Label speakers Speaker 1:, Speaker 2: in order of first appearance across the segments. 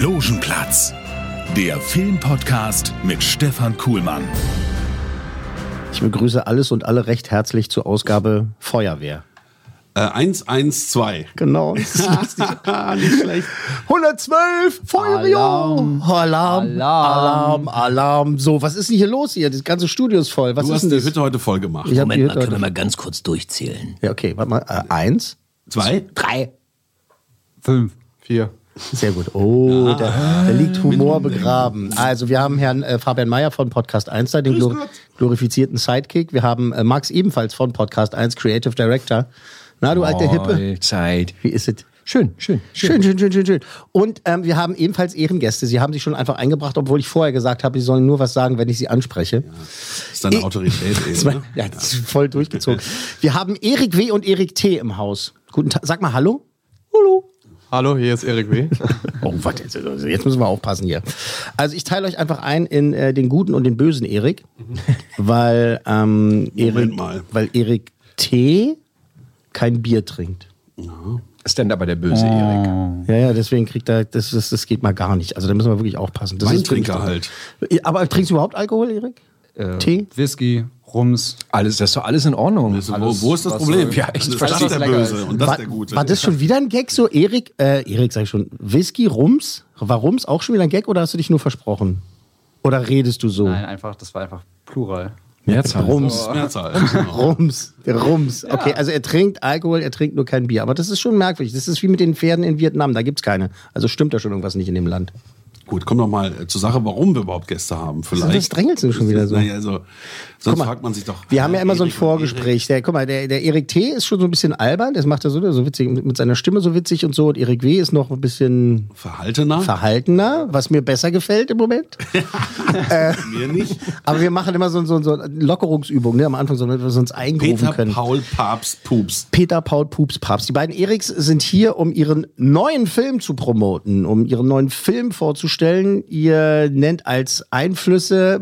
Speaker 1: Logenplatz, der Filmpodcast mit Stefan Kuhlmann.
Speaker 2: Ich begrüße alles und alle recht herzlich zur Ausgabe Feuerwehr.
Speaker 3: Äh, 112.
Speaker 2: Genau.
Speaker 3: Nicht schlecht.
Speaker 2: 112 Feuerwehr! Alarm, Alarm, Alarm, Alarm. So, was ist denn hier los hier? Das ganze Studio ist voll. Was
Speaker 3: Du
Speaker 2: ist
Speaker 3: hast
Speaker 2: denn
Speaker 3: die
Speaker 2: das?
Speaker 3: Hütte heute voll gemacht.
Speaker 2: Ich hab die
Speaker 4: Moment mal,
Speaker 2: Hütte
Speaker 4: können wir mal
Speaker 2: heute-
Speaker 4: ganz kurz durchzählen.
Speaker 2: Ja, okay, warte mal. Äh, eins,
Speaker 3: Zwei?
Speaker 2: drei.
Speaker 5: Fünf, vier.
Speaker 2: Sehr gut. Oh,
Speaker 5: Ah.
Speaker 2: da, da liegt Humor begraben. Also, wir haben Herrn äh, Fabian Meyer von Podcast 1 da, den glori glorifizierten Sidekick. Wir haben äh, Max ebenfalls von Podcast 1, Creative Director. Na, du alter Hippe.
Speaker 5: Zeit.
Speaker 2: Wie ist es?
Speaker 5: Schön, schön, schön.
Speaker 2: Schön, schön, schön, schön, schön. Und ähm, wir haben ebenfalls Ehrengäste. Sie haben sich schon einfach eingebracht, obwohl ich vorher gesagt habe, sie sollen nur was sagen, wenn ich sie anspreche.
Speaker 3: Ist deine Autorität eben. Ne?
Speaker 2: Ja, das ist voll durchgezogen. Wir haben Erik W. und Erik T. im Haus. Guten Tag. Sag mal Hallo. Hallo.
Speaker 5: Hallo, hier ist Erik W.
Speaker 2: Oh, warte, jetzt, also jetzt müssen wir aufpassen hier. Also ich teile euch einfach ein in äh, den guten und den bösen Erik, weil, ähm, Erik,
Speaker 3: Moment mal.
Speaker 2: weil Erik T. kein Bier trinkt.
Speaker 5: Ist denn dabei der böse Erik?
Speaker 2: Ja, ja, deswegen kriegt er, das, das, das geht mal gar nicht. Also da müssen wir wirklich aufpassen. Das ist
Speaker 3: Weintrinker
Speaker 2: wirklich- Aber trinkst du überhaupt Alkohol, Erik? Tee?
Speaker 5: Whisky, Rums. Alles, das ist doch alles in Ordnung.
Speaker 3: Also, wo, wo ist das Problem?
Speaker 5: Ja, ich
Speaker 3: das
Speaker 5: verstehe
Speaker 3: ist der
Speaker 5: das lecker
Speaker 3: Böse
Speaker 5: ist.
Speaker 3: und das
Speaker 2: war,
Speaker 3: der Gute.
Speaker 2: war das schon wieder ein Gag so? Erik, äh, Erik sag ich schon, Whisky, Rums? War Rums auch schon wieder ein Gag oder hast du dich nur versprochen? Oder redest du so?
Speaker 6: Nein, einfach, das war einfach Plural.
Speaker 5: Mehrzahl.
Speaker 2: Rums.
Speaker 3: Mehrzahl. Genau.
Speaker 2: Rums, der Rums. Okay, also er trinkt Alkohol, er trinkt nur kein Bier. Aber das ist schon merkwürdig. Das ist wie mit den Pferden in Vietnam, da gibt's keine. Also stimmt da schon irgendwas nicht in dem Land.
Speaker 3: Gut, komm doch mal äh, zur Sache, warum wir überhaupt Gäste haben. Vielleicht.
Speaker 2: Das drängelst du schon wieder so.
Speaker 3: Naja, also, sonst
Speaker 2: mal,
Speaker 3: fragt man sich doch. äh,
Speaker 2: Wir haben ja immer so ein
Speaker 3: Erik und Erik.
Speaker 2: Vorgespräch. Der, guck mal, der, der Erik T. ist schon so ein bisschen albern, das macht er so, so witzig, mit seiner Stimme so witzig und so. Und Erik W. ist noch ein bisschen
Speaker 3: Verhaltener?
Speaker 2: verhaltener, was mir besser gefällt im Moment.
Speaker 3: Mir nicht.
Speaker 2: Aber wir machen immer so, so, so eine Lockerungsübung, ne? am Anfang, so, damit wir uns eingrooven
Speaker 3: Peter
Speaker 2: können.
Speaker 3: Paul Papst Pups.
Speaker 2: Peter Paul Pups Papst. Die beiden Eriks sind hier, um ihren neuen Film zu promoten, um ihren neuen Film vorzustellen. Ihr nennt als Einflüsse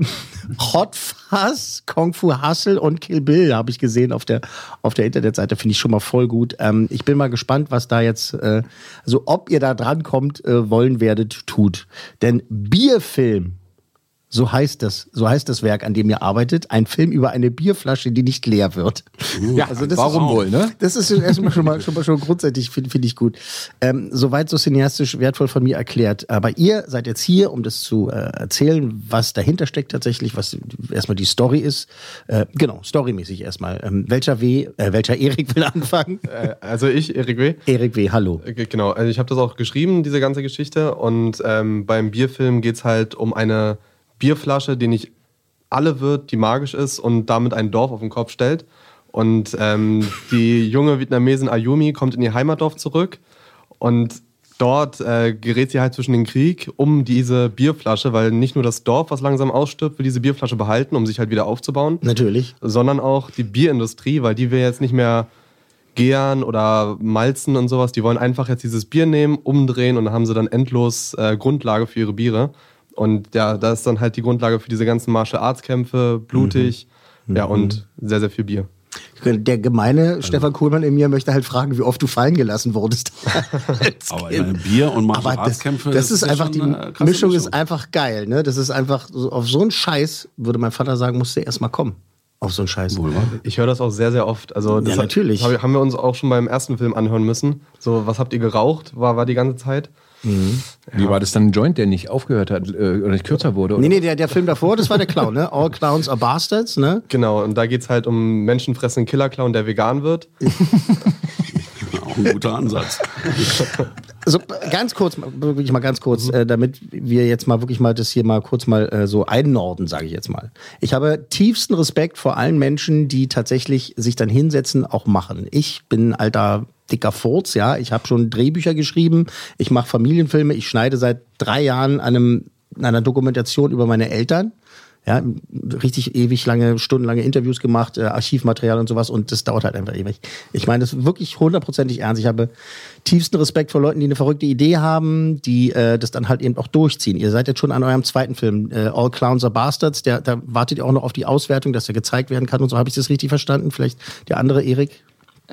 Speaker 2: Hot Fuzz, Kung Fu Hustle und Kill Bill, habe ich gesehen auf der, auf der Internetseite. Finde ich schon mal voll gut. Ähm, ich bin mal gespannt, was da jetzt, äh, also ob ihr da drankommt, äh, wollen werdet, tut. Denn Bierfilm so heißt das, so heißt das Werk, an dem ihr arbeitet. Ein Film über eine Bierflasche, die nicht leer wird. Ja, also das
Speaker 5: Uh, warum
Speaker 2: ist,
Speaker 5: wohl, ne?
Speaker 2: Das ist erstmal schon mal, schon mal schon grundsätzlich, finde find ich gut. Ähm, soweit so cineastisch wertvoll von mir erklärt. Aber ihr seid jetzt hier, um das zu äh, erzählen, was dahinter steckt tatsächlich, was erstmal die Story ist. Äh, genau, storymäßig erstmal. Ähm, welcher W, äh, welcher Erik will anfangen?
Speaker 7: Äh, Also ich, Erik W.
Speaker 2: Erik W, hallo.
Speaker 7: Äh, Genau, also ich habe das auch geschrieben, diese ganze Geschichte. Und ähm, beim Bierfilm geht es halt um eine Bierflasche, die nicht alle wird, die magisch ist und damit ein Dorf auf den Kopf stellt. Und ähm, die junge Vietnamesin Ayumi kommt in ihr Heimatdorf zurück und dort äh, gerät sie halt zwischen den Krieg um diese Bierflasche, weil nicht nur das Dorf, was langsam ausstirbt, will diese Bierflasche behalten, um sich halt wieder aufzubauen
Speaker 2: Natürlich.
Speaker 7: sondern auch die Bierindustrie, weil die will jetzt nicht mehr gären oder malzen und sowas. Die wollen einfach jetzt dieses Bier nehmen, umdrehen und haben sie dann endlos äh, Grundlage für ihre Biere. Und ja, da ist dann halt die Grundlage für diese ganzen Martial Arts Kämpfe, blutig,
Speaker 2: Mhm.
Speaker 7: ja und sehr, sehr viel Bier.
Speaker 2: Der gemeine
Speaker 3: Also-
Speaker 2: Stefan Kuhlmann in mir möchte halt fragen, wie oft du fallen gelassen wurdest. Als
Speaker 3: Aber
Speaker 2: Kind.
Speaker 3: meine, Bier und
Speaker 2: Aber
Speaker 3: Martial
Speaker 2: das,
Speaker 3: Arts
Speaker 2: das,
Speaker 3: Kämpfe.
Speaker 2: ist,
Speaker 3: ja
Speaker 2: einfach,
Speaker 3: schon
Speaker 2: die
Speaker 3: eine krasse
Speaker 2: Mischung, ist einfach geil, ne? Das ist einfach, so, auf so einen Scheiß, würde mein Vater sagen, musste erst mal kommen. Auf so einen Scheiß.
Speaker 3: Wohl wahr.
Speaker 7: Ich höre das auch sehr, sehr oft. Also das
Speaker 2: Ja, natürlich.
Speaker 7: Hat, hab- haben wir uns auch schon beim ersten Film anhören müssen. So, was habt ihr geraucht? War, war die ganze Zeit.
Speaker 5: Wie war das dann ein Joint, der nicht aufgehört hat äh, oder nicht kürzer wurde?
Speaker 2: Nee, nee, der, der Film davor, das war der Clown, ne? All Clowns are Bastards, ne?
Speaker 7: Genau, und da geht es halt um menschenfressenden Killer-Clown, der vegan wird.
Speaker 3: genau. Auch ein guter Ansatz.
Speaker 2: Also äh, ganz kurz, mal- wirklich mal ganz kurz, äh, damit wir jetzt mal wirklich mal das hier mal kurz mal äh, so einnorden, sage ich jetzt mal. Ich habe tiefsten Respekt vor allen Menschen, die tatsächlich sich dann hinsetzen, auch machen. Ich bin ein alter dicker Furz, ja. Ich habe schon Drehbücher geschrieben, ich mache Familienfilme, ich schneide seit drei Jahren an einem, an einer Dokumentation über meine Eltern. Ja, richtig ewig lange, stundenlange Interviews gemacht, äh, Archivmaterial und sowas und das dauert halt einfach ewig. Ich meine, das ist wirklich hundertprozentig ernst. Ich habe tiefsten Respekt vor Leuten, die eine verrückte Idee haben, die äh, das dann halt eben auch durchziehen. Ihr seid jetzt schon an eurem zweiten Film, äh, All Clowns are Bastards, der, da wartet ihr auch noch auf die Auswertung, dass der gezeigt werden kann und so. Habe ich das richtig verstanden? Vielleicht der andere Erik?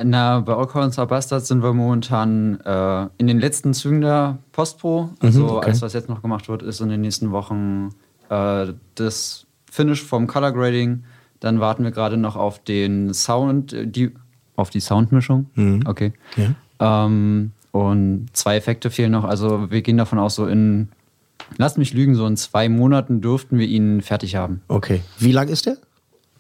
Speaker 6: Na, bei All Cons Are Bastards sind wir momentan äh, in den letzten Zügen der Postpro. Also alles, was jetzt noch gemacht wird, ist in den nächsten Wochen äh, das Finish vom Color Grading. Dann warten wir gerade noch auf den Sound, äh, die, auf die Soundmischung. Okay. Ähm, und zwei Effekte fehlen noch. Also wir gehen davon aus, so in, lasst mich lügen, so in zwei Monaten dürften wir ihn fertig haben.
Speaker 2: Okay. Wie lang ist der?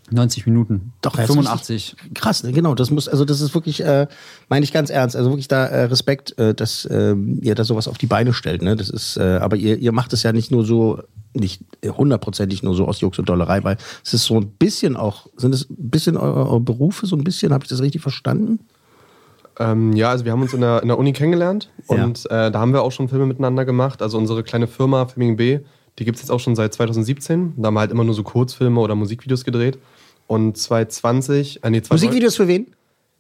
Speaker 6: 90 Minuten.
Speaker 2: Doch, er ist
Speaker 6: 85.
Speaker 2: richtig Krass, ne? genau. Das muss, also das ist wirklich, äh, meine ich ganz ernst, also wirklich da äh, Respekt, äh, dass äh, ihr da sowas auf die Beine stellt. Ne? Das ist, äh, aber ihr, ihr macht es ja nicht nur so, nicht hundertprozentig nur so aus Jux und Dollerei, weil es ist so ein bisschen auch, sind es ein bisschen eure, eure Berufe, so ein bisschen, habe ich das richtig verstanden?
Speaker 7: Ähm, ja, also wir haben uns in der, in der Uni kennengelernt
Speaker 2: Ja.
Speaker 7: und äh, da haben wir auch schon Filme miteinander gemacht. Also unsere kleine Firma Filming B, die gibt es jetzt auch schon seit 2017. Da haben wir halt immer nur so Kurzfilme oder Musikvideos gedreht. Und 2020, äh, nee, 2019
Speaker 2: Musikvideos für wen?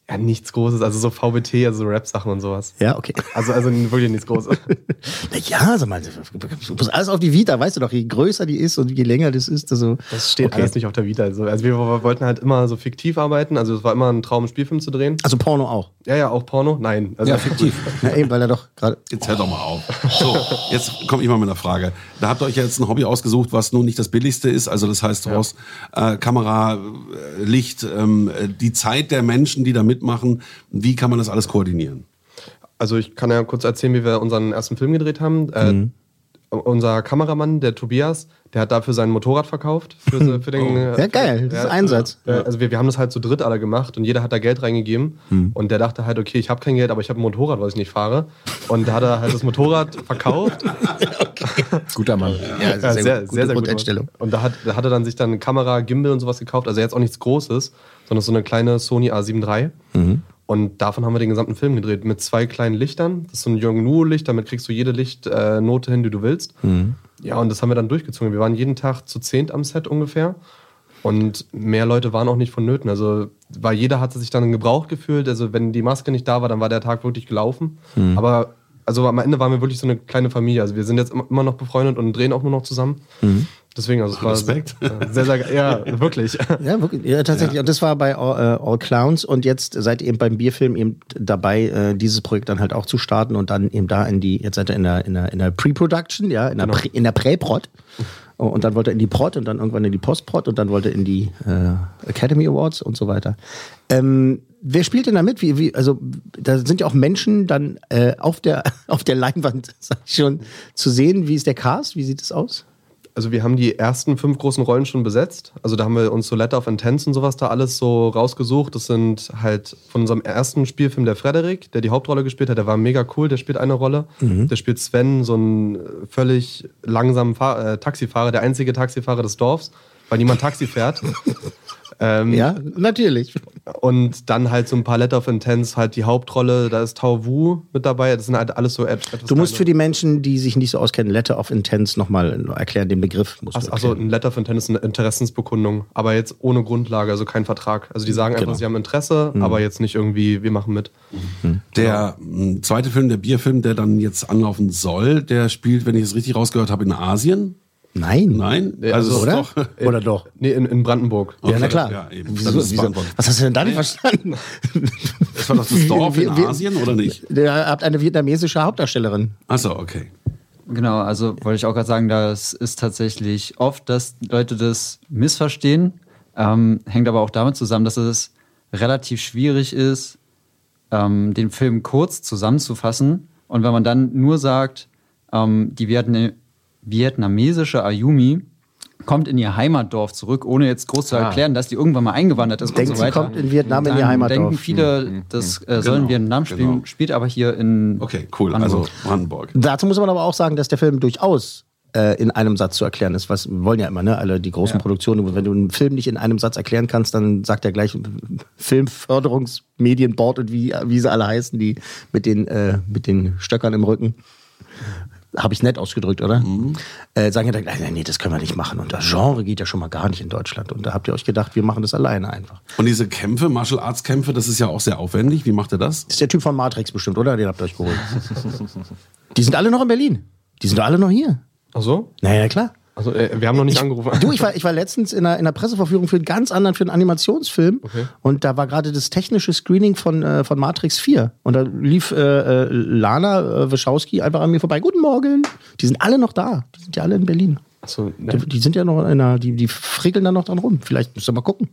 Speaker 7: Ja, nichts Großes, also so VBT, also so Rap-Sachen und sowas.
Speaker 2: Ja, okay.
Speaker 7: Also, also wirklich nichts Großes.
Speaker 2: Na ja, sag mal, du musst alles auf die Vita, weißt du doch, je größer die ist und je länger das ist, also.
Speaker 7: Das steht
Speaker 2: Okay.
Speaker 7: alles nicht auf der Vita. Also, also wir wollten halt immer so fiktiv arbeiten. Also es war immer ein Traum, einen Spielfilm zu drehen.
Speaker 2: Also Porno auch.
Speaker 7: Ja, ja, auch Porno. Nein. Also
Speaker 3: Ja, fiktiv.
Speaker 2: Na eben, weil er doch gerade.
Speaker 3: Jetzt hört doch mal auf. So, jetzt komme ich mal mit einer Frage. Da habt ihr euch ja jetzt ein Hobby ausgesucht, was nun nicht das billigste ist. Also das heißt, du brauchst äh, Kamera, äh, Licht, ähm, äh, die Zeit der Menschen, die da mitmachen. Wie kann man das alles koordinieren?
Speaker 7: Also ich kann ja kurz erzählen, wie wir unseren ersten Film gedreht haben. Äh,
Speaker 2: Mhm.
Speaker 7: Unser Kameramann, der Tobias, der hat dafür sein Motorrad verkauft. Für, für den, äh,
Speaker 2: Ja, geil, das ist Einsatz.
Speaker 7: Ja, also wir, wir haben das halt zu dritt alle gemacht und jeder hat da Geld reingegeben.
Speaker 2: Mhm.
Speaker 7: Und der dachte halt, okay, ich habe kein Geld, aber ich habe ein Motorrad, was ich nicht fahre. Und da hat er halt das Motorrad verkauft.
Speaker 5: Guter Mann.
Speaker 2: Ja,
Speaker 7: Ja, sehr, Also sehr, sehr, gut
Speaker 2: Grundeinstellung.
Speaker 7: gemacht. Und da hat, da hat er dann sich dann Kamera, Gimbal und sowas gekauft. Also jetzt auch nichts Großes, sondern so eine kleine Sony A7 III. Und davon haben wir den gesamten Film gedreht. Mit zwei kleinen Lichtern. Das ist so ein Yongnuo-Licht, damit kriegst du jede Lichtnote äh, Note hin, die du willst. Ja, und das haben wir dann durchgezogen. Wir waren jeden Tag zu zehnt am Set ungefähr. Und mehr Leute waren auch nicht vonnöten. Also, weil jeder hatte sich dann gebraucht gefühlt. Also, wenn die Maske nicht da war, dann war der Tag wirklich gelaufen. Aber also am Ende waren wir wirklich so eine kleine Familie. Also wir sind jetzt im- immer noch befreundet und drehen auch nur noch zusammen. Deswegen, also es war
Speaker 3: Respekt.
Speaker 7: äh, sehr, sehr, ge- ja, wirklich.
Speaker 2: Ja, wirklich. Ja, tatsächlich. Und das war bei All, äh, All Clowns. Und jetzt seid ihr eben beim Bierfilm eben dabei, äh, dieses Projekt dann halt auch zu starten und dann eben da in die, jetzt seid ihr in der, in der, in der Pre-Production, ja, in der, Prä- in der Prä-Prod. Oh, Und dann wollt ihr in die Prod und dann irgendwann in die Post-Prod und dann wollt ihr in die äh, Academy Awards und so weiter. Ähm, wer spielt denn da mit? Wie, wie, also, da sind ja auch Menschen dann äh, auf, der, auf der Leinwand, sag ich schon, zu sehen. Wie ist der Cast? Wie sieht es aus?
Speaker 7: Also wir haben die ersten fünf großen Rollen schon besetzt. Also da haben wir uns so Letter of Intents und sowas da alles so rausgesucht. Das sind halt von unserem ersten Spielfilm der Frederik, der die Hauptrolle gespielt hat. Der war mega cool, der spielt eine Rolle.
Speaker 2: Mhm.
Speaker 7: Der spielt Sven, so einen äh, völlig langsamen Fahr äh, Taxifahrer, der einzige Taxifahrer des Dorfs, weil niemand Taxi fährt. ähm,
Speaker 2: Ja, natürlich.
Speaker 7: Und dann halt so ein paar Letter of Intents, halt die Hauptrolle, da ist Tao Wu mit dabei, das sind halt alles so et- etwas
Speaker 2: Du musst für
Speaker 7: kleine-
Speaker 2: die Menschen, die sich nicht so auskennen, Letter of Intents nochmal erklären, den Begriff musst
Speaker 7: Ach,
Speaker 2: du
Speaker 7: Achso,
Speaker 2: erklären.
Speaker 7: ein Letter of Intent ist eine Interessensbekundung, aber jetzt ohne Grundlage, also kein Vertrag. Also die sagen einfach,
Speaker 2: Genau.
Speaker 7: sie haben Interesse, aber jetzt nicht irgendwie, wir machen mit.
Speaker 3: Der
Speaker 2: Genau.
Speaker 3: mh, zweite Film, der Bierfilm, der dann jetzt anlaufen soll, der spielt, wenn ich es richtig rausgehört habe, in Asien.
Speaker 2: Nein.
Speaker 3: Nein?
Speaker 7: also,
Speaker 3: es ist
Speaker 2: Oder?
Speaker 3: Doch,
Speaker 2: Oder doch?
Speaker 7: Nee, in, in Brandenburg.
Speaker 2: Ja,
Speaker 3: Okay,
Speaker 2: na klar.
Speaker 3: ja, eben.
Speaker 2: wieso,
Speaker 3: Dann ist es
Speaker 2: wieso,
Speaker 3: beantwortet.
Speaker 2: was hast du denn da nicht verstanden?
Speaker 3: das war doch das Dorf in
Speaker 2: Wir- wir-
Speaker 3: Asien, oder nicht?
Speaker 2: Ihr habt eine vietnamesische Hauptdarstellerin.
Speaker 3: Achso, okay.
Speaker 6: Genau, also wollte ich auch gerade sagen, das ist tatsächlich oft, dass Leute das missverstehen. Ähm, hängt aber auch damit zusammen, dass es relativ schwierig ist, ähm, den Film kurz zusammenzufassen. Und wenn man dann nur sagt, ähm, die Vietna vietnamesische Ayumi, kommt in ihr Heimatdorf zurück, ohne jetzt groß zu erklären, dass die irgendwann mal eingewandert ist
Speaker 2: Denkt,
Speaker 6: und so
Speaker 2: Ah. sie
Speaker 6: weiter.
Speaker 2: kommt in Vietnam in
Speaker 6: Dann
Speaker 2: ihr Heimatdorf.
Speaker 6: denken viele, das äh, sollen wir in Namen spielen,
Speaker 3: Mhm. genau.
Speaker 6: spielt aber hier in
Speaker 3: Okay, cool.
Speaker 6: Brandenburg.
Speaker 3: Also Brandenburg.
Speaker 2: Dazu muss man aber auch sagen, dass der Film durchaus äh, in einem Satz zu erklären ist. Was wir wollen ja immer, ne? Alle die großen Produktionen. Wenn du einen Film nicht in einem Satz erklären kannst, dann sagt er gleich Filmförderungsmedienboard und wie, wie sie alle heißen, die mit den, äh, mit den Stöckern im Rücken. Habe ich nett ausgedrückt, oder? Äh, sagen ja dann, nein, nein, nee, das können wir nicht machen. Und das Genre geht ja schon mal gar nicht in Deutschland. Und da habt ihr euch gedacht, wir machen das alleine einfach.
Speaker 3: Und diese Kämpfe, Martial Arts Kämpfe, das ist ja auch sehr aufwendig. Wie macht er das?
Speaker 2: Das ist der Typ von Matrix bestimmt, oder? Den habt ihr euch geholt. die sind alle noch in Berlin. Die sind alle noch hier.
Speaker 7: Ach so?
Speaker 2: Naja, klar.
Speaker 7: Also, äh, wir haben noch nicht angerufen.
Speaker 2: Du, ich war, ich war letztens in einer, in einer Presseverführung für einen ganz anderen, für einen Animationsfilm. Und da war gerade das technische Screening von, äh, von Matrix 4. Und da lief äh, äh, Lana äh, Wischowski einfach an mir vorbei. Guten Morgen. Die sind alle noch da. Die sind ja alle in Berlin.
Speaker 7: Achso,
Speaker 2: Die, die sind ja noch in einer, die, die frickeln da noch dran rum. Vielleicht müsst ihr mal gucken.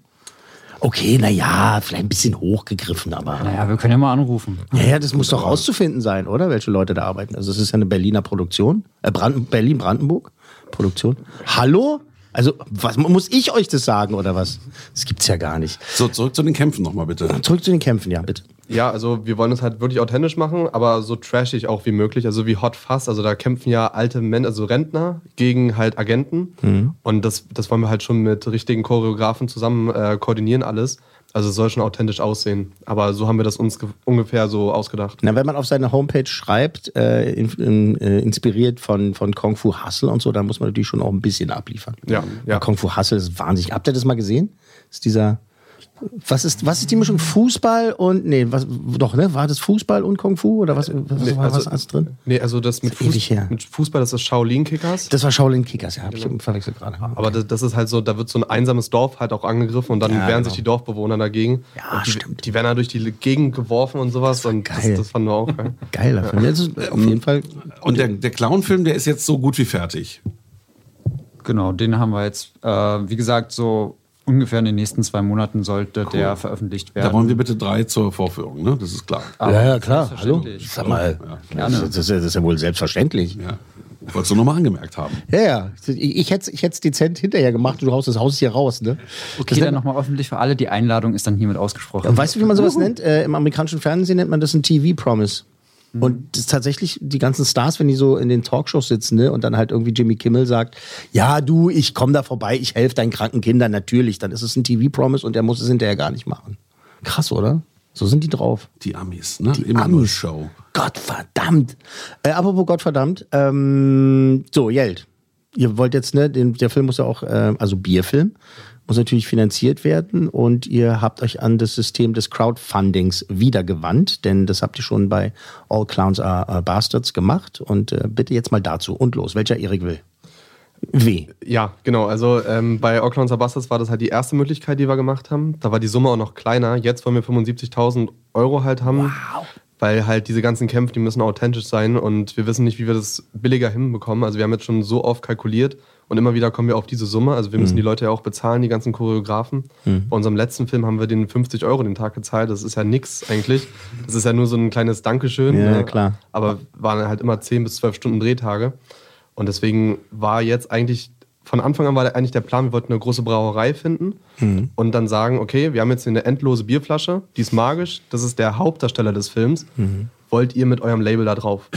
Speaker 2: Okay, naja, vielleicht ein bisschen hochgegriffen, aber.
Speaker 6: Naja, wir können ja mal anrufen.
Speaker 2: Naja, das muss doch rauszufinden sein, oder? Welche Leute da arbeiten. Also, es ist ja eine Berliner Produktion. Äh, Branden, Berlin-Brandenburg. Produktion. Hallo? Also, was muss ich euch das sagen, oder was? Das gibt's ja gar nicht.
Speaker 3: So, zurück zu den Kämpfen nochmal bitte.
Speaker 2: Zurück zu den Kämpfen, ja, bitte.
Speaker 7: Ja, also wir wollen es halt wirklich authentisch machen, aber so trashig auch wie möglich. Also wie Hot Fuzz. Also da kämpfen ja alte Männer, also Rentner gegen halt Agenten.
Speaker 2: Hm.
Speaker 7: Und das, das wollen wir halt schon mit richtigen Choreografen zusammen äh, koordinieren alles. Also es soll schon authentisch aussehen. Aber so haben wir das uns ge- ungefähr so ausgedacht.
Speaker 2: Na, wenn man auf seine Homepage schreibt, äh, in, in, äh, inspiriert von, von Kung Fu Hustle und so, dann muss man natürlich schon auch ein bisschen abliefern.
Speaker 7: Ja, ja.
Speaker 2: Weil Kung Fu Hustle ist wahnsinnig. Habt ihr das mal gesehen? Ist dieser. Was ist, was ist die Mischung Fußball und. Nee, was, doch, ne? War das Fußball und Kung Fu? Oder was, was,
Speaker 7: nee,
Speaker 2: war, was
Speaker 7: also-
Speaker 2: alles drin?
Speaker 7: Nee, also das mit,
Speaker 2: Ist ewig her.
Speaker 7: Fuß, mit Fußball, das ist Shaolin Kickers.
Speaker 2: Das war Shaolin Kickers, Genau. ja, habe ich verwechselt gerade.
Speaker 7: aber das, das ist halt so, da wird so ein einsames Dorf halt auch angegriffen und dann wehren sich die Dorfbewohner dagegen.
Speaker 2: genau. Ja,
Speaker 7: und die,
Speaker 2: stimmt.
Speaker 7: Die werden halt durch die Gegend geworfen und sowas. und
Speaker 2: geil.
Speaker 7: Das, das fanden wir auch geil.
Speaker 2: Geiler Film. Das ist auf jeden Fall.
Speaker 3: Und der, der Clown-Film, der ist jetzt so gut wie fertig.
Speaker 6: Genau, den haben wir jetzt, äh, wie gesagt, so ungefähr in den nächsten zwei Monaten sollte der veröffentlicht werden.
Speaker 3: Da wollen wir bitte drei zur Vorführung, ne? Das ist klar.
Speaker 2: ja, ja, klar. Hallo.
Speaker 6: selbstverständlich.
Speaker 2: Sag mal, das, ist- das ist ja wohl selbstverständlich.
Speaker 3: Ja. Wolltest du nochmal angemerkt haben.
Speaker 2: Ja, ja. Ich, ich hätte es ich hätt's dezent hinterher gemacht und du haust das Haus hier raus, ne?
Speaker 6: Okay, dann nochmal öffentlich für alle. Die Einladung ist dann hiermit ausgesprochen.
Speaker 2: Und weißt du, wie man sowas nennt? Äh, Im amerikanischen Fernsehen nennt man das ein TV-Promise. Und das ist tatsächlich die ganzen Stars, wenn die so in den Talkshows sitzen ne, und dann halt irgendwie Jimmy Kimmel sagt, ja du, ich komme da vorbei, ich helfe deinen kranken Kindern, natürlich, dann ist es ein TV-Promise und er muss es hinterher gar nicht machen. Krass, oder? So sind die drauf.
Speaker 3: Die Amis, ne?
Speaker 2: Die
Speaker 3: Immer nur
Speaker 2: Amis.
Speaker 3: Show.
Speaker 2: Gottverdammt. Äh, apropos Gottverdammt, ähm, so, Geld. Ihr wollt jetzt, ne, den, der Film muss ja auch, äh, also Bierfilm, muss natürlich finanziert werden und ihr habt euch an das System des Crowdfundings wiedergewandt, denn das habt ihr schon bei All Clowns Are, Are Bastards gemacht und äh, bitte jetzt mal dazu und los, welcher Erik will. W.
Speaker 7: Ja, genau. Also ähm, bei Auckland Sabastas war das halt die erste Möglichkeit, die wir gemacht haben. Da war die Summe auch noch kleiner. Jetzt wollen wir 75.000 Euro halt haben. Weil halt diese ganzen Kämpfe, die müssen authentisch sein und wir wissen nicht, wie wir das billiger hinbekommen. Also wir haben jetzt schon so oft kalkuliert und immer wieder kommen wir auf diese Summe. Also wir
Speaker 2: Mhm.
Speaker 7: müssen die Leute ja auch bezahlen, die ganzen Choreografen. Bei unserem letzten Film haben wir den 50 Euro den Tag gezahlt. Das ist ja nix eigentlich. Das ist ja nur so ein kleines Dankeschön.
Speaker 2: Ja,
Speaker 7: ne?
Speaker 2: klar.
Speaker 7: aber waren halt immer 10 bis 12 Stunden Drehtage. Und deswegen war jetzt eigentlich, von Anfang an war eigentlich der Plan, wir wollten eine große Brauerei finden und dann sagen, okay, wir haben jetzt hier eine endlose Bierflasche, die ist magisch, das ist der Hauptdarsteller des Films, wollt ihr mit eurem Label da drauf?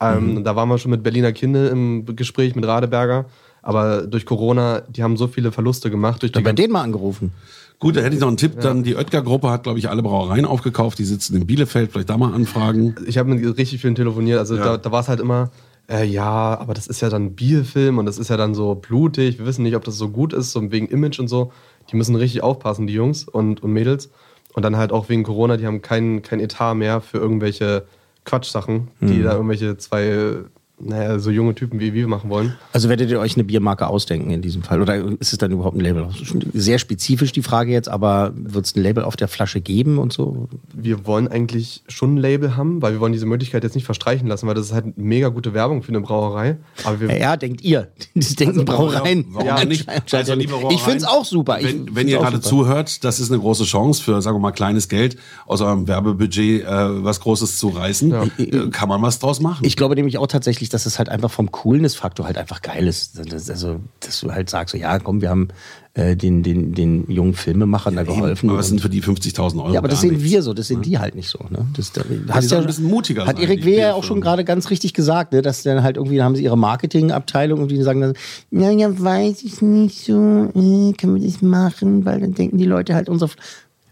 Speaker 7: Ähm, Da waren wir schon mit Berliner Kindle im Gespräch, mit Radeberger, aber durch Corona, die haben so viele Verluste gemacht. Durch die
Speaker 2: Hab bei
Speaker 7: ganzen-
Speaker 2: denen mal angerufen.
Speaker 3: Gut, da hätte ich noch einen Tipp. Dann die Oetker-Gruppe hat, glaube ich, alle Brauereien aufgekauft. Die sitzen in Bielefeld. Vielleicht da mal anfragen.
Speaker 7: ich habe mit richtig vielen telefoniert. Also da, da war es halt immer, äh, ja, aber das ist ja dann Bierfilm und das ist ja dann so blutig. Wir wissen nicht, ob das so gut ist, so wegen Image und so. Die müssen richtig aufpassen, die Jungs und, und Mädels. Und dann halt auch wegen Corona, die haben kein, kein Etat mehr für irgendwelche Quatschsachen, die da irgendwelche zwei, äh, naja, so junge Typen wie wir machen wollen.
Speaker 2: Also werdet ihr euch eine Biermarke ausdenken in diesem Fall? Oder ist es dann überhaupt ein Label? Das ist schon Sehr spezifisch die Frage jetzt, aber wird es ein Label auf der Flasche geben und so?
Speaker 7: wir wollen eigentlich schon ein Label haben, weil wir wollen diese Möglichkeit jetzt nicht verstreichen lassen, weil das ist halt mega gute Werbung für eine Brauerei. Aber wir,
Speaker 2: Ja, ja denkt ihr. Das denken Brauereien.
Speaker 3: Also Warum ja, nicht? Also, liebe Brauereien,
Speaker 2: ich finde es auch super. Ich
Speaker 3: Wenn, wenn
Speaker 2: find's
Speaker 3: ihr
Speaker 2: auch
Speaker 3: gerade
Speaker 2: super.
Speaker 3: zuhört, das ist eine große Chance für, sagen wir mal, kleines Geld aus eurem Werbebudget äh, was Großes zu reißen. Äh, kann man was draus machen.
Speaker 2: Ich glaube nämlich auch tatsächlich, dass es halt einfach vom Coolness-Faktor halt einfach geil ist. Das, also, dass du halt sagst, so, ja, komm, wir haben äh, den, den, den jungen Filmemachern da geholfen.
Speaker 3: Aber was sind für die 50.000 Euro?
Speaker 2: ja, aber das
Speaker 3: gar
Speaker 2: sehen
Speaker 3: nichts.
Speaker 2: wir so, das sehen die halt nicht so. Ne? Das, da,
Speaker 3: die sollen ein bisschen mutiger
Speaker 2: Hat
Speaker 3: sein,
Speaker 2: Erik
Speaker 3: die
Speaker 2: Wehr ja auch schon
Speaker 3: Bierfirmen.
Speaker 2: gerade ganz richtig gesagt, ne? dass dann halt irgendwie, da haben sie ihre Marketingabteilung und die sagen dann, ja, ja, weiß ich nicht so, äh, können wir das machen, weil dann denken die Leute halt unser... F-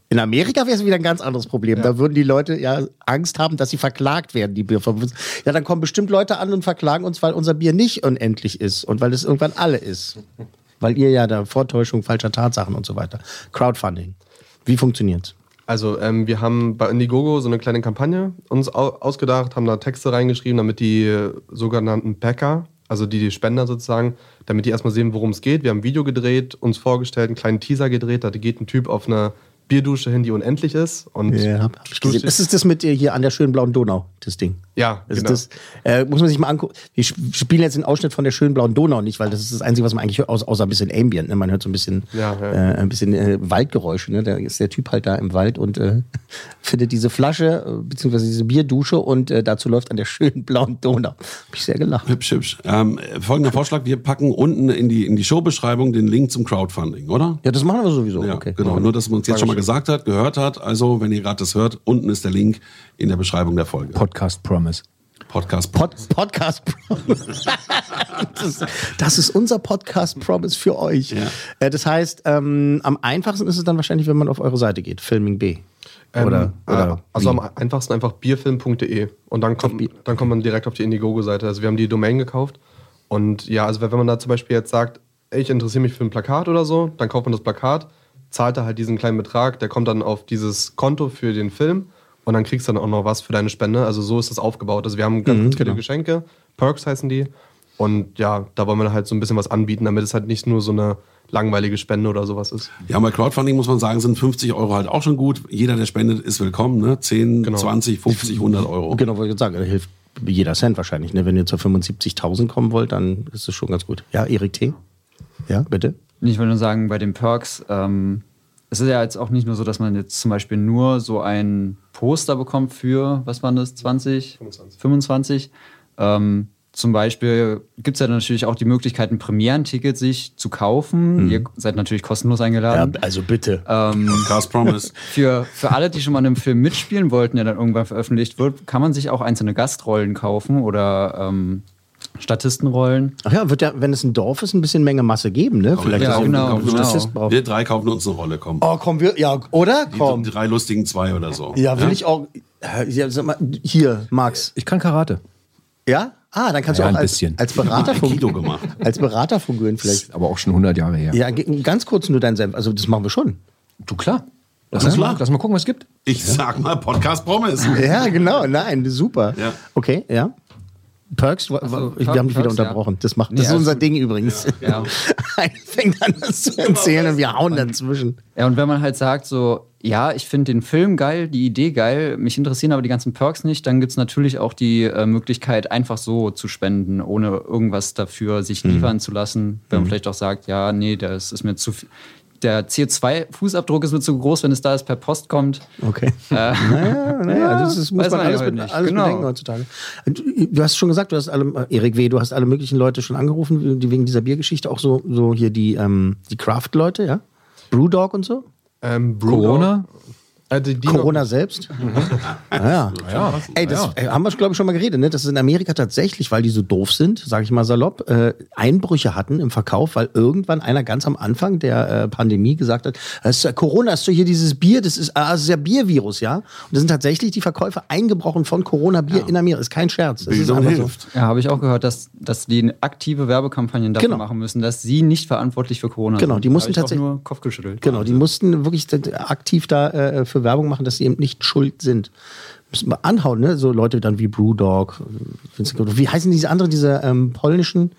Speaker 2: In Amerika wäre es wieder ein ganz anderes Problem. Da würden die Leute ja Angst haben, dass sie verklagt werden, die Bierfirmen. Ja, dann kommen bestimmt Leute an und verklagen uns, weil unser Bier nicht unendlich ist und weil es irgendwann alle ist. Weil ihr ja da Vortäuschung falscher Tatsachen und so weiter. Crowdfunding. Wie funktioniert's?
Speaker 7: Also ähm, wir haben bei Indiegogo so eine kleine Kampagne uns au ausgedacht, haben da Texte reingeschrieben, damit die äh, sogenannten Packer, also die, die Spender sozusagen, damit die erstmal sehen, worum es geht. Wir haben ein Video gedreht, uns vorgestellt, einen kleinen Teaser gedreht, da geht ein Typ auf eine Bierdusche hin, die unendlich ist. Und
Speaker 2: Ja, hab ich gesehen. Das ist das mit äh, hier an der schönen blauen Donau, das Ding.
Speaker 7: Ja,
Speaker 2: das
Speaker 7: genau.
Speaker 2: ist das, äh, muss man sich mal angucken. Wir sp- spielen jetzt den Ausschnitt von der schönen blauen Donau nicht, weil das ist das Einzige, was man eigentlich hört, außer, außer ein bisschen Ambient. Ne? Man hört so ein bisschen,
Speaker 7: Ja, ja.
Speaker 2: Äh, ein bisschen äh, Waldgeräusche. Ne? Da ist der Typ halt da im Wald und äh, findet diese Flasche, äh, beziehungsweise diese Bierdusche und äh, dazu läuft an der schönen blauen Donau. Hab ich sehr gelacht.
Speaker 3: Hübsch, hübsch. Ähm, folgender Vorschlag: Wir packen unten in die, in die Showbeschreibung den Link zum Crowdfunding, oder?
Speaker 2: Ja, das machen wir sowieso.
Speaker 3: Ja,
Speaker 2: okay.
Speaker 3: genau. Nur, dass man uns jetzt schon mal gesagt hat, gehört hat. Also, wenn ihr gerade das hört, unten ist der Link in der Beschreibung der Folge.
Speaker 5: Podcast Promise.
Speaker 3: Podcast.
Speaker 2: Pod Podcast Promise. das, ist, das ist unser Podcast Promise für euch. Äh, das heißt, ähm, am einfachsten ist es dann wahrscheinlich, wenn man auf eure Seite geht, Filming B.
Speaker 7: ähm,
Speaker 2: oder
Speaker 7: äh,
Speaker 2: oder
Speaker 7: also
Speaker 2: wie?
Speaker 7: am einfachsten einfach bierfilm.de und dann kommt, dann kommt man direkt auf die Indiegogo-Seite. Also wir haben die Domain gekauft und ja, also wenn man da zum Beispiel jetzt sagt, ey, ich interessiere mich für ein Plakat oder so, dann kauft man das Plakat, zahlt da halt diesen kleinen Betrag, der kommt dann auf dieses Konto für den Film und dann kriegst du dann auch noch was für deine Spende. Also so ist das aufgebaut. Also wir haben
Speaker 2: Mhm,
Speaker 7: ganz viele
Speaker 2: genau.
Speaker 7: Geschenke, Perks heißen die und ja, da wollen wir halt so ein bisschen was anbieten, damit es halt nicht nur so eine langweilige Spende oder sowas ist.
Speaker 3: Ja, bei Crowdfunding muss man sagen, sind 50 Euro halt auch schon gut. Jeder, der spendet, ist willkommen. Ne? 10,
Speaker 7: Genau.
Speaker 3: 20, 50, 100 Euro.
Speaker 2: genau, wollte ich sagen, da hilft jeder Cent wahrscheinlich. Ne? Wenn ihr zur 75.000 kommen wollt, dann ist es schon ganz gut. Ja, Erik T. Ja, bitte.
Speaker 6: Und Ich will nur sagen, bei den Perks, ähm, es ist ja jetzt auch nicht nur so, dass man jetzt zum Beispiel nur so ein Poster bekommt für, was waren das, 20? 25. Ähm, zum Beispiel gibt es ja natürlich auch die Möglichkeit, ein Premierenticket sich zu kaufen.
Speaker 2: Mhm.
Speaker 6: Ihr seid natürlich kostenlos
Speaker 2: Ja,
Speaker 3: Ähm,
Speaker 6: eingeladen. Ähm,
Speaker 2: also bitte.
Speaker 3: Podcast Promise.
Speaker 6: Für, für alle, die schon mal in einem Film mitspielen wollten, der dann irgendwann veröffentlicht wird, kann man sich auch einzelne Gastrollen kaufen oder ähm, Statistenrollen.
Speaker 2: Ach ja, wird ja, wenn es ein Dorf ist, ein bisschen Menge Masse geben, ne? Vielleicht
Speaker 3: Ja,
Speaker 2: ist auch
Speaker 3: genau,
Speaker 2: ein
Speaker 3: genau.
Speaker 2: Statist drauf.
Speaker 3: Wir drei kaufen uns eine Rolle, komm.
Speaker 2: Oh, komm, wir, ja, oder? Komm.
Speaker 3: Die drei lustigen zwei oder so.
Speaker 2: Ja, will ich auch. Ja, sag mal, hier, Max.
Speaker 5: Ich kann Karate.
Speaker 2: Ja? Ah, dann kannst
Speaker 5: Ja,
Speaker 2: du auch
Speaker 5: ein
Speaker 2: als,
Speaker 5: bisschen.
Speaker 2: als Berater
Speaker 3: Ein Kilo
Speaker 2: fungieren.
Speaker 3: gemacht.
Speaker 2: Als Berater fungieren vielleicht.
Speaker 5: Ist aber auch schon 100 Jahre her.
Speaker 2: Ja, ge- ganz kurz nur dein Senf. Also das machen wir schon.
Speaker 5: Du klar. Lass,
Speaker 3: Du
Speaker 5: uns
Speaker 3: klar.
Speaker 5: Mal, lass mal gucken, was es gibt.
Speaker 3: Ich sag mal Podcast Promise.
Speaker 2: Ja, genau. Nein, super.
Speaker 3: Ja.
Speaker 2: Okay, ja. Perks, wa- wa- wir haben dich wieder
Speaker 6: Also, Perks, ja.
Speaker 2: unterbrochen. Das macht,
Speaker 6: Nee,
Speaker 2: das ist
Speaker 6: alles
Speaker 2: unser
Speaker 6: gut.
Speaker 2: Ding übrigens.
Speaker 6: Ja.
Speaker 2: Ein fängt an, das zu erzählen und wir hauen dazwischen.
Speaker 6: Ja, und wenn man halt sagt, so, ja, ich finde den Film geil, die Idee geil, mich interessieren aber die ganzen Perks nicht, dann gibt es natürlich auch die äh, Möglichkeit, einfach so zu spenden, ohne irgendwas dafür sich liefern zu lassen. Wenn man vielleicht auch sagt, ja, nee, das ist mir zu viel. Der CO2-Fußabdruck ist mir zu groß, wenn es da erst per Post kommt.
Speaker 2: Okay. Naja, naja, das ist, muss
Speaker 6: weiß
Speaker 2: man
Speaker 6: man
Speaker 2: alles,
Speaker 6: Äh, ja
Speaker 2: mit,
Speaker 6: heute nicht.
Speaker 2: alles
Speaker 6: Genau.
Speaker 2: bedenken heutzutage. Du, du hast schon gesagt, du hast alle, Erik W., du hast alle möglichen Leute schon angerufen, die wegen dieser Biergeschichte auch so, so hier die, ähm, die Craft-Leute, ja? Brewdog und so?
Speaker 7: Ähm, Brewdog-
Speaker 5: Corona?
Speaker 7: Äh, die, die
Speaker 2: Corona selbst? naja.
Speaker 5: Ja.
Speaker 2: Ey, das äh, haben wir, glaube ich, schon mal geredet, ne? dass es in Amerika tatsächlich, weil die so doof sind, sage ich mal salopp, äh, Einbrüche hatten im Verkauf, weil irgendwann einer ganz am Anfang der äh, Pandemie gesagt hat, hast du, Corona, hast du hier dieses Bier, das ist, ah, das ist ja Biervirus, ja? Und das sind tatsächlich die Verkäufe eingebrochen von Corona-Bier in Amerika. Ist kein Scherz. Das ist
Speaker 3: Bildung
Speaker 2: einfach so.
Speaker 3: hilft.
Speaker 6: Ja, habe ich auch gehört, dass, dass die aktive Werbekampagnen dafür
Speaker 2: Genau.
Speaker 6: machen müssen, dass sie nicht verantwortlich für Corona
Speaker 2: Genau,
Speaker 6: sind.
Speaker 2: die mussten
Speaker 6: Hab ich auch
Speaker 2: tatsächlich-
Speaker 6: nur Kopf geschüttelt.
Speaker 2: Genau, die mussten wirklich d- aktiv da äh, für Werbung machen, dass sie eben nicht schuld sind. Müssen wir anhauen, ne? So Leute dann wie Brewdog. äh, Wie heißen diese anderen, diese ähm, polnischen?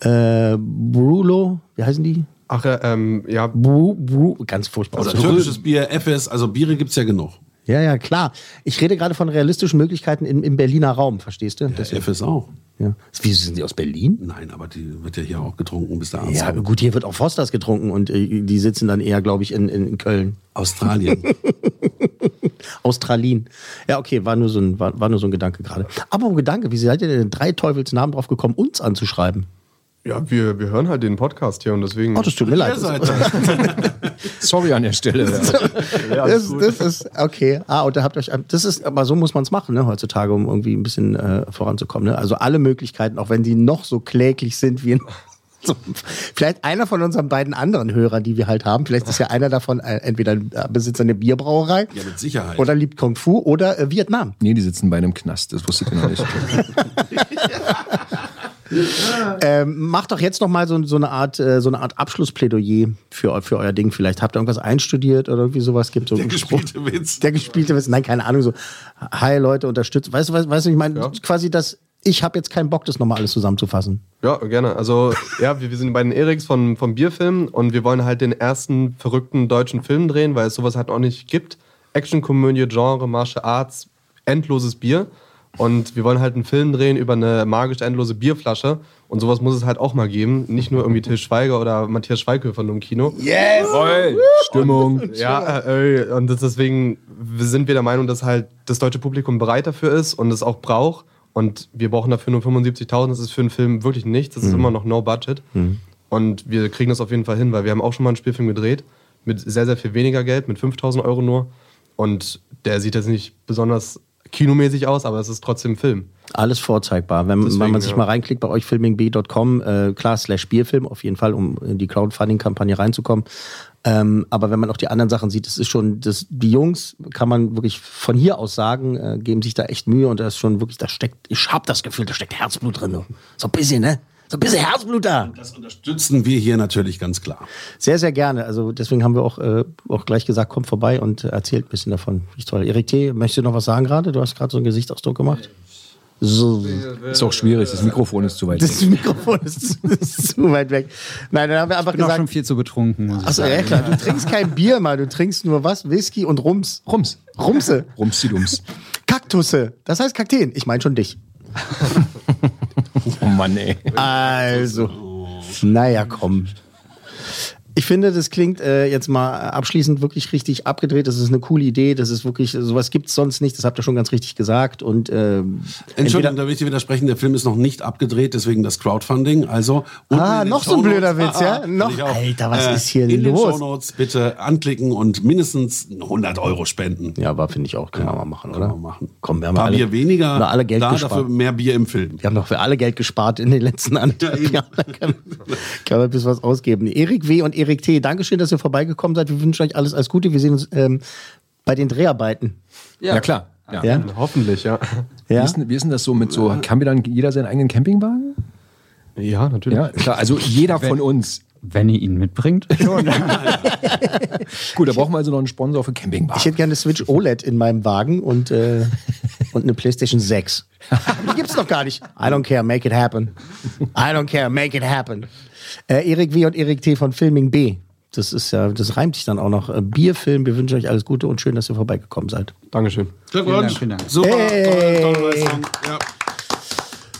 Speaker 2: Äh, Brulo, wie heißen die?
Speaker 7: Ach, äh, ähm, ja,
Speaker 2: Bru, Bru, ganz furchtbar.
Speaker 3: Also türkisches Bier, FS, also Biere gibt's ja genug.
Speaker 2: ja, ja, klar. Ich rede gerade von realistischen Möglichkeiten im, im Berliner Raum, verstehst du? Das,
Speaker 3: FS Äh, auch.
Speaker 2: ja. Wieso sind die aus Berlin?
Speaker 3: Nein, aber die wird ja hier auch getrunken bis der Arzt.
Speaker 2: Ja,
Speaker 3: kommt.
Speaker 2: gut, hier wird auch Fosters getrunken und äh, die sitzen dann eher, glaube ich, in, in, in Köln.
Speaker 3: Australien.
Speaker 2: Australien. Ja, okay, war nur so ein, war, war nur so ein Gedanke gerade. Aber Gedanke, wie seid ihr denn in drei Teufelsnamen drauf gekommen, uns anzuschreiben?
Speaker 7: Ja, wir, wir hören halt den Podcast hier und deswegen.
Speaker 2: Oh, das tut mir leid.
Speaker 3: Hm. Ihr seid das.
Speaker 5: Sorry an der Stelle.
Speaker 2: Das, das ist okay. Ah, und da habt ihr euch. Das ist, aber so muss man es machen, ne, heutzutage, um irgendwie ein bisschen äh, voranzukommen. Ne? Also alle Möglichkeiten, auch wenn die noch so kläglich sind wie in so, vielleicht einer von unseren beiden anderen Hörern, die wir halt haben. Vielleicht ist ja einer davon äh, entweder ein Besitzer einer Bierbrauerei
Speaker 3: Ja, mit Sicherheit.
Speaker 2: oder liebt Kung Fu oder äh, Vietnam.
Speaker 5: Nee, die sitzen bei einem Knast. Das wusste ich noch nicht.
Speaker 2: Ähm, macht doch jetzt noch mal so, so eine Art äh, so eine Art Abschlussplädoyer für, eu- für euer Ding. Vielleicht habt ihr irgendwas einstudiert oder irgendwie sowas gibt so
Speaker 3: Der
Speaker 2: einen Spruch.
Speaker 3: gespielte Witz.
Speaker 2: Der gespielte Witz. Nein, keine Ahnung. So, hi Leute, unterstützt. Weißt du, weißt, weißt du, ich meine quasi, dass ich habe jetzt keinen Bock, das nochmal alles zusammenzufassen.
Speaker 7: Ja, gerne. Also, ja, wir, wir sind bei den Eriks von, vom Bierfilm und wir wollen halt den ersten verrückten deutschen Film drehen, weil es sowas halt noch nicht gibt. Actionkomödie, Genre, Martial Arts, endloses Bier. Und wir wollen halt einen Film drehen über eine magisch endlose Bierflasche. Und sowas muss es halt auch mal geben. Nicht nur irgendwie Till Schweiger oder Matthias Schweighöfer nur im Kino.
Speaker 5: Voll. Stimmung.
Speaker 7: Ja, äh, ey, und das deswegen sind wir der Meinung, dass halt das deutsche Publikum bereit dafür ist und es auch braucht. Und wir brauchen dafür nur 75.000. Das ist für einen Film wirklich nichts. Das ist immer noch no budget. Und wir kriegen das auf jeden Fall hin, weil wir haben auch schon mal einen Spielfilm gedreht mit sehr, sehr viel weniger Geld, mit 5.000 Euro nur. Und der sieht jetzt nicht besonders kinomäßig aus, aber es ist trotzdem ein Film.
Speaker 2: Alles vorzeigbar. Wenn, wenn man sich
Speaker 7: ja.
Speaker 2: mal reinklickt bei euch filmingb.com, äh, klar, slash Bierfilm auf jeden Fall, um in die Crowdfunding-Kampagne reinzukommen. Ähm, aber wenn man auch die anderen Sachen sieht, es ist schon, das, die Jungs, kann man wirklich von hier aus sagen, äh, geben sich da echt Mühe und da ist schon wirklich, da steckt, ich hab das Gefühl, da steckt Herzblut drin. So So ein bisschen, ne? So ein bisschen Herzblut da.
Speaker 3: Das unterstützen wir hier natürlich ganz klar.
Speaker 2: Sehr, sehr gerne. Also deswegen haben wir auch, äh, auch gleich gesagt, kommt vorbei und äh, erzählt ein bisschen davon. Richtig toll. Erik T., möchtest du noch was sagen gerade? Du hast gerade so einen Gesichtsausdruck gemacht. So.
Speaker 5: Ist auch schwierig. Das Mikrofon ist zu weit.
Speaker 2: Das Mikrofon ist, zu- ist zu weit weg. Nein, dann haben wir einfach
Speaker 6: Ich bin auch schon
Speaker 2: gesagt.
Speaker 6: viel zu betrunken. Muss ich
Speaker 2: Achso, ja klar, du trinkst kein Bier mal, du trinkst nur was? Whisky und Rums.
Speaker 5: Rums.
Speaker 2: Rumse.
Speaker 5: Rumsidums.
Speaker 2: Kaktusse. Das heißt Kakteen. Ich meine schon dich.
Speaker 5: Oh Mann, ey.
Speaker 2: Also. Naja, komm. Ich finde, das klingt äh, jetzt mal abschließend wirklich richtig abgedreht. Das ist eine coole Idee. Das ist wirklich, sowas gibt es sonst nicht. Das habt ihr schon ganz richtig gesagt. Und ähm,
Speaker 3: Entschuldigung, da will ich dir widersprechen, der Film ist noch nicht abgedreht, deswegen das Crowdfunding. Also unten
Speaker 2: Ah,
Speaker 3: in den
Speaker 2: noch so ein
Speaker 3: Shownotes-
Speaker 2: blöder Witz, ja?
Speaker 3: fand
Speaker 2: Noch-
Speaker 3: ah, ich auch. äh,
Speaker 2: Alter, was ist hier
Speaker 3: in In den
Speaker 2: los?
Speaker 3: Shownotes bitte anklicken und mindestens 100 Euro spenden.
Speaker 2: ja, aber finde ich auch, können wir mal machen, oder?
Speaker 3: Kann man machen.
Speaker 2: Komm, wir haben
Speaker 3: Paar
Speaker 2: alle,
Speaker 3: Bier weniger,
Speaker 2: haben wir alle Geld
Speaker 3: da
Speaker 2: gespart.
Speaker 3: dafür mehr Bier im Film.
Speaker 2: Wir haben doch für alle Geld gespart in den letzten anderthalb
Speaker 3: eben.
Speaker 2: Jahren. Da Kann, kann man ein bisschen was ausgeben. Erik W. und Erik T., Dankeschön, dass ihr vorbeigekommen seid. Wir wünschen euch alles, alles Gute. Wir sehen uns ähm, bei den Dreharbeiten.
Speaker 5: Ja, klar. Ja.
Speaker 2: Ja?
Speaker 7: Hoffentlich, ja.
Speaker 5: Wie,
Speaker 2: Ja?
Speaker 5: ist denn, wie ist denn das so mit so, kann wir dann jeder seinen eigenen Campingwagen?
Speaker 7: Ja, natürlich.
Speaker 5: Ja, klar, also jeder von uns.
Speaker 6: Wenn ihr ihn mitbringt.
Speaker 5: Gut, da brauchen wir also noch einen Sponsor für Campingwagen.
Speaker 2: Ich hätte gerne eine Switch OLED in meinem Wagen und, äh, und eine Playstation 6. Aber Die gibt's noch gar nicht. I don't care, make it happen. I don't care, make it happen. Äh, Erik W. und Erik T. von Filming B. Das ist ja, das reimt sich dann auch noch. Äh, Bierfilm, wir wünschen euch alles Gute und schön, dass ihr vorbeigekommen seid.
Speaker 7: Dankeschön.
Speaker 3: Glückwunsch.
Speaker 6: Vielen Dank, vielen
Speaker 3: Super,
Speaker 6: Dank.
Speaker 2: Hey.
Speaker 3: tolle, tolle Leistung. Ja.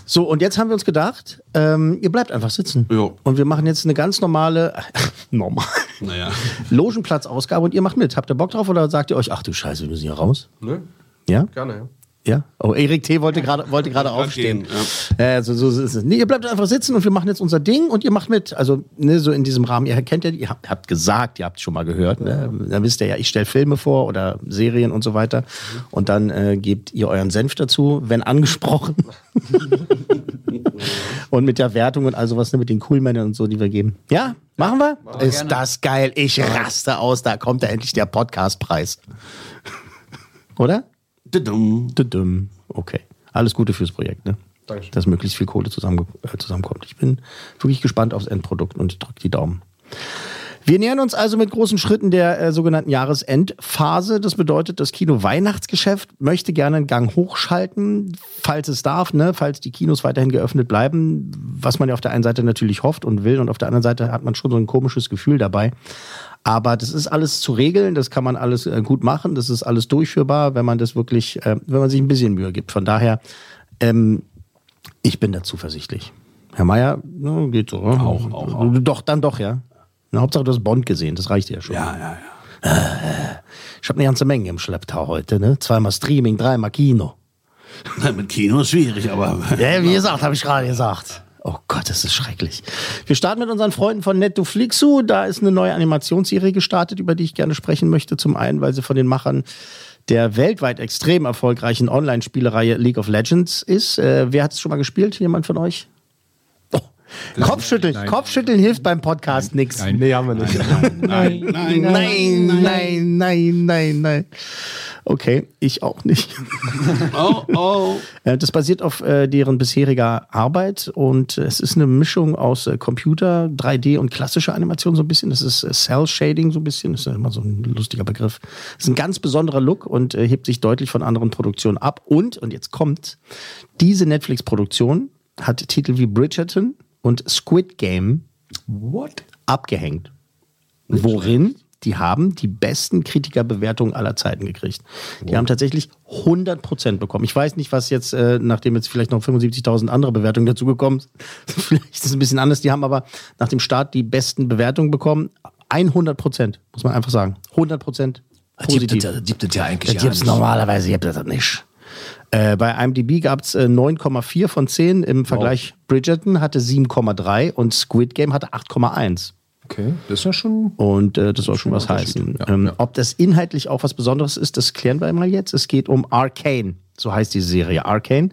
Speaker 2: So, und jetzt haben wir uns gedacht, ähm, ihr bleibt einfach sitzen.
Speaker 3: Jo.
Speaker 2: Und wir machen jetzt eine ganz normale, normal,
Speaker 3: Naja.
Speaker 2: Logenplatzausgabe und ihr macht mit. Habt ihr Bock drauf oder sagt ihr euch, ach du Scheiße, wir müssen hier raus?
Speaker 7: Nö,
Speaker 2: Ja?
Speaker 7: gerne, ja.
Speaker 2: Ja? Oh, Erik T. wollte gerade wollte gerade aufstehen. Äh, so, so ist es. Nee, ihr bleibt einfach sitzen und wir machen jetzt unser Ding und ihr macht mit. Also, ne, so in diesem Rahmen, ihr kennt ja, die- ihr habt, habt gesagt, ihr habt schon mal gehört, ne? Dann wisst ihr ja, ich stelle Filme vor oder Serien und so weiter. Und dann äh, gebt ihr euren Senf dazu, wenn angesprochen. und mit der Wertung und all sowas, ne, mit den Coolmännern und so, die wir geben. Ja, machen wir? ist das geil. Ich raste aus, da kommt ja endlich der Podcastpreis. oder?
Speaker 3: Didum.
Speaker 2: Tudum. Okay. Alles Gute fürs Projekt, ne?
Speaker 7: Dankeschön.
Speaker 2: Dass möglichst viel Kohle zusammen, äh, zusammenkommt. Ich bin wirklich gespannt aufs Endprodukt und ich drücke die Daumen. Wir nähern uns also mit großen Schritten der äh, sogenannten Jahresendphase. Das bedeutet, das Kino-Weihnachtsgeschäft möchte gerne einen Gang hochschalten, falls es darf, ne? falls die Kinos weiterhin geöffnet bleiben, was man ja auf der einen Seite natürlich hofft und will und auf der anderen Seite hat man schon so ein komisches Gefühl dabei. Aber das ist alles zu regeln, das kann man alles äh, gut machen, das ist alles durchführbar, wenn man das wirklich, äh, wenn man sich ein bisschen Mühe gibt. Von daher, ähm, ich bin da zuversichtlich. Herr Meier, ne, geht so. Auch, auch, auch. Doch, dann doch, ja. Na, Hauptsache, du hast Bond gesehen, das reicht dir ja schon. Äh,
Speaker 3: Ja, ja, ja.
Speaker 2: Ich habe eine ganze Menge im Schlepptau heute, ne? Zweimal Streaming, dreimal Kino.
Speaker 3: Mit Kino ist schwierig, aber.
Speaker 2: Ja, wie gesagt, habe ich gerade gesagt. Oh Gott, das ist schrecklich. Wir starten mit unseren Freunden von Netflixu. Da ist eine neue Animationsserie gestartet, über die ich gerne sprechen möchte. Zum einen, weil sie von den Machern der weltweit extrem erfolgreichen Online-Spielereihe League of Legends ist. Äh, wer hat es schon mal gespielt? Jemand von euch? Oh. Kopfschütteln. Kopfschütteln hilft beim Podcast nichts.
Speaker 7: Nee, haben wir nicht.
Speaker 3: Nein, nein,
Speaker 2: Nein, nein, nein, nein, nein. Okay, ich auch nicht.
Speaker 3: Oh, oh.
Speaker 2: Äh, Das basiert auf äh, deren bisheriger Arbeit und äh, es ist eine Mischung aus äh, Computer, 3D und klassischer Animation so ein bisschen. Das ist äh, Cell Shading so ein bisschen, das ist ja immer so ein lustiger Begriff. Das ist ein ganz besonderer Look und äh, hebt sich deutlich von anderen Produktionen ab. Und, und jetzt kommt, diese Netflix-Produktion hat Titel wie Bridgerton und Squid Game
Speaker 5: What?
Speaker 2: abgehängt. Worin? Die haben die besten Kritikerbewertungen aller Zeiten gekriegt. Die haben tatsächlich 100% bekommen. Ich weiß nicht, was jetzt, äh, nachdem jetzt vielleicht noch 75.000 andere Bewertungen dazugekommen sind, vielleicht ist es ein bisschen anders. Die haben aber nach dem Start die besten Bewertungen bekommen. 100%, muss man einfach sagen. 100%
Speaker 5: Ah,
Speaker 2: positiv.
Speaker 4: gibt es ja eigentlich
Speaker 2: Das gibt's normalerweise, gibt es das nicht. Äh, bei IMDb gab's äh, 9,4 von 10. Im Vergleich Bridgerton hatte 7,3 und Squid Game hatte 8,1.
Speaker 5: Okay, das ist ja schon.
Speaker 2: Und äh, das soll schon was heißen. ähm, Ob das inhaltlich auch was Besonderes ist, das klären wir mal jetzt. Es geht um Arcane. So heißt die Serie Arcane.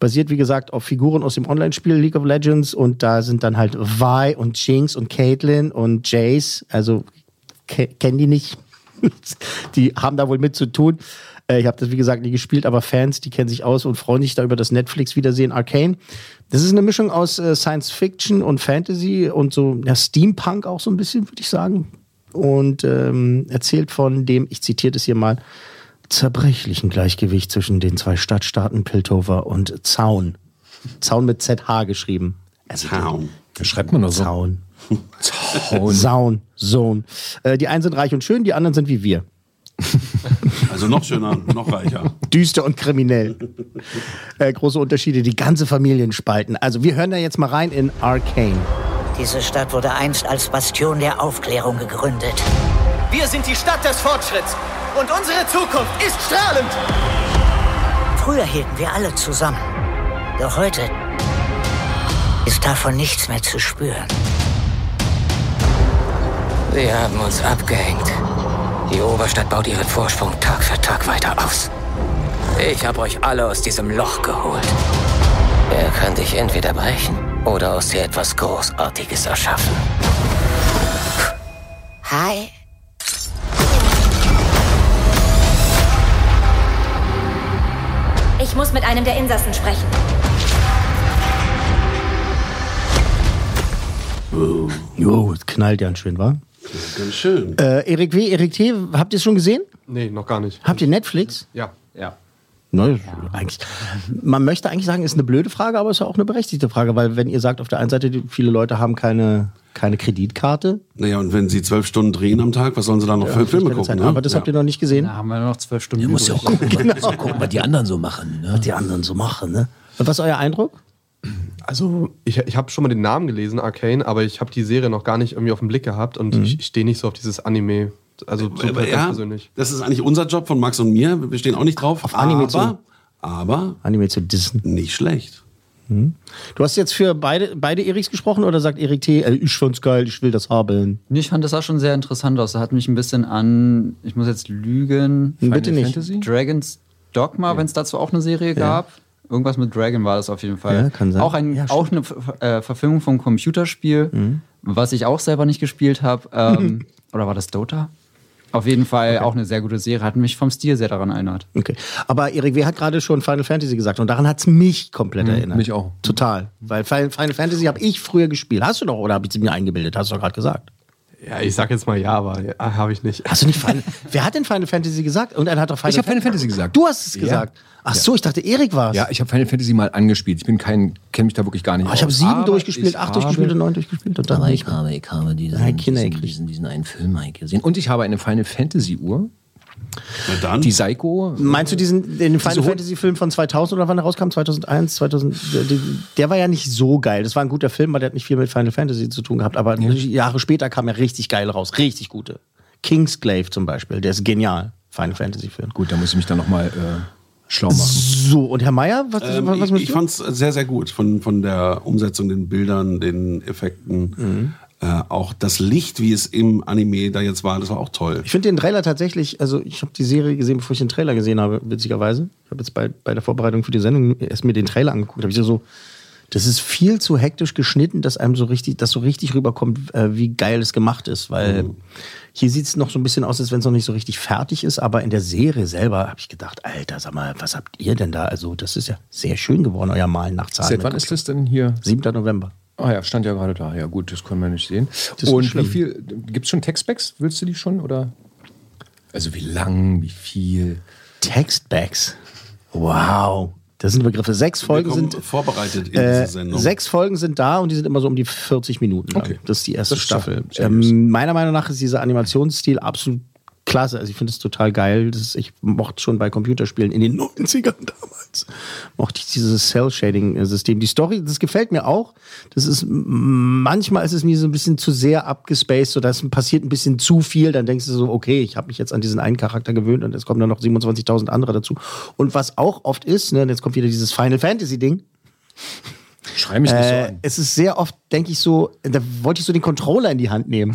Speaker 2: Basiert, wie gesagt, auf Figuren aus dem Online-Spiel League of Legends. Und da sind dann halt Vi und Jinx und Caitlyn und Jace. Also ke kennen die nicht. die haben da wohl mit zu tun. Äh, Ich habe das, wie gesagt, nie gespielt, aber Fans, die kennen sich aus und freuen sich da über das Netflix-Wiedersehen Arcane. Das ist eine Mischung aus äh, Science Fiction und Fantasy und so ja, Steampunk auch so ein bisschen, würde ich sagen. Und ähm, erzählt von dem, ich zitiere das hier mal, zerbrechlichen Gleichgewicht zwischen den zwei Stadtstaaten Piltover und Zaun. Zaun mit ZH geschrieben. Also
Speaker 3: Zaun.
Speaker 5: Das schreibt man doch
Speaker 3: Also
Speaker 5: so.
Speaker 2: Zaun.
Speaker 5: Zaun.
Speaker 2: Zaun. Zone. Äh, die einen sind reich und schön, die anderen sind wie wir.
Speaker 3: Also noch schöner, noch reicher.
Speaker 2: düster und kriminell. äh, große Unterschiede, die ganze Familien spalten. Also wir hören da jetzt mal rein in Arcane.
Speaker 8: Diese Stadt wurde einst als Bastion der Aufklärung gegründet.
Speaker 9: Wir sind die Stadt des Fortschritts und unsere Zukunft ist strahlend.
Speaker 8: Früher hielten wir alle zusammen. Doch heute ist davon nichts mehr zu spüren.
Speaker 4: Wir haben uns abgehängt. Die Oberstadt baut ihren Vorsprung Tag für Tag weiter aus. Ich habe euch alle aus diesem Loch geholt. Er kann dich entweder brechen oder aus dir etwas Großartiges erschaffen.
Speaker 8: Hi.
Speaker 10: Ich muss mit einem der Insassen sprechen.
Speaker 2: Jo, es knallt ja schön, wa?
Speaker 3: Ganz schön.
Speaker 2: Äh, Erik W., Erik T., habt ihr es schon gesehen?
Speaker 7: Nee, noch gar nicht.
Speaker 2: Habt ihr Netflix?
Speaker 7: Ja.
Speaker 6: Ja.
Speaker 2: Nein, eigentlich. Man möchte eigentlich sagen, ist eine blöde Frage, aber es ist auch eine berechtigte Frage, weil wenn ihr sagt, auf der einen Seite, die- viele Leute haben keine, keine Kreditkarte, also
Speaker 3: Naja, und wenn sie zwölf Stunden drehen am Tag, was sollen sie dann noch für Filme
Speaker 2: keine
Speaker 3: gucken?
Speaker 2: Zeit,
Speaker 3: Ne?
Speaker 2: aber das habt ihr noch nicht gesehen.
Speaker 6: Da haben wir nur noch zwölf Stunden.
Speaker 4: Du musst ja
Speaker 6: übrig.
Speaker 4: auch gucken, was, gucken, was die anderen so machen. Ne?
Speaker 2: Genau. Die anderen so machen, ne? Und was ist euer Eindruck?
Speaker 7: Also, ich, ich habe schon mal den Namen gelesen, Arcane, aber ich habe die Serie noch gar nicht irgendwie auf den Blick gehabt und ich, ich stehe nicht so auf dieses Anime. Also, so
Speaker 3: Aber
Speaker 7: ganz
Speaker 3: ja,
Speaker 7: persönlich.
Speaker 3: das ist eigentlich unser Job von Max und mir. Wir stehen auch nicht drauf. Auf
Speaker 2: Anime
Speaker 3: aber, aber
Speaker 2: Anime zu Disney.
Speaker 3: nicht schlecht.
Speaker 2: Du hast jetzt für beide, beide Eriks gesprochen oder sagt Erik T., äh, ich fand's geil, ich will das haben?
Speaker 6: Nee, Ich fand das sah schon sehr interessant aus. Das hat mich ein bisschen an, ich muss jetzt lügen,
Speaker 2: Bitte nicht.
Speaker 5: Fantasy?
Speaker 6: Dragons Dogma, wenn es dazu auch eine Serie gab. Irgendwas mit Dragon war das auf jeden Fall.
Speaker 2: Ja, kann sein.
Speaker 6: Auch, ein,
Speaker 2: Ja, Mhm.
Speaker 6: auch eine Ver- äh, Verfilmung vom Computerspiel, was ich auch selber nicht gespielt habe. Ähm, oder war das Dota? Auf jeden Fall auch eine sehr gute Serie. Hat mich vom Stil sehr daran erinnert.
Speaker 2: Okay. Aber Erik, wer hat gerade schon Final Fantasy gesagt und daran hat's mich komplett erinnert.
Speaker 5: Mhm, mich auch.
Speaker 2: Total. Weil Fi- Final Fantasy habe ich früher gespielt. Hast du doch oder habe ich sie mir eingebildet? Hast du doch gerade gesagt.
Speaker 7: Ja, ich sag jetzt mal ja, aber ja, habe ich nicht.
Speaker 2: Hast du nicht Final Wer hat denn Final Fantasy gesagt? Und einer hat doch Final
Speaker 5: Ich hab Final Fantasy gesagt.
Speaker 2: Du hast es gesagt. Ach so, ich dachte, Erik war's.
Speaker 5: Ja, ich habe Final Fantasy mal angespielt. Ich bin kein, kenne mich da wirklich gar nicht.
Speaker 2: Ah, ich habe
Speaker 5: aus.
Speaker 2: sieben
Speaker 5: Aber
Speaker 2: durchgespielt,
Speaker 5: ich
Speaker 2: acht durchgespielt
Speaker 5: habe-
Speaker 2: und neun durchgespielt und dann
Speaker 4: Aber
Speaker 2: nicht.
Speaker 4: ich habe, ich habe diesen,
Speaker 2: Nein, Kinder, ihr
Speaker 4: diesen,
Speaker 2: kriegt-
Speaker 4: diesen, diesen einen Film mal gesehen.
Speaker 5: Und ich habe eine Final Fantasy Uhr,
Speaker 3: Na dann.
Speaker 5: die Psycho.
Speaker 2: Meinst du diesen den Final Fantasy Film von 2000 oder wann er rauskam? 2001, 2000? Der, der- der war ja nicht so geil. Das war ein guter Film, weil der hat nicht viel mit Final Fantasy zu tun gehabt. Aber Jahre später kam er richtig geil raus. Richtig gute. Kingsglaive zum Beispiel, der ist genial. Final Fantasy Film.
Speaker 5: Gut, da muss ich mich dann nochmal äh, schlau machen.
Speaker 2: So, und Herr Meier, was,
Speaker 3: Ähm,
Speaker 2: was, was
Speaker 3: ich
Speaker 2: machst
Speaker 3: ich
Speaker 2: du?
Speaker 3: fand es sehr, sehr gut. Von, von der Umsetzung, den Bildern, den Effekten.
Speaker 2: Mhm.
Speaker 3: Äh, auch das Licht, wie es im Anime da jetzt war, das war auch toll.
Speaker 2: Ich finde den Trailer tatsächlich, also ich habe die Serie gesehen, bevor ich den Trailer gesehen habe, witzigerweise. Ich habe jetzt bei, bei der Vorbereitung für die Sendung erst mir den Trailer angeguckt. Habe ich so, so, das ist viel zu hektisch geschnitten, dass einem so richtig, dass so richtig rüberkommt, äh, wie geil es gemacht ist. Weil
Speaker 3: Mhm.
Speaker 2: hier sieht es noch so ein bisschen aus, als wenn es noch nicht so richtig fertig ist. Aber in der Serie selber habe ich gedacht, Alter, sag mal, was habt ihr denn da? Also das ist ja sehr schön geworden, euer Malen nach Zahlen.
Speaker 5: Seit wann ist das denn hier?
Speaker 2: 7. November.
Speaker 5: Ah ja, stand ja gerade da. Ja, gut, das können wir nicht sehen.
Speaker 2: ist nicht
Speaker 5: Und
Speaker 2: schlimm.
Speaker 5: wie viel? Gibt es schon Textbacks? Willst du die schon? Oder? Also wie lang, wie viel?
Speaker 2: Textbacks. Wow. Das sind Begriffe. Sechs Folgen
Speaker 3: Wir kommen
Speaker 2: sind
Speaker 3: vorbereitet in
Speaker 2: Äh,
Speaker 3: diese Sendung.
Speaker 2: sechs Folgen sind da und die sind immer so um die 40 Minuten lang.
Speaker 5: Okay.
Speaker 2: Das ist die erste
Speaker 5: Das ist
Speaker 2: Staffel.
Speaker 5: sehr- sehr
Speaker 2: Ähm, meiner Meinung nach ist dieser Animationsstil absolut klasse. Also ich finde es total geil. Das ist, ich mochte schon bei Computerspielen in den 90ern damals, mochte ich dieses Cell-Shading-System. Die Story, das gefällt mir auch. Das ist, m- manchmal ist es mir so ein bisschen zu sehr abgespaced, sodass passiert ein bisschen zu viel. Dann denkst du so, okay, ich habe mich jetzt an diesen einen Charakter gewöhnt und jetzt kommen dann noch 27.000 andere dazu. Und was auch oft ist, ne, und jetzt kommt wieder dieses Final-Fantasy-Ding,
Speaker 5: Schrei mich nicht so
Speaker 2: äh,
Speaker 5: an.
Speaker 2: es ist sehr oft, denke ich so, da wollte ich so den Controller in die Hand nehmen.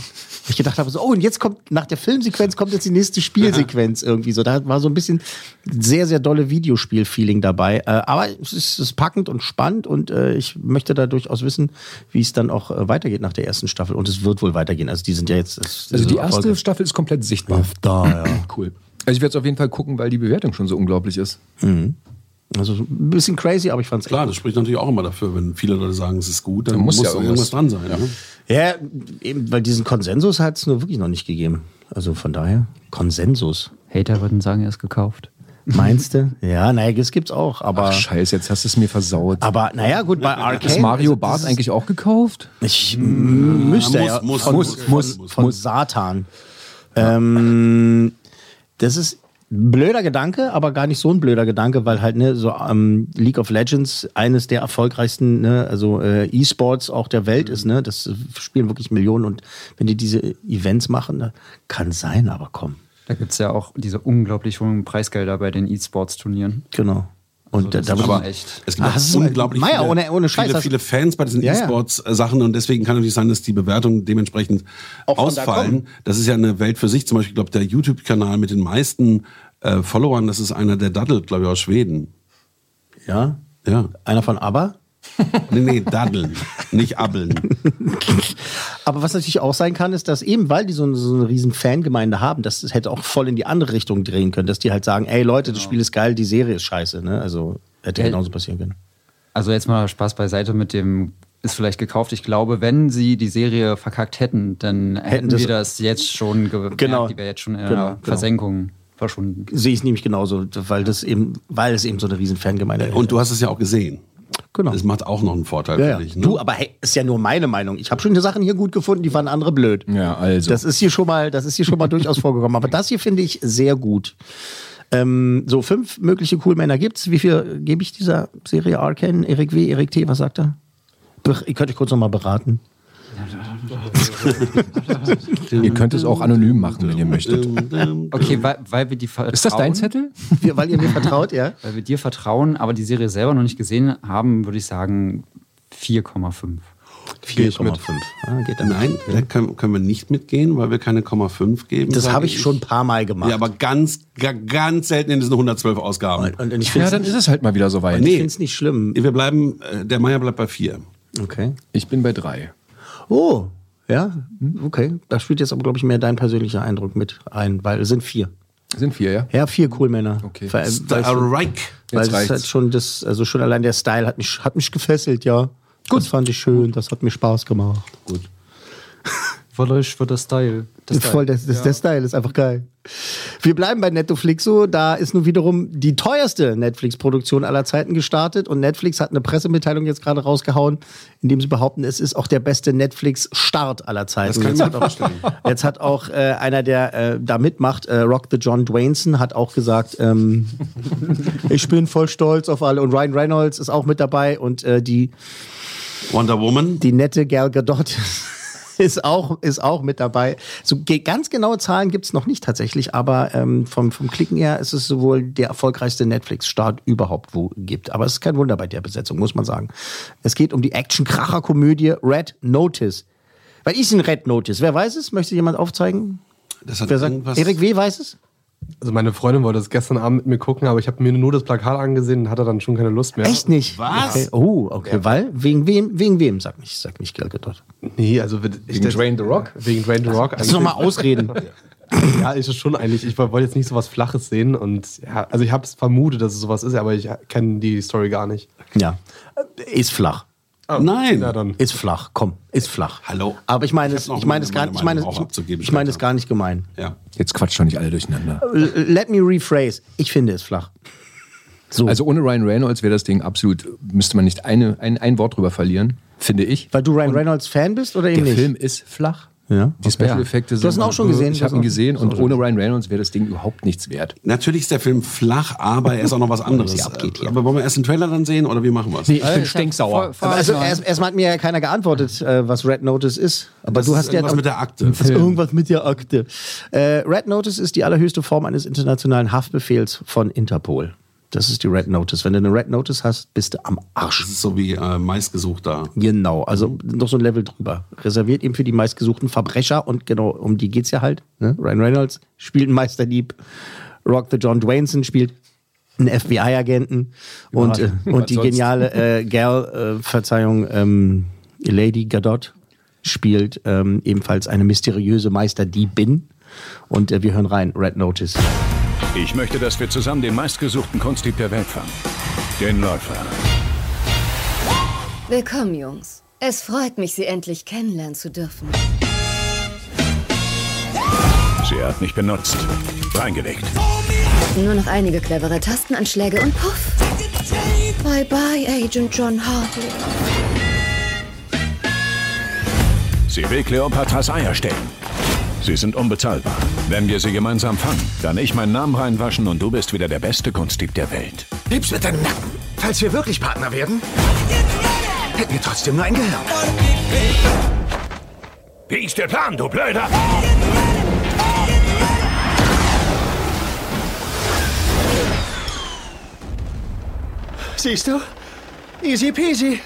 Speaker 2: Ich gedacht habe so, oh, und jetzt kommt, nach der Filmsequenz kommt jetzt die nächste Spielsequenz irgendwie so. Da war so ein bisschen sehr, sehr dolle Videospiel-Feeling dabei. Äh, aber es ist, es ist packend und spannend und äh, ich möchte da durchaus wissen, wie es dann auch äh, weitergeht nach der ersten Staffel. Und es wird wohl weitergehen. Also die sind ja jetzt. es-
Speaker 5: Also die
Speaker 2: diese
Speaker 5: erste
Speaker 2: Folge-
Speaker 5: Staffel ist komplett sichtbar.
Speaker 2: da, ja.
Speaker 5: Cool. Also ich werde es auf jeden Fall gucken, weil die Bewertung schon so unglaublich ist.
Speaker 2: Also ein bisschen crazy, aber ich fand's
Speaker 3: Klar, das spricht natürlich auch immer dafür, wenn viele Leute sagen, es ist gut, dann,
Speaker 5: Da
Speaker 3: muss,
Speaker 5: muss
Speaker 3: da
Speaker 5: ja
Speaker 3: irgendwas
Speaker 5: irgendwas-
Speaker 3: dran sein. Ne?
Speaker 2: Ja, eben, weil diesen Konsensus hat es nur wirklich noch nicht gegeben. Also von daher, Konsensus.
Speaker 6: Hater würden sagen, er ist gekauft.
Speaker 2: Meinst du? Ja, naja, das gibt's auch. Aber,
Speaker 5: Ach scheiße, jetzt hast du es mir versaut.
Speaker 2: aber naja, gut, bei
Speaker 5: Ist
Speaker 2: Arcane.
Speaker 5: Mario
Speaker 2: also, das
Speaker 5: Bart
Speaker 2: ist-
Speaker 5: eigentlich auch gekauft?
Speaker 2: Ich m- müsste
Speaker 3: muss,
Speaker 2: ja.
Speaker 3: muss,
Speaker 2: von,
Speaker 3: muss,
Speaker 2: von,
Speaker 3: muss,
Speaker 2: von,
Speaker 3: muss.
Speaker 2: Satan. Ähm, das ist ein blöder Gedanke, aber gar nicht so ein blöder Gedanke, weil halt ne, so ähm, League of Legends eines der erfolgreichsten, ne, also äh, E-Sports auch der Welt ist. Ne, das spielen wirklich Millionen und wenn die diese Events machen, ne, kann sein, aber komm,
Speaker 6: Da gibt es ja auch diese unglaublich hohen Preisgelder bei den E-Sports-Turnieren.
Speaker 2: genau. Und
Speaker 6: Also, das
Speaker 2: da,
Speaker 6: ist
Speaker 2: da
Speaker 6: schon
Speaker 3: Aber
Speaker 6: echt.
Speaker 3: es gibt
Speaker 2: Ah, hast
Speaker 3: auch
Speaker 2: du-
Speaker 3: unglaublich
Speaker 2: Meier,
Speaker 3: viele,
Speaker 2: ohne- ohne Scheiß,
Speaker 3: viele,
Speaker 2: hast du-
Speaker 3: viele Fans bei diesen
Speaker 2: Ja, ja.
Speaker 3: E-Sports-Sachen und deswegen kann natürlich sein, dass die Bewertungen dementsprechend
Speaker 2: von da
Speaker 3: ausfallen.
Speaker 2: kommen.
Speaker 3: Das ist ja eine Welt für sich. Zum Beispiel, glaube der YouTube-Kanal mit den meisten äh, Followern, das ist einer, der daddelt, glaube ich, aus Schweden.
Speaker 2: ja,
Speaker 3: Ja.
Speaker 2: einer von aber.
Speaker 3: Nee, nee, daddeln, nicht abbeln.
Speaker 2: Aber was natürlich auch sein kann, ist, dass eben, weil die so eine, so eine riesen Fangemeinde haben, dass das hätte auch voll in die andere Richtung drehen können, dass die halt sagen, ey Leute,
Speaker 3: Genau.
Speaker 2: das Spiel ist geil, die Serie ist scheiße. Ne? Also hätte
Speaker 6: Ja.
Speaker 2: genauso passieren können.
Speaker 6: Also jetzt mal Spaß beiseite mit dem ist vielleicht gekauft. Ich glaube, wenn sie die Serie verkackt hätten, dann hätten,
Speaker 2: das-
Speaker 6: wir das jetzt schon ge-
Speaker 2: Genau.
Speaker 6: die wäre jetzt schon in
Speaker 2: Genau,
Speaker 6: einer
Speaker 2: genau.
Speaker 6: Versenkung verschwunden.
Speaker 2: Sehe ich nämlich genauso, weil das eben, weil es eben so eine riesen Fangemeinde
Speaker 3: Und du hast es ja auch gesehen.
Speaker 2: Genau.
Speaker 3: Das macht auch noch einen Vorteil
Speaker 2: ja, ja.
Speaker 3: für dich. Ne?
Speaker 2: Du, aber hey, ist ja nur meine Meinung. Ich habe schon die Sachen hier gut gefunden, die fanden andere blöd.
Speaker 5: Ja, also.
Speaker 2: Das ist hier schon mal, das ist hier schon mal durchaus vorgekommen. Aber das hier finde ich sehr gut. Ähm, so, fünf mögliche Coolmänner gibt's. Wie viel gebe ich dieser Serie Arcane? Erik W., Erik T., was sagt er? Bech, ich könnte kurz nochmal beraten.
Speaker 5: ihr könnt es auch anonym machen, wenn ihr möchtet.
Speaker 6: Okay, weil, weil wir die vertrauen,
Speaker 5: Ist das dein Zettel?
Speaker 2: Wir, weil ihr mir vertraut, ja?
Speaker 6: Weil wir dir vertrauen, aber die Serie selber noch nicht gesehen haben, würde ich sagen 4,5.
Speaker 2: 4,5. Ah, geht dann.
Speaker 3: Nein, da können, können wir nicht mitgehen, weil wir keine Komma 5 geben.
Speaker 2: Das
Speaker 3: sage
Speaker 2: habe ich schon ein paar Mal gemacht.
Speaker 3: Ja, aber ganz, ga- ganz selten in diesen 112 Ausgaben.
Speaker 2: und, und ich
Speaker 5: Ja,
Speaker 2: finde
Speaker 5: dann
Speaker 2: es
Speaker 5: ist es halt mal wieder soweit.
Speaker 3: Nee.
Speaker 2: nicht schlimm.
Speaker 3: Wir bleiben, äh, der Meier bleibt bei 4.
Speaker 2: Okay.
Speaker 5: Ich bin bei drei.
Speaker 2: Oh, ja, okay. Da spielt jetzt aber, glaube ich, mehr dein persönlicher Eindruck mit ein, weil es sind vier.
Speaker 5: Sind vier, ja?
Speaker 2: Ja, vier Coolmänner.
Speaker 5: Okay.
Speaker 2: Weil- weil es-
Speaker 3: Strike.
Speaker 2: Weil
Speaker 5: Jetzt
Speaker 2: es ist halt
Speaker 5: reicht's.
Speaker 2: schon das, also schon allein der Style hat mich, hat mich gefesselt, ja. Gut. Das fand ich schön, das hat mir Spaß gemacht.
Speaker 3: Gut.
Speaker 6: Voll euch wird der Style. Der Style.
Speaker 2: Voll, das, das, Der Style ist einfach geil. Wir bleiben bei Netflixo. Da ist nun wiederum die teuerste Netflix-Produktion aller Zeiten gestartet. Und Netflix hat eine Pressemitteilung jetzt gerade rausgehauen, in dem sie behaupten, es ist auch der beste Netflix-Start aller Zeiten.
Speaker 3: Das kann
Speaker 2: Jetzt
Speaker 3: ich mir
Speaker 2: hat auch-
Speaker 3: vorstellen.
Speaker 2: Jetzt hat auch äh, einer, der äh, da mitmacht, äh, Rock the John Dwayneson, hat auch gesagt, ähm, ich bin voll stolz auf alle. Und Ryan Reynolds ist auch mit dabei und äh, die,
Speaker 3: Wonder Woman.
Speaker 2: die nette Gal Gadot ist auch, ist auch mit dabei. So ge- ganz genaue Zahlen gibt's noch nicht tatsächlich, aber ähm, vom, vom Klicken her ist es sowohl der erfolgreichste Netflix-Start überhaupt, wo gibt. Aber es ist kein Wunder bei der Besetzung, muss man sagen. Es geht um die Action-Kracher-Komödie Red Notice. Weil ich ein Red Notice. Wer weiß es? Möchte jemand aufzeigen?
Speaker 3: Das hat
Speaker 2: Wer sagt,
Speaker 3: irgendwas-
Speaker 2: Erik W. weiß es?
Speaker 7: Also meine Freundin wollte es gestern Abend mit mir gucken, aber ich habe mir nur das Plakat angesehen und hatte dann schon keine Lust mehr.
Speaker 2: Echt nicht? Okay. Oh, okay. Weil? Wegen wem? Wegen wem? Sag nicht, sag nicht Gal Gadot.
Speaker 7: Nee, also wenn- ich
Speaker 5: Wegen Drain the Rock?
Speaker 7: Wegen Drain the Rock.
Speaker 2: Lass uns noch mal ausreden.
Speaker 7: ja, ist es schon eigentlich. Ich wollte jetzt nicht so was Flaches sehen und ja, also ich habe es vermutet, dass es sowas ist, aber ich kenne die Story gar nicht.
Speaker 2: Ja. Ist flach. Oh,
Speaker 3: Ah, Nein.
Speaker 7: Na dann.
Speaker 2: Ist flach, komm, ist flach.
Speaker 3: Hallo.
Speaker 2: Aber ich meine
Speaker 3: Ich
Speaker 2: es,
Speaker 3: hab noch
Speaker 2: ich meine es
Speaker 3: meine
Speaker 2: gar, ich meine,
Speaker 3: Meinung auch
Speaker 2: ich,
Speaker 3: abzugeben
Speaker 2: ich meine es
Speaker 3: später.
Speaker 2: gar nicht gemein.
Speaker 3: Ja.
Speaker 5: Jetzt quatscht doch nicht alle durcheinander.
Speaker 2: L- Let me rephrase. Ich finde es flach. So,
Speaker 5: Also ohne Ryan Reynolds wäre das Ding absolut, müsste man nicht eine, ein, ein Wort drüber verlieren, finde ich.
Speaker 2: weil du Ryan Reynolds Fan bist oder eben
Speaker 5: Der
Speaker 2: nicht?
Speaker 5: Film ist flach.
Speaker 2: Ja.
Speaker 5: Die Special Effekte
Speaker 2: Du hast ihn auch schon gesehen.
Speaker 5: Ich
Speaker 2: Du hast
Speaker 5: habe
Speaker 2: auch-
Speaker 5: ihn gesehen und ohne Ryan Reynolds wäre das Ding überhaupt nichts wert.
Speaker 3: Natürlich ist der Film flach, aber er ist auch noch was anderes.
Speaker 2: sie abgeht hier.
Speaker 3: aber wollen wir erst den Trailer dann sehen oder wie machen wir es?
Speaker 5: ich bin stinksauer.
Speaker 2: Aber also erst- erstmal hat mir ja keiner geantwortet, äh, was Red Notice ist. Aber du hast ja
Speaker 3: was mit der Akte.
Speaker 2: Das ist irgendwas mit der Akte. Äh, Red Notice ist die allerhöchste Form eines internationalen Haftbefehls von Interpol. Das ist die Red Notice. Wenn du eine Red Notice hast, bist du am Arsch.
Speaker 3: Das ist so wie äh, meistgesuchter.
Speaker 2: Genau, also noch so ein Level drüber. Reserviert eben für die meistgesuchten Verbrecher und genau um die geht's ja halt. Ne? Ryan Reynolds spielt einen Meisterdieb, Rock the John Dwayneson spielt einen FBI-Agenten und, äh, und die
Speaker 5: sonst?
Speaker 2: geniale äh, Gal, äh, Verzeihung, ähm, Lady Gadot spielt ähm, ebenfalls eine mysteriöse Meisterdiebin. Und äh, wir hören rein, Red Notice.
Speaker 10: Ich möchte, dass wir zusammen den meistgesuchten Kunstdieb der Welt fangen. Den Läufer.
Speaker 11: Willkommen, Jungs. Es freut mich, Sie endlich kennenlernen zu dürfen.
Speaker 10: Sie hat mich benutzt. Reingelegt.
Speaker 11: Nur noch einige clevere Tastenanschläge und puff. Bye bye, Agent John Hartley.
Speaker 10: Sie will Kleopatras Eier stellen. Sie sind unbezahlbar. Wenn wir sie gemeinsam fangen, dann ich meinen Namen reinwaschen und du bist wieder der beste Kunstdieb der Welt.
Speaker 12: Lieb's mit deinem Nacken. Falls wir wirklich Partner werden, hätten wir trotzdem nur ein Gehirn.
Speaker 10: Wie ist der Plan, du Blöder?
Speaker 12: Siehst du? Easy peasy.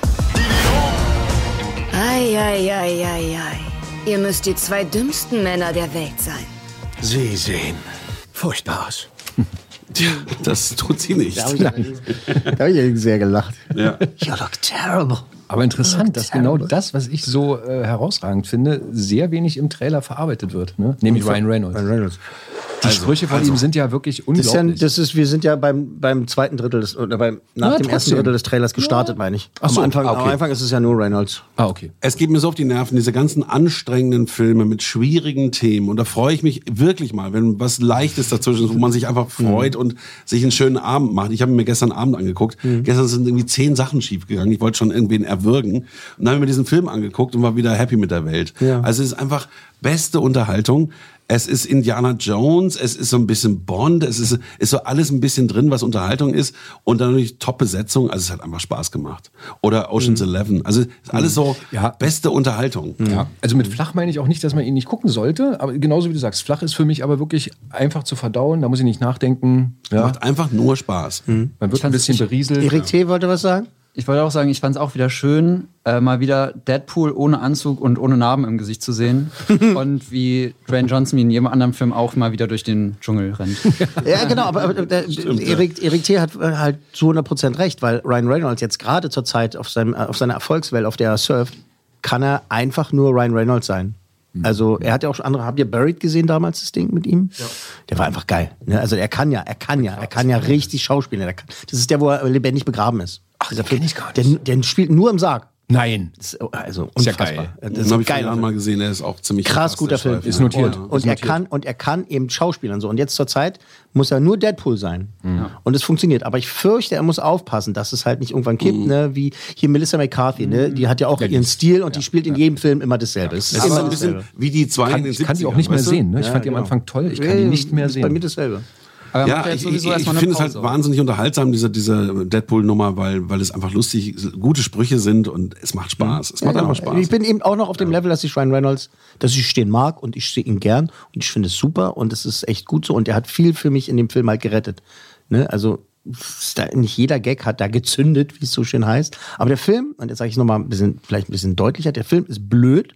Speaker 11: Ei, ei, ei, ei, ei. Ihr müsst die zwei dümmsten Männer der Welt sein.
Speaker 12: Sie sehen furchtbar aus.
Speaker 3: Das tut sie nicht.
Speaker 2: Da habe ich sehr gelacht.
Speaker 3: Ja.
Speaker 2: You look terrible.
Speaker 5: Aber interessant, dass genau das, was ich so äh, herausragend finde, sehr wenig im Trailer verarbeitet wird. Ne? Nämlich Ryan Reynolds.
Speaker 2: Ryan Reynolds. Also,
Speaker 5: Die Sprüche von ihm sind ja wirklich
Speaker 2: Das ist ja,
Speaker 5: unglaublich.
Speaker 2: das ist, wir sind ja beim, beim zweiten Drittel des, oder beim, nach
Speaker 5: Ja,
Speaker 2: dem ersten
Speaker 5: trotzdem.
Speaker 2: Drittel des Trailers gestartet, meine ich.
Speaker 5: Ach so,
Speaker 2: am, Anfang, am
Speaker 5: okay.
Speaker 2: Anfang ist es ja nur Reynolds.
Speaker 5: ah, okay.
Speaker 3: Es geht mir so auf die Nerven, diese ganzen anstrengenden Filme mit schwierigen Themen. Und da freue ich mich wirklich mal, wenn was Leichtes dazwischen ist, wo man sich einfach freut und sich einen schönen Abend macht. Ich habe ihn mir gestern Abend angeguckt. Gestern sind irgendwie zehn Sachen schiefgegangen. Ich wollte schon irgendwen erwürgen. Und dann habe ich mir diesen Film angeguckt und war wieder happy mit der Welt.
Speaker 2: Ja.
Speaker 3: Also es ist einfach beste Unterhaltung. Es ist Indiana Jones, es ist so ein bisschen Bond, es ist, ist so alles ein bisschen drin, was Unterhaltung ist und dann natürlich Top-Besetzung, also es hat einfach Spaß gemacht. Oder Ocean's Eleven, also es ist alles so
Speaker 5: Mhm. Ja.
Speaker 3: beste Unterhaltung.
Speaker 5: Ja. Also mit flach meine ich auch nicht, dass man ihn nicht gucken sollte, aber genauso wie du sagst, flach ist für mich aber wirklich einfach zu verdauen, da muss ich nicht nachdenken. Ja. Mhm.
Speaker 3: Macht einfach nur Spaß.
Speaker 5: Man wird ein bisschen berieselt.
Speaker 2: Erik T. wollte was sagen?
Speaker 6: Ich wollte auch sagen, ich fand es auch wieder schön, äh, mal wieder Deadpool ohne Anzug und ohne Narben im Gesicht zu sehen. und wie Dwayne Johnson wie in jedem anderen Film auch mal wieder durch den Dschungel rennt.
Speaker 2: Ja, genau, aber, aber äh,
Speaker 3: Stimmt, ja.
Speaker 2: Erik, Erik T. hat äh, halt zu 100% recht, weil Ryan Reynolds jetzt gerade zur Zeit auf, seinem, äh, auf seiner Erfolgswelle, auf der er surft, kann er einfach nur Ryan Reynolds sein. Also er hat ja auch schon andere, habt ihr Buried gesehen damals, das Ding mit ihm? Ja. Der war einfach geil. Ne? Also er kann ja, er kann ja, er kann ja richtig schauspielen. Er kann, das ist der, wo er lebendig begraben ist. Ach, Dieser Film,
Speaker 5: ich gar
Speaker 2: Der, der spielt nur im Sarg.
Speaker 5: Nein.
Speaker 2: Das ist, äh, also
Speaker 5: Ist ja
Speaker 2: unfassbar.
Speaker 5: geil.
Speaker 2: Das
Speaker 3: Das
Speaker 2: ist ein
Speaker 3: habe ich vor
Speaker 2: geiler
Speaker 3: Jahren
Speaker 2: Film.
Speaker 3: mal gesehen, der ist auch ziemlich
Speaker 2: Krass
Speaker 3: krass,
Speaker 2: guter
Speaker 3: der
Speaker 2: Film.
Speaker 3: Streifen.
Speaker 5: Ist notiert.
Speaker 3: Und-
Speaker 2: Und er kann und er kann eben schauspielern so. Und jetzt zur Zeit muss er nur Deadpool sein.
Speaker 5: Mhm.
Speaker 2: Und es funktioniert. Aber ich fürchte, er muss aufpassen, dass es halt nicht irgendwann kippt,
Speaker 5: Mhm.
Speaker 2: ne? Wie hier Melissa McCarthy, ne? Die hat ja auch ihren Stil und die spielt in jedem Film immer dasselbe. Es
Speaker 3: Es
Speaker 2: ist
Speaker 3: ist
Speaker 2: immer
Speaker 3: ein bisschen
Speaker 2: dasselbe.
Speaker 3: wie die zwei in
Speaker 5: Kann,
Speaker 3: den
Speaker 5: ich kann die
Speaker 3: 70ern,
Speaker 5: auch nicht mehr
Speaker 3: weißt du?
Speaker 5: sehen. Ne? Ich
Speaker 2: Ja,
Speaker 5: fand die
Speaker 2: genau.
Speaker 5: am Anfang toll, ich kann die
Speaker 2: Ja,
Speaker 5: nicht mehr
Speaker 2: Bei mir
Speaker 5: sehen.
Speaker 2: dasselbe.
Speaker 6: Aber er
Speaker 3: ja,
Speaker 6: macht ja jetzt
Speaker 3: ich, ich,
Speaker 6: sowieso
Speaker 3: ich
Speaker 6: erstmal eine
Speaker 3: finde es halt
Speaker 6: Pause.
Speaker 3: wahnsinnig unterhaltsam, diese, diese Deadpool-Nummer, weil, weil es einfach lustig, gute Sprüche sind und es macht Spaß. Es macht
Speaker 2: Genau.
Speaker 3: einfach Spaß.
Speaker 2: Ich bin eben auch noch auf dem Level, dass ich Ryan Reynolds, dass ich den mag und ich sehe ihn gern und ich finde es super und es ist echt gut so und er hat viel für mich in dem Film halt gerettet. Ne? Also ist da- nicht jeder Gag hat da gezündet, wie es so schön heißt. Aber der Film, und jetzt sage ich noch mal ein bisschen, vielleicht ein bisschen deutlicher, der Film ist blöd,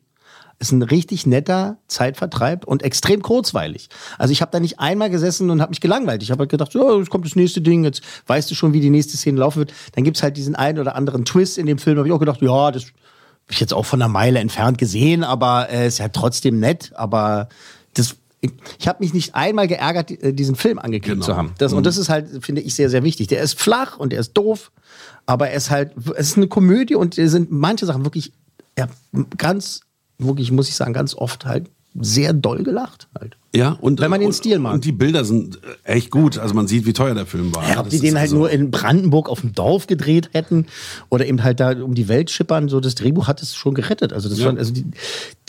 Speaker 2: ist ein richtig netter Zeitvertreib und extrem kurzweilig. Also ich habe da nicht einmal gesessen und habe mich gelangweilt. Ich habe halt gedacht, so, jetzt kommt das nächste Ding, jetzt weißt du schon, wie die nächste Szene laufen wird. Dann gibt's halt diesen einen oder anderen Twist in dem Film. Habe ich auch gedacht, ja, das habe ich jetzt auch von einer Meile entfernt gesehen, aber äh, ist ja trotzdem nett. Aber das, ich, ich habe mich nicht einmal geärgert, die- äh, diesen Film angeklickt zu haben. Das, Und das ist halt, finde ich, sehr, sehr wichtig. Der ist flach und der ist doof, aber er ist halt, es ist eine Komödie und es sind manche Sachen wirklich ja, ganz, wirklich, muss ich sagen, ganz oft halt sehr doll gelacht. Halt.
Speaker 3: Ja, und, Wenn man den Stil mag. Und die Bilder sind echt gut. Also man sieht, wie teuer der Film war.
Speaker 2: Ja, ob
Speaker 3: Das
Speaker 2: die
Speaker 3: ist
Speaker 2: den halt
Speaker 3: also-
Speaker 2: nur in Brandenburg auf dem Dorf gedreht hätten oder eben halt da um die Welt schippern, so das Drehbuch hat es schon gerettet. Also, das
Speaker 3: Ja.
Speaker 2: waren, also die,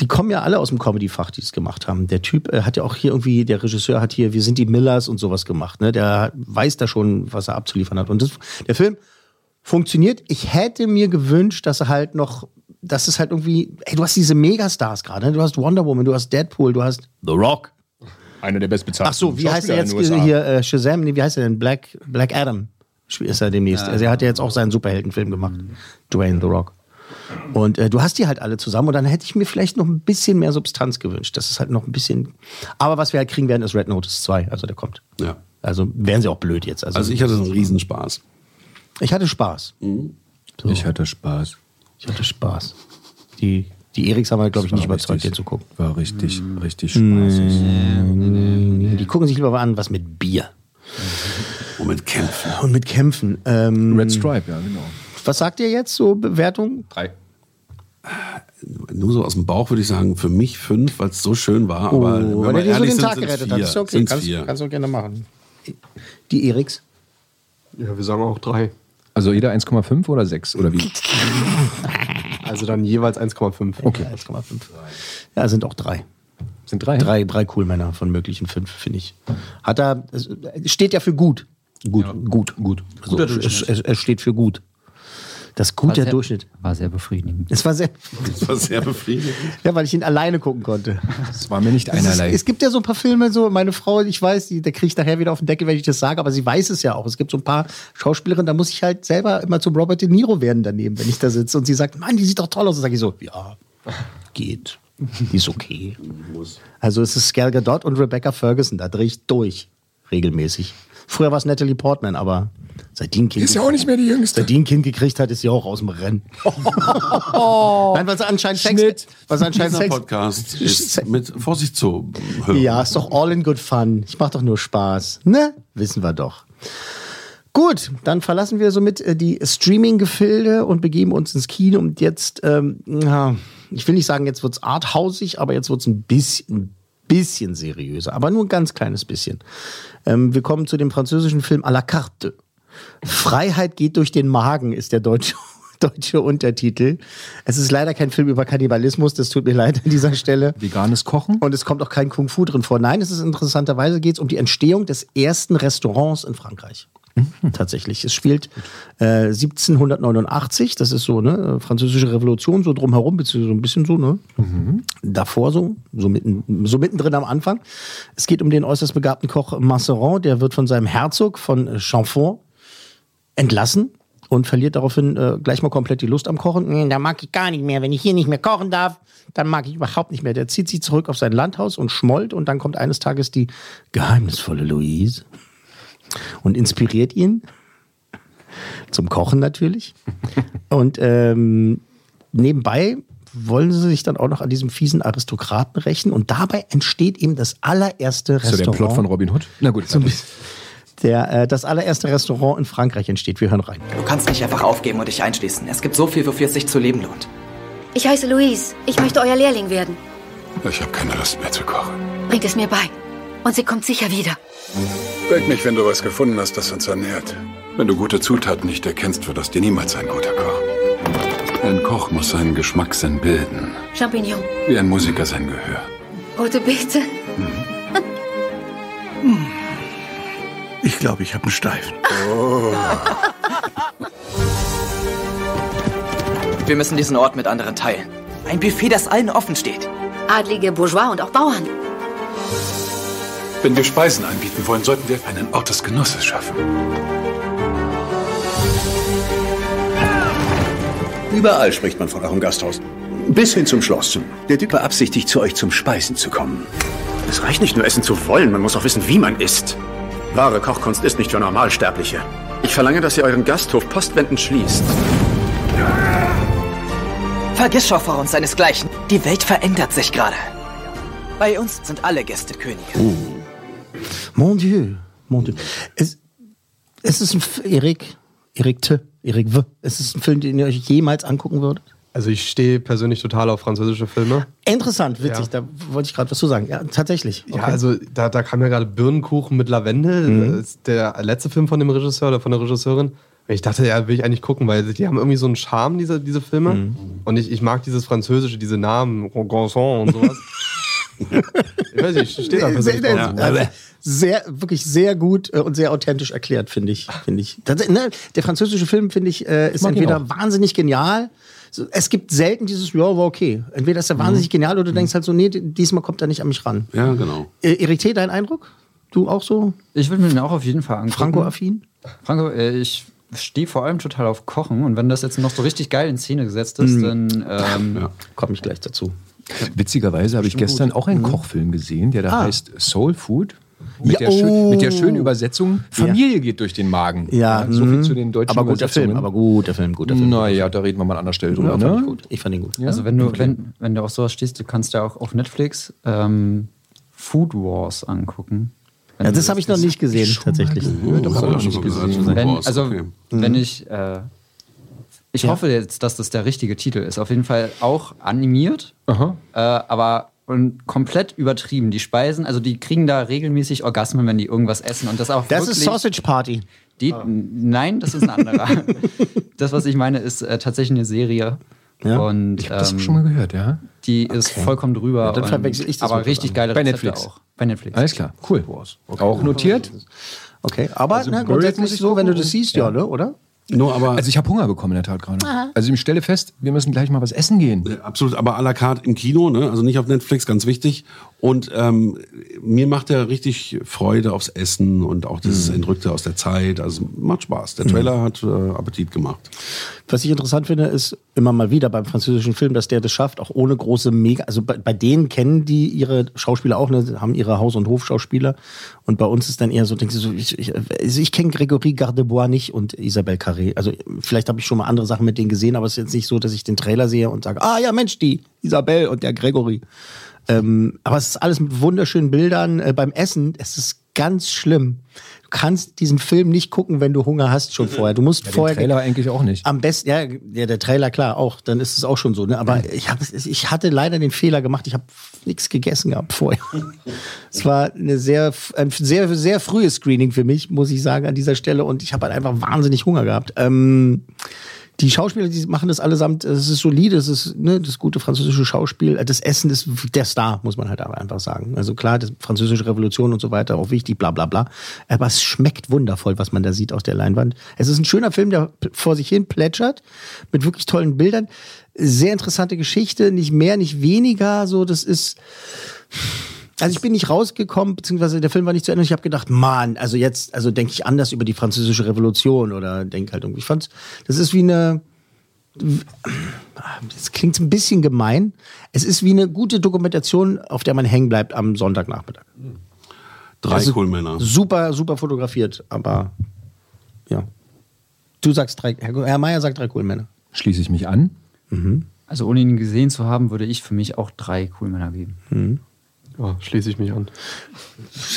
Speaker 2: die kommen ja alle aus dem Comedy-Fach, die es gemacht haben. Der Typ äh, hat ja auch hier irgendwie, der Regisseur hat hier, wir sind die Millers und sowas gemacht. Ne? Der weiß da schon, was er abzuliefern hat. Und das, der Film funktioniert. Ich hätte mir gewünscht, dass er halt noch, dass es halt irgendwie, ey, du hast diese Megastars gerade, ne? du hast Wonder Woman, du hast Deadpool, du hast The Rock.
Speaker 13: Einer der bestbezahlten
Speaker 2: Ach so, wie heißt er
Speaker 13: Schauspieler
Speaker 2: jetzt
Speaker 13: in den USA.
Speaker 2: hier? Äh, Shazam, nee, wie heißt er denn? Black, Black Adam Spiel- ist er demnächst.
Speaker 13: Ja. Mhm.
Speaker 2: Also er hat ja jetzt auch seinen Superheldenfilm gemacht. Dwayne The Rock. Und äh, du hast die halt alle zusammen und dann hätte ich mir vielleicht noch ein bisschen mehr Substanz gewünscht. Das ist halt noch ein bisschen. Aber was wir halt kriegen werden, ist Red Notice 2. Also der kommt.
Speaker 3: Ja.
Speaker 2: Also wären sie auch blöd jetzt. Also,
Speaker 3: Also ich hatte so einen Riesenspaß.
Speaker 2: Ich hatte Spaß.
Speaker 5: Ich hatte Spaß.
Speaker 2: Ich hatte Spaß. Die, die Eriks haben wir, glaube ich, nicht überzeugt, den zu gucken.
Speaker 13: War richtig, richtig
Speaker 2: spaßig. Die gucken sich lieber mal an, was mit Bier.
Speaker 3: Und mit Kämpfen.
Speaker 2: Und mit Kämpfen. Ähm,
Speaker 5: Red Stripe, ja, genau.
Speaker 2: Was sagt ihr jetzt so Bewertung?
Speaker 5: Drei.
Speaker 3: Nur so aus dem Bauch würde ich sagen, für mich fünf, weil es so schön war.
Speaker 2: Oh,
Speaker 3: Aber wenn
Speaker 2: weil der
Speaker 3: wir
Speaker 2: dir so
Speaker 3: ehrlich
Speaker 2: den
Speaker 3: sind,
Speaker 2: Tag
Speaker 3: sind's
Speaker 2: gerettet
Speaker 3: vier.
Speaker 2: hat. Ist okay,
Speaker 3: Sind's
Speaker 2: kannst,
Speaker 3: vier.
Speaker 2: kannst du gerne machen. Die Eriks.
Speaker 7: Ja, wir sagen auch drei.
Speaker 5: Also jeder 1,5 oder 6 oder wie?
Speaker 7: Also dann jeweils 1,5.
Speaker 5: Okay.
Speaker 2: 1,5. Ja, sind auch drei.
Speaker 5: Sind drei?
Speaker 2: Drei, drei cool Männer von möglichen fünf, finde ich. Hat er, es steht ja für gut. Gut, gut, gut. Also,
Speaker 6: Guter
Speaker 2: es,
Speaker 6: Durchschnitt.
Speaker 2: es, es steht für gut. Das ist gut,
Speaker 6: War
Speaker 2: der
Speaker 6: sehr-
Speaker 2: Durchschnitt.
Speaker 6: War sehr befriedigend.
Speaker 2: Es war sehr,
Speaker 3: Das war sehr befriedigend.
Speaker 2: ja, weil ich ihn alleine gucken konnte.
Speaker 5: Das war mir nicht
Speaker 2: Es, ist,
Speaker 5: einerlei.
Speaker 2: es gibt ja so ein paar Filme, so meine Frau, ich weiß, die, da kriege ich nachher wieder auf den Deckel, wenn ich das sage, aber sie weiß es ja auch. Es gibt so ein paar Schauspielerinnen, da muss ich halt selber immer zum Robert De Niro werden daneben, wenn ich da sitze. Und sie sagt, Mann, die sieht doch toll aus. Und sage ich so, ja, geht. Die ist okay. Also es ist Gal Gadot und Rebecca Ferguson, da drehe ich durch, regelmäßig. Früher war es Natalie Portman, aber seit die ein Kind
Speaker 13: Ist ja auch nicht mehr die Jüngste.
Speaker 2: Seit die ein Kind gekriegt hat, ist sie auch aus dem Rennen. Nein, weil sie anscheinend Sex, weil sie anscheinend
Speaker 3: Dieser
Speaker 2: Sex,
Speaker 3: Podcast ist mit Vorsicht zu hören.
Speaker 2: ja, ist doch all in good fun. Ich mach doch nur Spaß. Ne? Wissen wir doch. Gut, dann verlassen wir somit äh, die Streaming-Gefilde und begeben uns ins Kino. Und jetzt, ähm, ja, ich will nicht sagen, jetzt wird's arthausig, aber jetzt wird's ein bisschen, ein bisschen seriöser. Aber nur ein ganz kleines bisschen. Ähm, wir kommen zu dem französischen Film à la carte. Freiheit geht durch den Magen ist der deutsche, deutsche Untertitel. Es ist leider kein Film über Kannibalismus, das tut mir leid an dieser Stelle.
Speaker 5: Veganes Kochen?
Speaker 2: Und es kommt auch kein Kung Fu drin vor. Nein, es ist interessanterweise geht es um die Entstehung des ersten Restaurants in Frankreich. Tatsächlich. Es spielt äh, 1789, das ist so, ne, französische Revolution, so drumherum, beziehungsweise so ein bisschen so, ne? davor so, so, mitten, so mittendrin am Anfang. Es geht um den äußerst begabten Koch Masseron, der wird von seinem Herzog von äh, Chamfort entlassen und verliert daraufhin äh, gleich mal komplett die Lust am Kochen. Nee, Da mag ich gar nicht mehr. Wenn ich hier nicht mehr kochen darf, dann mag ich überhaupt nicht mehr. Der zieht sich zurück auf sein Landhaus und schmollt und dann kommt eines Tages die geheimnisvolle Louise und inspiriert ihn. Zum Kochen natürlich. Und ähm, nebenbei wollen sie sich dann auch noch an diesem fiesen Aristokraten rächen. Und dabei entsteht eben das allererste
Speaker 5: So der
Speaker 2: Restaurant.
Speaker 5: Plot von Robin Hood? Na gut. So ein bisschen.
Speaker 2: der, äh, das allererste Restaurant in Frankreich entsteht. Wir hören rein.
Speaker 14: Du kannst nicht einfach aufgeben und dich einschließen. Es gibt so viel, wofür es sich zu leben lohnt.
Speaker 11: Ich heiße Louise. Ich möchte euer Lehrling werden.
Speaker 10: Ich habe keine Lust mehr zu kochen.
Speaker 11: Bringt es mir bei. Und sie kommt sicher wieder.
Speaker 10: Denk mich, wenn du was gefunden hast, das uns ernährt. Wenn du gute Zutaten nicht erkennst, wird aus dir niemals ein guter Koch. Ein Koch muss seinen Geschmackssinn bilden,
Speaker 11: Champignon.
Speaker 10: wie ein Musiker sein Mhm. Gehör.
Speaker 11: Rote Beete.
Speaker 13: glaube, ich habe einen Steifen. Oh.
Speaker 14: Wir müssen diesen Ort mit anderen teilen. Ein Buffet, das allen offen steht.
Speaker 11: Adlige Bourgeois und auch Bauern.
Speaker 13: Wenn wir Speisen anbieten wollen, sollten wir einen Ort des Genusses schaffen.
Speaker 15: Überall spricht man von eurem Gasthaus. Bis hin zum Schloss. Der Typ beabsichtigt, zu euch zum Speisen zu kommen.
Speaker 12: Es reicht nicht nur essen zu wollen, man muss auch wissen, wie man isst. Wahre Kochkunst ist nicht für Normalsterbliche. Ich verlange, dass ihr euren Gasthof postwendend schließt.
Speaker 14: Vergiss Schoffer und seinesgleichen. Die Welt verändert sich gerade. Bei uns sind alle Gäste Könige.
Speaker 2: Mon Dieu, mon Dieu. Es, es ist ein F Erik, Erik T, Erik W. Es ist ein Film, den ihr euch jemals angucken würdet.
Speaker 7: Also ich stehe persönlich total auf französische Filme.
Speaker 2: Interessant, witzig,
Speaker 7: Ja.
Speaker 2: da wollte ich gerade was zu sagen. Ja, tatsächlich.
Speaker 7: Ja, also da, da kam ja gerade Birnenkuchen mit Lavendel,
Speaker 2: Mhm.
Speaker 7: das ist der letzte Film von dem Regisseur oder von der Regisseurin. Und Ich dachte, ja, will ich eigentlich gucken, weil die haben irgendwie so einen Charme, diese, diese Filme.
Speaker 14: Mhm.
Speaker 7: Und ich, ich mag dieses Französische, diese Namen, Gonson und sowas. ich weiß nicht, steht da für sich.
Speaker 2: sehr, sehr,
Speaker 7: drauf.
Speaker 2: also sehr, wirklich sehr gut äh, und sehr authentisch erklärt, finde ich. Finde ich. Tats- ne, der französische Film, finde ich, äh, ist
Speaker 5: mag ihn
Speaker 2: entweder wahnsinnig genial. So, es gibt selten dieses, ja, war okay. Entweder ist er wahnsinnig genial oder du denkst halt so, nee, di- diesmal kommt er nicht an mich ran.
Speaker 3: Ja, genau.
Speaker 2: Äh, Erik T., dein Eindruck? Du auch so?
Speaker 6: Ich würde mir den auch auf jeden Fall angucken.
Speaker 2: Franco-affin?
Speaker 6: Franco, äh, ich stehe vor allem total auf Kochen und wenn das jetzt noch so richtig geil in Szene gesetzt ist,
Speaker 5: Mhm.
Speaker 6: dann ähm,
Speaker 2: komme ich gleich dazu.
Speaker 5: Witzigerweise habe ich
Speaker 6: Bestimmt
Speaker 5: gestern
Speaker 6: gut.
Speaker 5: auch einen
Speaker 6: Mhm.
Speaker 5: Kochfilm gesehen, der da
Speaker 6: Ah.
Speaker 5: heißt Soul Food. Mit,
Speaker 2: Ja,
Speaker 5: der schön,
Speaker 2: oh.
Speaker 5: mit der schönen Übersetzung Familie geht durch den Magen.
Speaker 2: Ja,
Speaker 5: so viel
Speaker 2: mhm.
Speaker 5: zu den deutschen
Speaker 2: Aber guter
Speaker 5: Übersetzungen.
Speaker 2: Film, aber guter Film, guter Film.
Speaker 5: Naja, da reden wir mal an anderer Stelle drüber.
Speaker 6: Ja,
Speaker 5: ne?
Speaker 6: fand ich
Speaker 2: Ich fand ihn gut.
Speaker 6: Also wenn du, wenn, wenn du auf sowas stehst, du kannst ja auch auf Netflix ähm, Food Wars angucken. Wenn
Speaker 2: Ja,
Speaker 6: du
Speaker 2: das habe ich noch nicht gesehen, tatsächlich.
Speaker 3: Oh,
Speaker 6: gehört, aber noch nicht gesehen. Wenn, also wenn
Speaker 5: Mhm.
Speaker 6: ich, äh, ich
Speaker 2: Ja.
Speaker 6: hoffe jetzt, dass das der richtige Titel ist. Auf jeden Fall auch animiert,
Speaker 5: Aha.
Speaker 6: äh, aber und komplett übertrieben. Die Speisen, also die kriegen da regelmäßig Orgasmen, wenn die irgendwas essen und das auch
Speaker 2: Das
Speaker 6: wirklich
Speaker 2: ist Sausage Party.
Speaker 6: die,
Speaker 5: Ah.
Speaker 6: Nein, das ist ein anderer. das, was ich meine, ist äh, tatsächlich eine Serie.
Speaker 5: Ja?
Speaker 6: Und,
Speaker 5: Ich habe das
Speaker 6: ähm,
Speaker 5: schon mal gehört, ja.
Speaker 6: Die ist vollkommen drüber.
Speaker 5: Ja, dann
Speaker 6: und-
Speaker 5: verwechsel ich das
Speaker 6: Aber
Speaker 5: mit was
Speaker 6: richtig
Speaker 5: anderem.
Speaker 6: geile
Speaker 5: Bei
Speaker 6: Rezepte
Speaker 5: Netflix.
Speaker 6: auch. Bei Netflix.
Speaker 5: Alles klar, cool. Auch notiert.
Speaker 2: Okay, aber
Speaker 5: Also
Speaker 2: ne,
Speaker 5: Buried
Speaker 2: grundsätzlich
Speaker 5: muss ich
Speaker 2: so, wenn du das siehst, ja, ne, oder?
Speaker 3: Nur aber
Speaker 5: also ich habe Hunger bekommen in der Tat gerade.
Speaker 2: Aha.
Speaker 5: Also ich stelle fest, wir müssen gleich mal was essen gehen.
Speaker 3: Äh, Absolut, aber à la carte im Kino, ne? also nicht auf Netflix, ganz wichtig. Und ähm, mir macht er richtig Freude aufs Essen und auch dieses
Speaker 2: Mhm.
Speaker 3: Entrückte aus der Zeit. Also macht Spaß. Der Trailer hat äh, Appetit gemacht.
Speaker 2: Was ich interessant finde, ist immer mal wieder beim französischen Film, dass der das schafft, auch ohne große Mega. Also bei, bei denen kennen die ihre Schauspieler auch, ne, haben ihre Haus- und Hofschauspieler. Und bei uns ist dann eher so, denkst du so, ich, ich, also ich kenne Gregory Gardebois nicht und Isabelle Carré. Also vielleicht habe ich schon mal andere Sachen mit denen gesehen, aber es ist jetzt nicht so, dass ich den Trailer sehe und sage, ah ja, Mensch, die Isabelle und der Gregory. Ähm, aber es ist alles mit wunderschönen Bildern. Äh, beim Essen, es ist ganz schlimm. Du kannst diesen Film nicht gucken, wenn du Hunger hast schon vorher. Du musst
Speaker 5: Mhm. Ja, den
Speaker 2: vorher. Ah.
Speaker 5: Trailer eigentlich auch nicht.
Speaker 2: Am besten, ja, ja, der Trailer, klar, auch. Dann ist es auch schon so. Ne? Aber ich, hab, ich hatte leider den Fehler gemacht. Ich habe nichts gegessen gehabt vorher. es war eine sehr, ein sehr, sehr frühes Screening für mich, muss ich sagen, an dieser Stelle. Und ich habe halt einfach wahnsinnig Hunger gehabt. Ähm, die Schauspieler, die machen das allesamt, äh, es ist solide, es ist ne, das gute französische Schauspiel. äh, Das Essen ist der Star, muss man halt aber einfach sagen. Also klar, die französische Revolution und so weiter, auch wichtig, bla bla bla. Aber es schmeckt wundervoll, was man da sieht auf der Leinwand. Es ist ein schöner Film, der p- vor sich hin plätschert, mit wirklich tollen Bildern. Sehr interessante Geschichte, nicht mehr, nicht weniger. So, das ist. Also ich bin nicht rausgekommen, beziehungsweise der Film war nicht zu Ende. Ich habe gedacht, Mann, also jetzt, also denke ich anders über die französische Revolution oder denke halt irgendwie. Ich fand's, das ist wie eine, das klingt ein bisschen gemein. Es ist wie eine gute Dokumentation, auf der man hängen bleibt am Sonntagnachmittag.
Speaker 3: Drei
Speaker 2: Also
Speaker 3: Coolmänner.
Speaker 2: Super, super fotografiert, aber ja. Du sagst drei, Herr, Herr Meier sagt drei Coolmänner.
Speaker 5: Schließe ich mich an.
Speaker 6: Also ohne ihn gesehen zu haben, würde ich für mich auch drei Coolmänner geben.
Speaker 7: Ja, Oh, schließe ich mich an.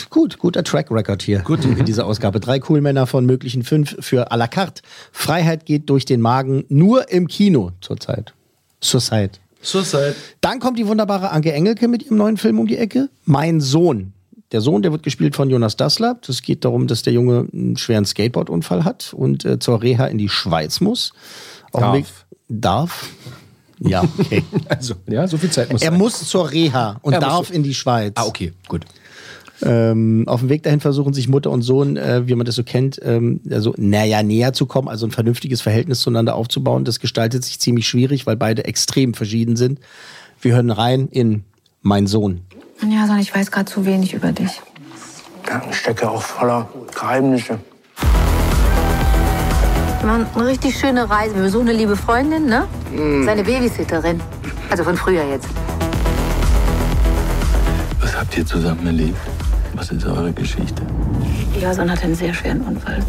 Speaker 2: Gut, guter Track Record hier Gut. in dieser Ausgabe. Drei Coolmänner von möglichen fünf für à la carte. Freiheit geht durch den Magen, nur im Kino zurzeit. Zurzeit.
Speaker 7: Suicide.
Speaker 2: Dann kommt die wunderbare Anke Engelke mit ihrem neuen Film um die Ecke. Mein Sohn. Der Sohn, der wird gespielt von Jonas Dassler. Das geht darum, dass der Junge einen schweren Skateboardunfall hat und äh, zur Reha in die Schweiz muss.
Speaker 5: Darf.
Speaker 2: Weg- darf. Ja, okay.
Speaker 5: Also, ja, so viel Zeit muss
Speaker 2: er
Speaker 5: sein.
Speaker 2: muss zur Ah, Reha und
Speaker 5: Er muss
Speaker 2: darf
Speaker 5: so-
Speaker 2: in die Schweiz.
Speaker 5: Ah, okay, gut.
Speaker 2: Ähm, auf dem Weg dahin versuchen sich Mutter und Sohn, äh, wie man das so kennt, ähm, also naja, näher zu kommen, also ein vernünftiges Verhältnis zueinander aufzubauen. Das gestaltet sich ziemlich schwierig, weil beide extrem verschieden sind. Wir hören rein in Mein Sohn.
Speaker 16: Ja, sondern ich weiß gerade zu wenig über dich.
Speaker 17: Ich stecke auch voller Geheimnisse.
Speaker 16: Wir machen eine richtig schöne Reise. Wir besuchen eine liebe Freundin, ne?
Speaker 17: Mm.
Speaker 16: Seine Babysitterin. Also von früher jetzt.
Speaker 18: Was habt ihr zusammen erlebt? Was ist eure Geschichte?
Speaker 16: Jason hatte einen sehr schweren Unfall.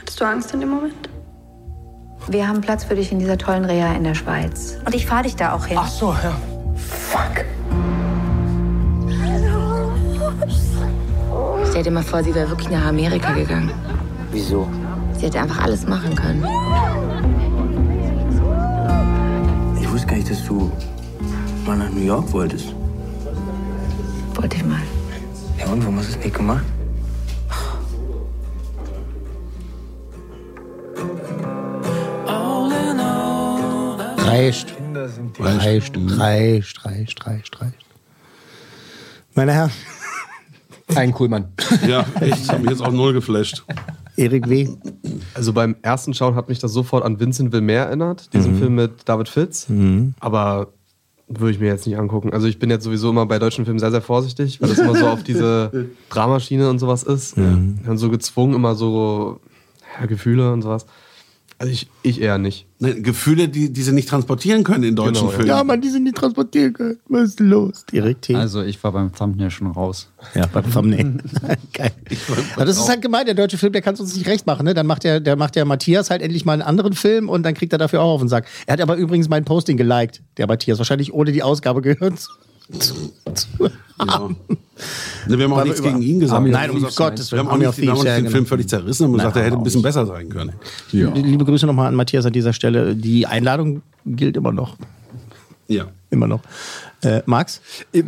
Speaker 19: Hattest du Angst in dem Moment?
Speaker 16: Wir haben Platz für dich in dieser tollen Reha in der Schweiz. Und ich fahre dich da auch hin. Ach so, ja.
Speaker 20: Stell dir mal vor, sie wäre wirklich nach Amerika gegangen.
Speaker 4: Wieso?
Speaker 20: Sie hätte einfach alles machen können.
Speaker 17: Ich wusste gar nicht, dass du mal nach New York wolltest.
Speaker 16: Wollte ich mal.
Speaker 17: Ja, und warum hast du es nicht gemacht?
Speaker 2: Reicht. Reicht, reicht, reicht, reicht, reicht. Meine Herren.
Speaker 5: Ein Kuhlmann.
Speaker 3: Ja, echt, hab mich jetzt auch null geflasht.
Speaker 2: Erik W.
Speaker 7: Also beim ersten Schauen hat mich das sofort an Vincent Wilmer erinnert, diesen
Speaker 2: Mhm.
Speaker 7: Film mit David Fitz.
Speaker 2: Mhm.
Speaker 7: Aber würde ich mir jetzt nicht angucken. Also ich bin jetzt sowieso immer bei deutschen Filmen sehr, sehr vorsichtig, weil das immer so auf diese Dramaschiene und sowas ist.
Speaker 2: Mhm.
Speaker 7: Dann so gezwungen, immer so ja, Gefühle und sowas. Also ich, ich eher nicht.
Speaker 3: Ne, Gefühle, die, die sie nicht transportieren können in deutschen Filmen.
Speaker 2: Genau, Ja, Mann, die sind nicht transportieren können. Was ist denn los? Direkt hin.
Speaker 6: Also ich war beim Thumbnail schon raus.
Speaker 2: Ja, beim Thumbnail. Geil. Aber das ist halt gemein, der deutsche Film, der kann es uns nicht recht machen. Ne? Dann macht der, der macht der Matthias halt endlich mal einen anderen Film und dann kriegt er dafür auch auf den Sack. Er hat aber übrigens mein Posting geliked, der Matthias. Wahrscheinlich ohne die Ausgabe gehört zu. zu, zu haben.
Speaker 3: Ne, wir haben auch
Speaker 2: Weil
Speaker 3: nichts
Speaker 2: wir über-
Speaker 3: gegen ihn gesagt.
Speaker 2: Nein,
Speaker 3: Wir haben
Speaker 2: um
Speaker 3: gesagt,
Speaker 2: Gottes
Speaker 3: Wir
Speaker 2: Willen,
Speaker 3: haben auch
Speaker 2: Army
Speaker 3: nicht,
Speaker 2: of
Speaker 3: wir haben auch
Speaker 2: Thieves,
Speaker 3: nicht
Speaker 2: ja,
Speaker 3: den Film
Speaker 2: genau.
Speaker 3: völlig zerrissen und gesagt,
Speaker 2: Nein,
Speaker 3: er hätte
Speaker 2: haben wir
Speaker 3: ein bisschen besser sein können.
Speaker 2: Liebe Grüße nochmal an Matthias an dieser Stelle. Die Einladung gilt immer noch.
Speaker 3: Ja.
Speaker 2: Immer noch. Äh, Max?
Speaker 5: Ich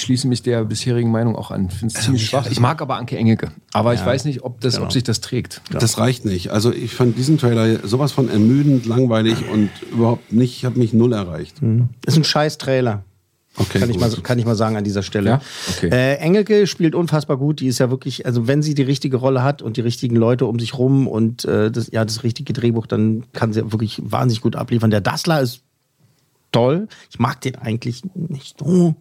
Speaker 5: schließe mich der bisherigen Meinung auch an. Finde es ziemlich schwach. Also Ich mag aber Anke Engelke. Aber ich
Speaker 3: Ja.
Speaker 5: weiß nicht, ob, das,
Speaker 3: Genau.
Speaker 5: ob sich das trägt.
Speaker 3: Das reicht nicht. Also ich fand diesen Trailer sowas von ermüdend, langweilig und überhaupt nicht, habe mich null erreicht.
Speaker 2: Ist ein scheiß Trailer. Hm.
Speaker 3: Okay,
Speaker 2: kann, ich
Speaker 3: gut.
Speaker 2: mal, kann ich mal sagen an dieser Stelle.
Speaker 3: Ja? Okay.
Speaker 2: Äh, Engelke spielt unfassbar gut. Die ist ja wirklich, also wenn sie die richtige Rolle hat und die richtigen Leute um sich rum und äh, das, ja, das richtige Drehbuch, dann kann sie wirklich wahnsinnig gut abliefern. Der Dassler ist toll. Ich mag den eigentlich nicht so.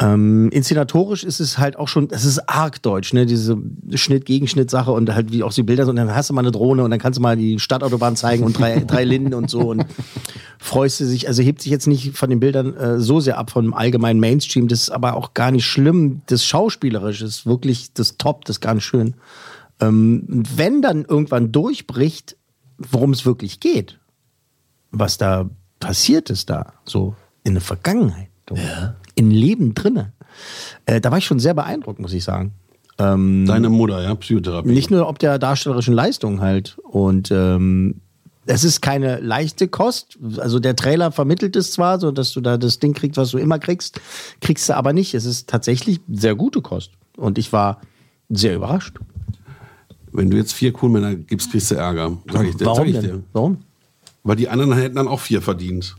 Speaker 2: Ähm, inszenatorisch ist es halt auch schon, es ist arg deutsch, ne? Diese Schnitt-Gegenschnitt-Sache und halt wie auch die Bilder, so. und dann hast du mal eine Drohne und dann kannst du mal die Stadtautobahn zeigen und drei, drei Linden und so und freust du sich, also hebt sich jetzt nicht von den Bildern äh, so sehr ab vom allgemeinen Mainstream, das ist aber auch gar nicht schlimm. Das Schauspielerische ist wirklich das Top, das ist ganz schön. Ähm, und wenn dann irgendwann durchbricht, worum es wirklich geht, was da passiert ist da, so in der Vergangenheit, so in Leben drinne. Äh, da war ich schon sehr beeindruckt, muss ich sagen. Ähm,
Speaker 3: Deine Mutter, ja, Psychotherapie.
Speaker 2: Nicht nur ob der darstellerischen Leistung halt. Und ähm, es ist keine leichte Kost. Also der Trailer vermittelt es zwar, so dass du da das Ding kriegst, was du immer kriegst, kriegst du aber nicht. Es ist tatsächlich sehr gute Kost. Und ich war sehr überrascht.
Speaker 3: Wenn du jetzt vier Coolmänner gibst, kriegst du Ärger. Sag ich dir.
Speaker 2: Warum
Speaker 3: sag ich
Speaker 2: denn?
Speaker 3: Dir.
Speaker 2: Warum?
Speaker 3: Weil die anderen hätten dann auch vier verdient.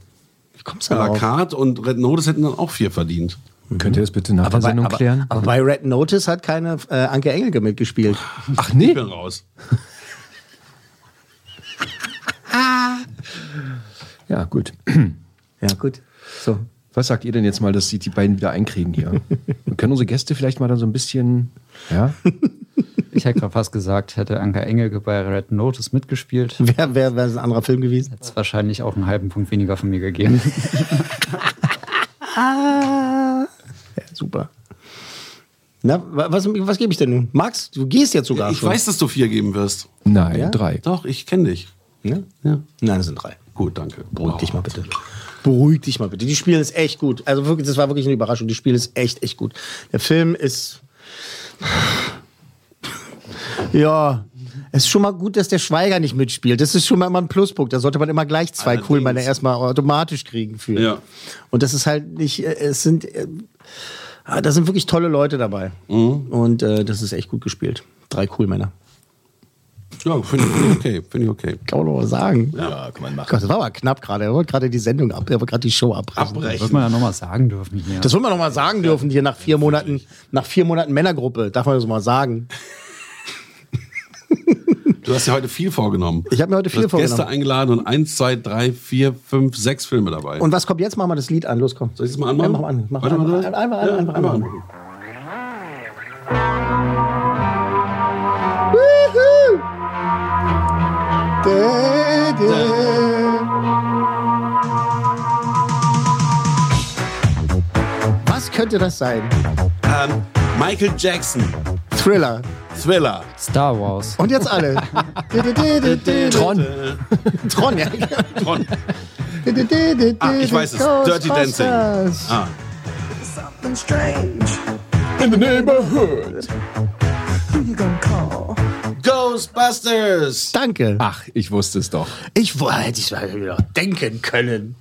Speaker 3: Wie
Speaker 2: kommst
Speaker 5: du
Speaker 3: du
Speaker 5: darauf?
Speaker 3: Carte und Red Notice hätten dann auch vier verdient.
Speaker 5: Mhm. Könnt ihr das bitte nach
Speaker 3: Aber
Speaker 5: der
Speaker 3: bei-
Speaker 5: Sendung
Speaker 3: aber-
Speaker 5: klären?
Speaker 2: Aber bei Red Notice hat keine äh, Anke Engelke mitgespielt.
Speaker 5: Ach nee.
Speaker 3: Ich bin raus.
Speaker 5: Ja, gut.
Speaker 2: Ja, gut. So.
Speaker 5: Was sagt ihr denn jetzt mal, dass sie die beiden wieder einkriegen hier? Wir können unsere Gäste vielleicht mal dann so ein bisschen. Ja?
Speaker 6: Ich hätte gerade fast gesagt, hätte Anka Engelke bei Red Notice mitgespielt.
Speaker 2: Wer wäre wär ein anderer Film gewesen?
Speaker 6: Hätte es wahrscheinlich auch einen halben Punkt weniger von mir gegeben.
Speaker 2: Ah. Ja, super. Na, wa- was, was gebe ich denn nun? Max, du gehst jetzt sogar
Speaker 3: Ich
Speaker 2: schon.
Speaker 3: weiß, dass du vier geben wirst.
Speaker 5: Nein,
Speaker 2: Ja?
Speaker 5: drei.
Speaker 3: Doch, ich kenne dich.
Speaker 2: Ja? Ne? Nein, es sind drei.
Speaker 3: Gut, danke.
Speaker 2: Beruhig dich mal bitte. Beruhig dich mal bitte. Die spielen es echt gut. Also wirklich, das war wirklich eine Überraschung. Die spielen es echt, echt gut. Der Film ist. ja. Es ist schon mal gut, dass der Schweiger nicht mitspielt. Das ist schon mal immer ein Pluspunkt. Da sollte man immer gleich zwei Coolmänner erstmal automatisch kriegen für.
Speaker 3: Ja.
Speaker 2: Und das ist halt nicht, äh, es sind, äh, ah, da sind
Speaker 3: Mhm.
Speaker 2: wirklich tolle Leute dabei. Und äh, das ist echt gut gespielt. Drei Coolmänner.
Speaker 3: Ja, finde ich okay. Finde ich okay.
Speaker 2: Kann man doch mal sagen.
Speaker 3: Ja, kann man machen.
Speaker 2: Gott, das war aber knapp gerade. Er wollte gerade die Sendung ab, er wollte gerade die Show abbrechen.
Speaker 6: Das wird man ja nochmal sagen dürfen hier.
Speaker 2: Das wollen wir noch mal sagen dürfen hier nach vier Monaten, nach vier Monaten Männergruppe. Darf man das mal sagen?
Speaker 3: Du hast ja heute viel vorgenommen.
Speaker 2: Ich habe mir heute viel
Speaker 3: du hast Gäste
Speaker 2: vorgenommen.
Speaker 3: eingeladen und eins, zwei, drei, vier, fünf, sechs Filme dabei.
Speaker 2: Und was kommt jetzt? Machen wir das Lied an. Los, komm.
Speaker 3: Soll ich das mal
Speaker 2: Ja,
Speaker 3: anmachen?
Speaker 2: mach mal an. Mach
Speaker 3: Warte mal,
Speaker 2: einfach, einfach,
Speaker 3: oder? Ja,
Speaker 2: einfach,
Speaker 3: einfach
Speaker 2: einfach,
Speaker 3: an.
Speaker 2: Woohoo! Da, da. Was könnte das sein?
Speaker 3: Ähm, Michael Jackson,
Speaker 2: Thriller.
Speaker 3: Thriller.
Speaker 6: Star Wars.
Speaker 2: Und jetzt alle. Du, du, du, du, du.
Speaker 6: Tron.
Speaker 2: Tron, ja.
Speaker 3: Tron.
Speaker 2: Du, du, du, du,
Speaker 3: Ah, ich
Speaker 2: du,
Speaker 3: weiß es. Dirty Dancing.
Speaker 2: Ghostbusters.
Speaker 3: Ah.
Speaker 21: Something strange.
Speaker 3: In the neighborhood.
Speaker 21: Who you gonna call?
Speaker 3: Ghostbusters.
Speaker 2: Danke.
Speaker 7: Ah.
Speaker 19: Ach, ich wusste es doch.
Speaker 2: Ich wo- hätte ich mal wieder denken können.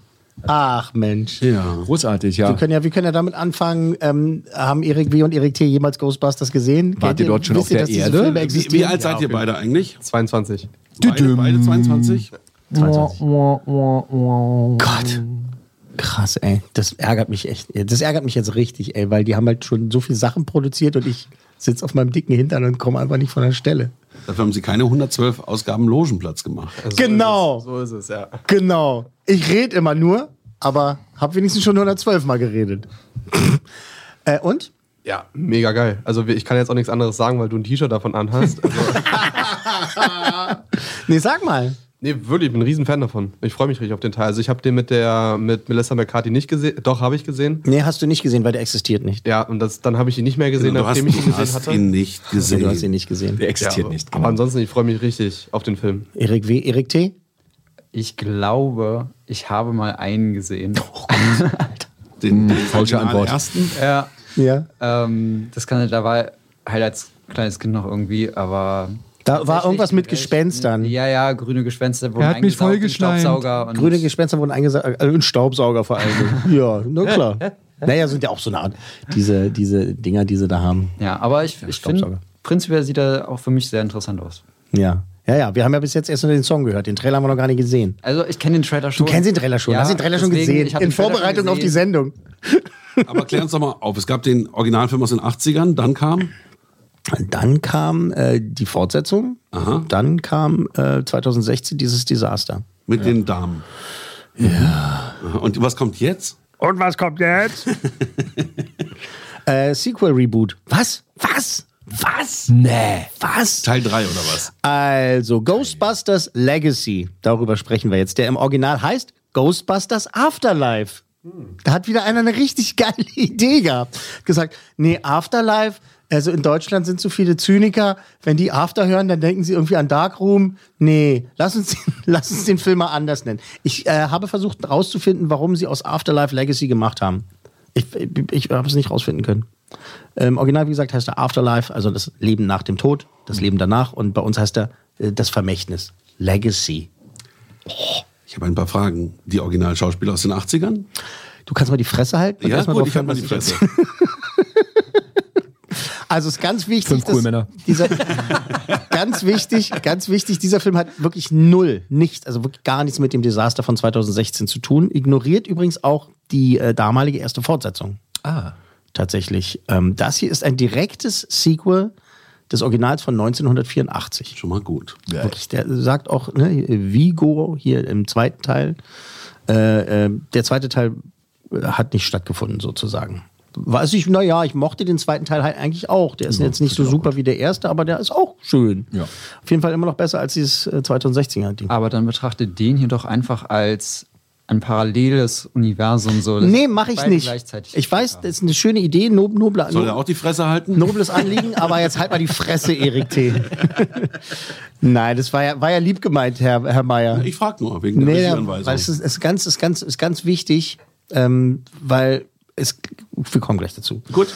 Speaker 2: Ach Mensch.
Speaker 3: Ja.
Speaker 19: Großartig,
Speaker 2: Wir
Speaker 19: ja.
Speaker 2: können ja, wir können ja damit anfangen, ähm, haben Erik W. und Erik T. jemals Ghostbusters gesehen?
Speaker 19: Wart
Speaker 2: Kennt
Speaker 19: ihr dort schon
Speaker 2: wisst
Speaker 19: auf
Speaker 2: ihr,
Speaker 19: der
Speaker 2: dass diese
Speaker 19: Erde? Wie-
Speaker 2: Filme
Speaker 19: wie
Speaker 3: Wie, wie
Speaker 2: existieren?
Speaker 3: alt seid ihr beide eigentlich?
Speaker 7: 22.
Speaker 3: Beide, beide 22?
Speaker 2: Gott. Krass, ey. Das ärgert mich echt. Das ärgert mich jetzt richtig, ey, weil die haben halt schon so viele Sachen produziert und ich sitze auf meinem dicken Hintern und komme einfach nicht von der Stelle.
Speaker 3: Dafür haben sie keine 112 Ausgaben Logenplatz gemacht.
Speaker 2: genau,
Speaker 7: So ist es, ja.
Speaker 2: genau. Ich rede immer nur, aber habe wenigstens schon 112 Mal geredet. äh, und?
Speaker 7: Ja, mega geil. Also wir- ich kann jetzt auch nichts anderes sagen, weil du ein T-Shirt davon anhast. Also,
Speaker 2: Nee, sag mal.
Speaker 7: nee, wirklich, ich bin ein riesen Fan davon. Ich freue mich richtig auf den Teil. Also ich habe den mit der mit Melissa McCarthy nicht gesehen. Doch, habe ich gesehen.
Speaker 2: Nee, hast du nicht gesehen, weil der existiert nicht.
Speaker 7: Ja, und das, dann habe ich ihn nicht mehr gesehen,
Speaker 3: Genau, du hast,
Speaker 7: nachdem ich ihn
Speaker 3: du
Speaker 7: gesehen
Speaker 3: hast
Speaker 7: hatte.
Speaker 3: ihn genau. nicht
Speaker 2: Nee, du
Speaker 3: gesehen.
Speaker 2: hast ihn nicht gesehen.
Speaker 19: Der
Speaker 7: ja,
Speaker 19: existiert
Speaker 7: aber,
Speaker 19: nicht.
Speaker 7: aber ansonsten, ich freue mich richtig auf den Film.
Speaker 2: Erik W., Erik T.?
Speaker 6: Ich glaube, ich habe mal einen gesehen.
Speaker 3: Den, den
Speaker 19: falsche
Speaker 3: original
Speaker 19: Antwort.
Speaker 3: ersten?
Speaker 6: Ja,
Speaker 2: Ja.
Speaker 6: ähm, das kann da war halt als kleines Kind noch irgendwie, aber
Speaker 2: Da war irgendwas mit Gespenstern.
Speaker 6: ja, ja, grüne Gespenster wurden
Speaker 5: Er hat mich
Speaker 6: eingesaugt und
Speaker 5: vollgeschleimt.
Speaker 6: Staubsauger und
Speaker 2: Grüne Gespenster wurden eingesaugt. Äh, und Staubsauger vor allem. ja, na klar. Naja, sind ja auch so eine Art, diese, diese Dinger, die sie da haben.
Speaker 6: ja, aber ich, ich finde
Speaker 2: Staubsauger.
Speaker 6: prinzipiell sieht er auch für mich sehr interessant aus.
Speaker 2: Ja. Ja, ja, wir haben ja bis jetzt erst nur den Song gehört. Den Trailer haben wir noch gar nicht gesehen.
Speaker 6: Also ich kenne den Trailer
Speaker 2: Du
Speaker 6: schon.
Speaker 2: kennst den Trailer schon,
Speaker 6: Ja,
Speaker 2: hast den Trailer schon
Speaker 6: deswegen,
Speaker 2: gesehen.
Speaker 6: ich hab
Speaker 2: In
Speaker 6: den Trailer schon
Speaker 2: Vorbereitung auf die
Speaker 6: gesehen.
Speaker 2: Sendung.
Speaker 3: Aber klär uns doch mal auf. Es gab den Originalfilm aus den 80ern, dann kam.
Speaker 2: Dann kam äh, die Fortsetzung. Dann kam äh, 2016 dieses Desaster.
Speaker 3: Mit den Damen. Ja. Und was kommt jetzt?
Speaker 2: Und was kommt jetzt? äh, Sequel-Reboot. Was? Was? Was? Nee. Was?
Speaker 3: Teil 3 oder was?
Speaker 2: Also, Ghostbusters Legacy, darüber sprechen wir jetzt. Der im Original heißt Ghostbusters Afterlife. Da hat wieder einer eine richtig geile Idee gehabt. Gesagt, nee, Afterlife, also in Deutschland sind so viele Zyniker, wenn die After hören, dann denken sie irgendwie an Darkroom. Nee, lass uns, lass uns den Film mal anders nennen. Ich äh, habe versucht herauszufinden, warum sie aus Afterlife Legacy gemacht haben. Ich, ich, ich habe es nicht rausfinden können. Ähm, original, wie gesagt, heißt er Afterlife, also das Leben nach dem Tod, das Leben danach. Und bei uns heißt er äh, das Vermächtnis, Legacy.
Speaker 3: Ich habe ein paar Fragen. Die Originalschauspieler aus den 80ern?
Speaker 2: Du kannst mal die Fresse halten. und
Speaker 3: Ja,
Speaker 2: erst mal
Speaker 3: gut,
Speaker 2: drauf
Speaker 3: ich halte mal
Speaker 2: hören,
Speaker 3: die
Speaker 2: was
Speaker 3: Fresse.
Speaker 2: erzähle. Also ist ganz wichtig,
Speaker 5: Fünf cool
Speaker 2: dass
Speaker 5: Männer.
Speaker 2: dieser ganz wichtig, ganz wichtig, dieser Film hat wirklich null, nichts, also wirklich gar nichts mit dem Desaster von 2016 zu tun. Ignoriert übrigens auch die äh, damalige erste Fortsetzung.
Speaker 19: Ah.
Speaker 2: Tatsächlich. Ähm, das hier ist ein direktes Sequel des Originals von 1984.
Speaker 3: Schon mal gut.
Speaker 2: Wirklich, der sagt auch, ne, Vigo hier im zweiten Teil. Äh, äh, der zweite Teil äh, hat nicht stattgefunden, sozusagen. Weiß ich, naja, ich mochte den zweiten Teil halt eigentlich auch. Der ist jetzt nicht so super wie der erste, aber der ist auch schön.
Speaker 19: Ja.
Speaker 2: Auf jeden Fall immer noch besser als dieses äh, 2016er-Ding.
Speaker 6: Aber dann betrachte den hier doch einfach als ein paralleles Universum so. dass
Speaker 2: Nee, mache ich
Speaker 6: beide
Speaker 2: nicht.
Speaker 6: Gleichzeitig
Speaker 2: Ich weiß, das ist eine schöne Idee, nob, nobler,
Speaker 3: Soll er auch die Fresse halten?
Speaker 2: nobles Anliegen, aber jetzt halt mal die Fresse, Erik T. Nein, das war ja, war ja lieb gemeint, Herr, Herr Mayer.
Speaker 3: Ich frage nur, wegen der
Speaker 2: ja,
Speaker 3: Regieanweisung.
Speaker 2: weil es ist, es ist ganz, es ist ganz, es ist ganz wichtig, ähm, weil es, wir kommen gleich dazu.
Speaker 3: Gut.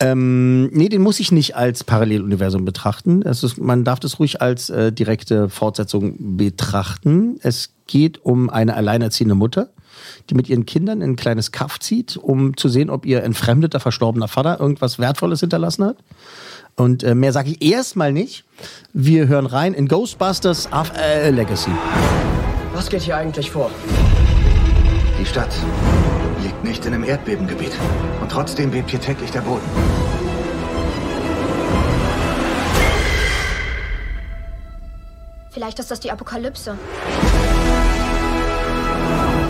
Speaker 2: Ähm, nee, den muss ich nicht als Paralleluniversum betrachten. Es ist, man darf das ruhig als äh, direkte Fortsetzung betrachten. Es geht um eine alleinerziehende Mutter, die mit ihren Kindern in ein kleines Kaff zieht, um zu sehen, ob ihr entfremdeter, verstorbener Vater irgendwas Wertvolles hinterlassen hat. Und äh, mehr sage ich erstmal nicht. Wir hören rein in Ghostbusters Af äh, Legacy.
Speaker 17: Was geht hier eigentlich vor? Die Stadt liegt nicht in einem Erdbebengebiet. Und trotzdem bebt hier täglich der Boden.
Speaker 22: Vielleicht ist das die Apokalypse.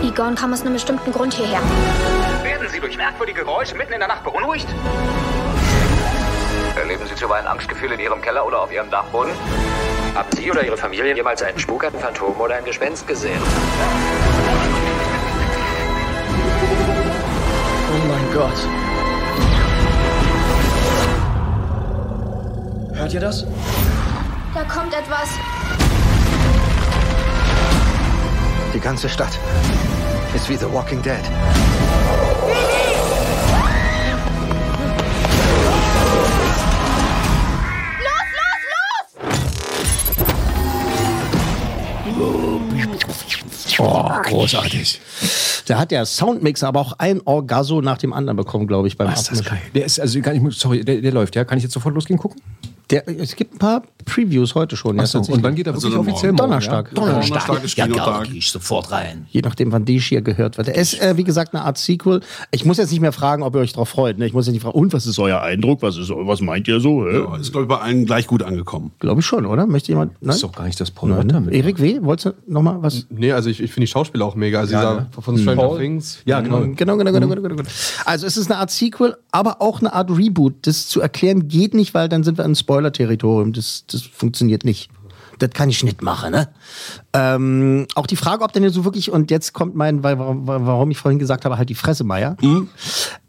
Speaker 22: Egon kam aus einem bestimmten Grund hierher.
Speaker 9: Werden Sie durch merkwürdige Geräusche mitten in der Nacht beunruhigt?
Speaker 19: Erleben Sie zuweilen Angstgefühle in Ihrem Keller oder auf Ihrem Dachboden? Haben Sie oder Ihre Familie jemals einen Spuk, ein Phantom oder ein Gespenst gesehen?
Speaker 17: Oh mein Gott. Hört ihr das?
Speaker 22: Da kommt etwas.
Speaker 17: Die ganze Stadt ist wie The Walking Dead.
Speaker 2: Oh, großartig. Da hat der Soundmixer aber auch ein Orgaso nach dem anderen bekommen, glaube ich, beim
Speaker 5: Was, das ist
Speaker 2: Abmischen.
Speaker 5: geil. Der ist, also, kann ich, sorry, der, der läuft, ja? Kann ich jetzt sofort losgehen gucken?
Speaker 2: Der, es gibt ein paar Previews heute schon. Also
Speaker 5: Ach so, und wann geht er wirklich offiziell? Also Morgen,
Speaker 2: Donnerstag.
Speaker 5: ja? Donnerstag ist
Speaker 2: Ja,
Speaker 5: Kinotag.
Speaker 2: da gehe ich sofort rein. Je nachdem, wann die hier gehört wird. Er ist, äh, wie gesagt, eine Art Sequel. Ich muss jetzt nicht mehr fragen, ob ihr euch drauf freut. Ne? Ich muss jetzt nicht fragen, und was ist euer Eindruck? Was, ist, was meint ihr so? Hä?
Speaker 3: Ja, ist, glaube ich, bei allen gleich gut angekommen.
Speaker 2: Glaube ich schon, oder? Möchte jemand? Nein?
Speaker 7: Ist doch
Speaker 5: gar nicht das Problem.
Speaker 2: Nein, ne? Erik W., wolltest du nochmal was?
Speaker 7: Nee, also ich, ich finde die Schauspieler auch mega. Also dieser von Stranger Things.
Speaker 2: Ja, genau. Genau, genau, genau, genau, genau, genau. Also es ist eine Art Sequel, aber auch eine Art Reboot. Das zu erklären geht nicht, weil dann sind wir in Spoiler-Territorium. Das, das funktioniert nicht. Das kann ich nicht machen, ne? Ähm, auch die Frage, ob denn jetzt so wirklich, und jetzt kommt mein, weil, wa- wa- warum ich vorhin gesagt habe, halt die Fresse, Meier.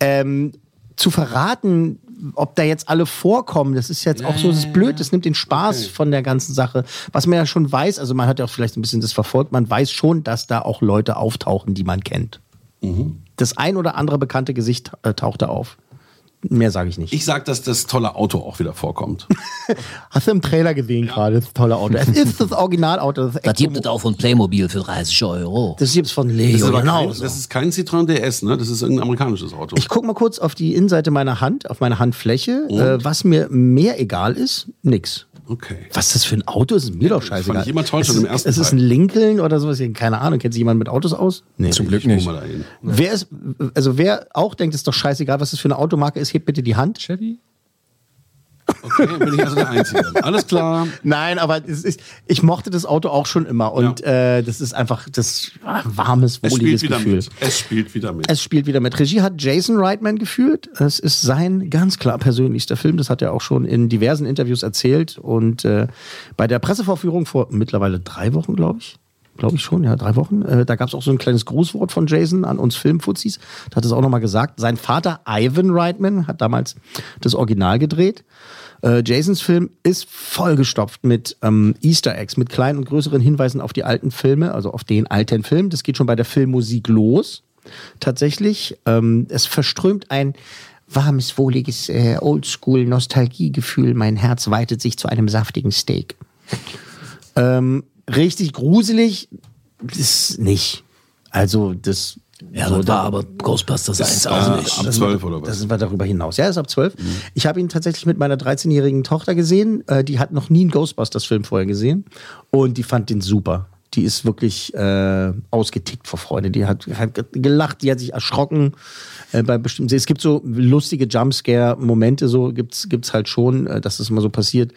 Speaker 2: Ähm, zu verraten, ob da jetzt alle vorkommen, das ist jetzt auch so, das ist blöd, das nimmt den Spaß von der ganzen Sache. Was man ja schon weiß, also man hat ja auch vielleicht ein bisschen das verfolgt, man weiß schon, dass da auch Leute auftauchen, die man kennt.
Speaker 23: Mhm.
Speaker 2: Das ein oder andere bekannte Gesicht äh, taucht da auf. Mehr sage ich nicht.
Speaker 3: Ich sag, dass das tolle Auto auch wieder vorkommt.
Speaker 2: Hast du im Trailer gesehen gerade? Das tolle Auto. Es ist das Originalauto. Das, ist
Speaker 23: Das
Speaker 2: echt
Speaker 23: gibt es auch von Playmobil für 30 Euro.
Speaker 2: das gibt's von
Speaker 3: Das ist,
Speaker 2: Leo.
Speaker 3: aber
Speaker 2: Genau.
Speaker 3: kein, das ist kein Citroën DS, ne? Das ist irgendein amerikanisches Auto.
Speaker 2: Ich guck mal kurz auf die Innenseite meiner Hand, auf meine Handfläche.
Speaker 3: Und?
Speaker 2: Äh, was mir mehr egal ist, nix.
Speaker 3: Okay.
Speaker 2: Was das für ein Auto ist, ist mir doch scheißegal.
Speaker 3: fand ich immer toll
Speaker 2: es
Speaker 3: schon
Speaker 2: ist,
Speaker 3: im ersten
Speaker 2: Es ist ein
Speaker 3: Teil.
Speaker 2: Lincoln oder sowas. Keine Ahnung. Kennt sich jemand mit Autos aus? Nee.
Speaker 5: Zum Glück
Speaker 3: Ich guck
Speaker 5: nicht.
Speaker 3: mal da hin.
Speaker 2: Wer ist, also wer auch denkt, ist doch scheißegal, was das für eine Automarke ist, hebt bitte die Hand.
Speaker 5: Chevy?
Speaker 3: Okay, bin ich also der Einzige. Alles klar.
Speaker 2: Nein, aber es ist, ich mochte das Auto auch schon immer und äh, das ist einfach das ah, warmes,
Speaker 3: Es spielt
Speaker 2: wohliges
Speaker 3: wieder
Speaker 2: Gefühl.
Speaker 3: mit. Es spielt wieder mit.
Speaker 2: Es spielt wieder mit. Regie hat Jason Reitman geführt. Es ist sein ganz klar persönlichster Film. Das hat er auch schon in diversen Interviews erzählt. Und äh, bei der Pressevorführung vor mittlerweile drei Wochen, glaube ich. Glaube ich schon, ja, drei Wochen. Äh, da gab es auch so ein kleines Grußwort von Jason an uns Filmfuzis. Da hat es auch nochmal gesagt. Sein Vater Ivan Reitman hat damals das Original gedreht. Äh, Jasons Film ist vollgestopft mit ähm, Easter Eggs, mit kleinen und größeren Hinweisen auf die alten Filme, also auf den alten Film. Das geht schon bei der Filmmusik los. Tatsächlich, ähm, es verströmt ein warmes, wohliges äh, Oldschool-Nostalgiegefühl. Mein Herz weitet sich zu einem saftigen Steak. Ähm, richtig gruselig ist nicht. Also das.
Speaker 23: Ja, das war aber Ghostbusters 1 auch nicht.
Speaker 3: ab 12 oder was? Mhm.
Speaker 2: Das sind wir darüber hinaus. Ja, ist ab 12. Ich habe ihn tatsächlich mit meiner 13-jährigen Tochter gesehen. Äh, die hat noch nie einen Ghostbusters-Film vorher gesehen. Und die fand den super. Die ist wirklich äh, ausgetickt vor Freude. Die hat, hat gelacht, die hat sich erschrocken. Äh, bei bestimmten, es gibt so lustige Jumpscare-Momente, so gibt's gibt's halt schon, äh, dass das mal so passiert.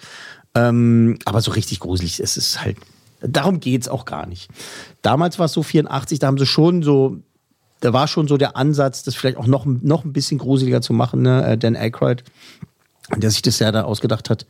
Speaker 2: Ähm, aber so richtig gruselig ist es halt. Darum geht's auch gar nicht. Damals war es so 84, da haben sie schon so da war schon so der Ansatz, das vielleicht auch noch, noch ein bisschen gruseliger zu machen, ne? Äh, Dan Aykroyd, der sich das ja da ausgedacht hat,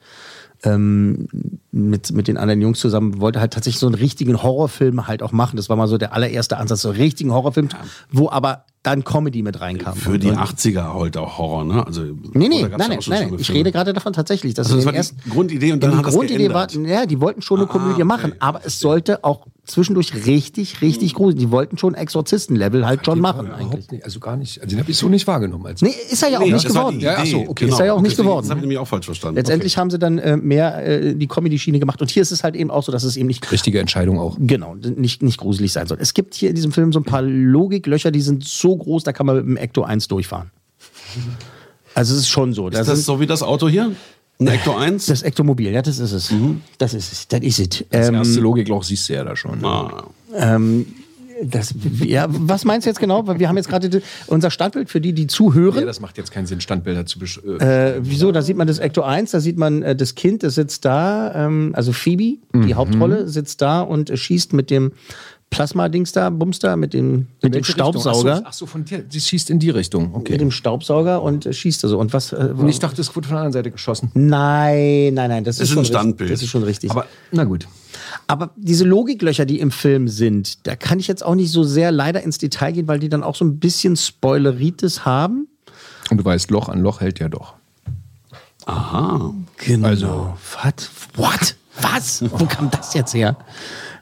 Speaker 2: ähm, mit, mit den anderen Jungs zusammen, wollte halt tatsächlich so einen richtigen Horrorfilm halt auch machen. Das war mal so der allererste Ansatz, so einen richtigen Horrorfilm, wo aber dann Comedy mit reinkam.
Speaker 3: Für die
Speaker 2: Und-
Speaker 3: 80er heute auch Horror, ne? Also,
Speaker 2: Nee, nee, nein,
Speaker 3: oder gab's da
Speaker 2: nein,
Speaker 3: auch schon
Speaker 2: nein,
Speaker 3: schlimme
Speaker 2: ich
Speaker 3: Filme?
Speaker 2: rede gerade davon tatsächlich. Dass
Speaker 3: Also
Speaker 2: in
Speaker 3: das war
Speaker 2: den
Speaker 3: die
Speaker 2: ersten-
Speaker 3: Grundidee und dann
Speaker 2: die
Speaker 3: hat das
Speaker 2: Grundidee war,
Speaker 3: geändert. Ah,
Speaker 2: ja, die wollten schon eine Komödie machen, aber es sollte auch zwischendurch richtig,
Speaker 3: Hm.
Speaker 2: richtig gruselig. Die wollten schon Exorzisten-Level halt schon machen.
Speaker 5: Überhaupt nicht, also gar nicht. Also den habe ich so nicht wahrgenommen. Als
Speaker 2: Nee, ist er ja auch
Speaker 3: Nee,
Speaker 2: nicht
Speaker 3: das war
Speaker 2: geworden.
Speaker 3: die
Speaker 5: Ja, ach so,
Speaker 3: Idee, Genau.
Speaker 5: okay.
Speaker 2: Ist er ja auch nicht
Speaker 3: Deswegen-
Speaker 2: geworden.
Speaker 3: Das habe ich nämlich auch falsch verstanden.
Speaker 2: Letztendlich haben sie dann äh, mehr äh, die Comedy-Schiene gemacht. Und hier ist es halt eben auch so, dass es eben nicht.
Speaker 5: Richtige Entscheidung auch.
Speaker 2: Genau, nicht, nicht gruselig sein soll. Es gibt hier in diesem Film so ein paar Logiklöcher, die sind so groß, da kann man mit dem Ecto 1 durchfahren. Also es ist schon so.
Speaker 3: Okay. Ist das so wie das Auto hier? Ein Ecto 1?
Speaker 2: Das Ektomobil, ja, das ist es.
Speaker 3: Mhm.
Speaker 2: Das ist es. Das ist es.
Speaker 5: Das
Speaker 2: Ähm,
Speaker 5: erste Logikloch siehst du ja da schon. ne?
Speaker 2: Ähm, das, ja, was meinst du jetzt genau? Weil Wir haben jetzt gerade die- unser Standbild für die, die zuhören.
Speaker 5: Ja, das macht jetzt keinen Sinn, Standbilder zu besch
Speaker 2: Äh, wieso? Da sieht man das Ecto 1, da sieht man äh, das Kind, das sitzt da, ähm, also Phoebe, die
Speaker 5: Mhm.
Speaker 2: Hauptrolle, sitzt da und äh, schießt mit dem Plasma-Dings da, Bums da, mit dem, mit dem
Speaker 5: welche Richtung?
Speaker 2: Staubsauger.
Speaker 5: Ach so, ach so, von dir. Sie schießt in die Richtung. Okay.
Speaker 2: Mit dem Staubsauger und äh, schießt da so. Und was. Äh,
Speaker 5: Und ich dachte, es wurde von der anderen Seite geschossen.
Speaker 2: Nein, nein, nein, das ist,
Speaker 5: Es ist
Speaker 2: schon
Speaker 5: ein
Speaker 2: richtig.
Speaker 5: Standbild.
Speaker 2: Das ist schon richtig.
Speaker 5: Aber- na gut.
Speaker 2: Aber diese Logiklöcher, die im Film sind, da kann ich jetzt auch nicht so sehr leider ins Detail gehen, weil die dann auch so ein bisschen Spoileritis haben.
Speaker 5: Und du weißt, Loch an Loch hält ja doch.
Speaker 3: Aha.
Speaker 2: Genau. Also, what? What? Was? Wo kam das jetzt her?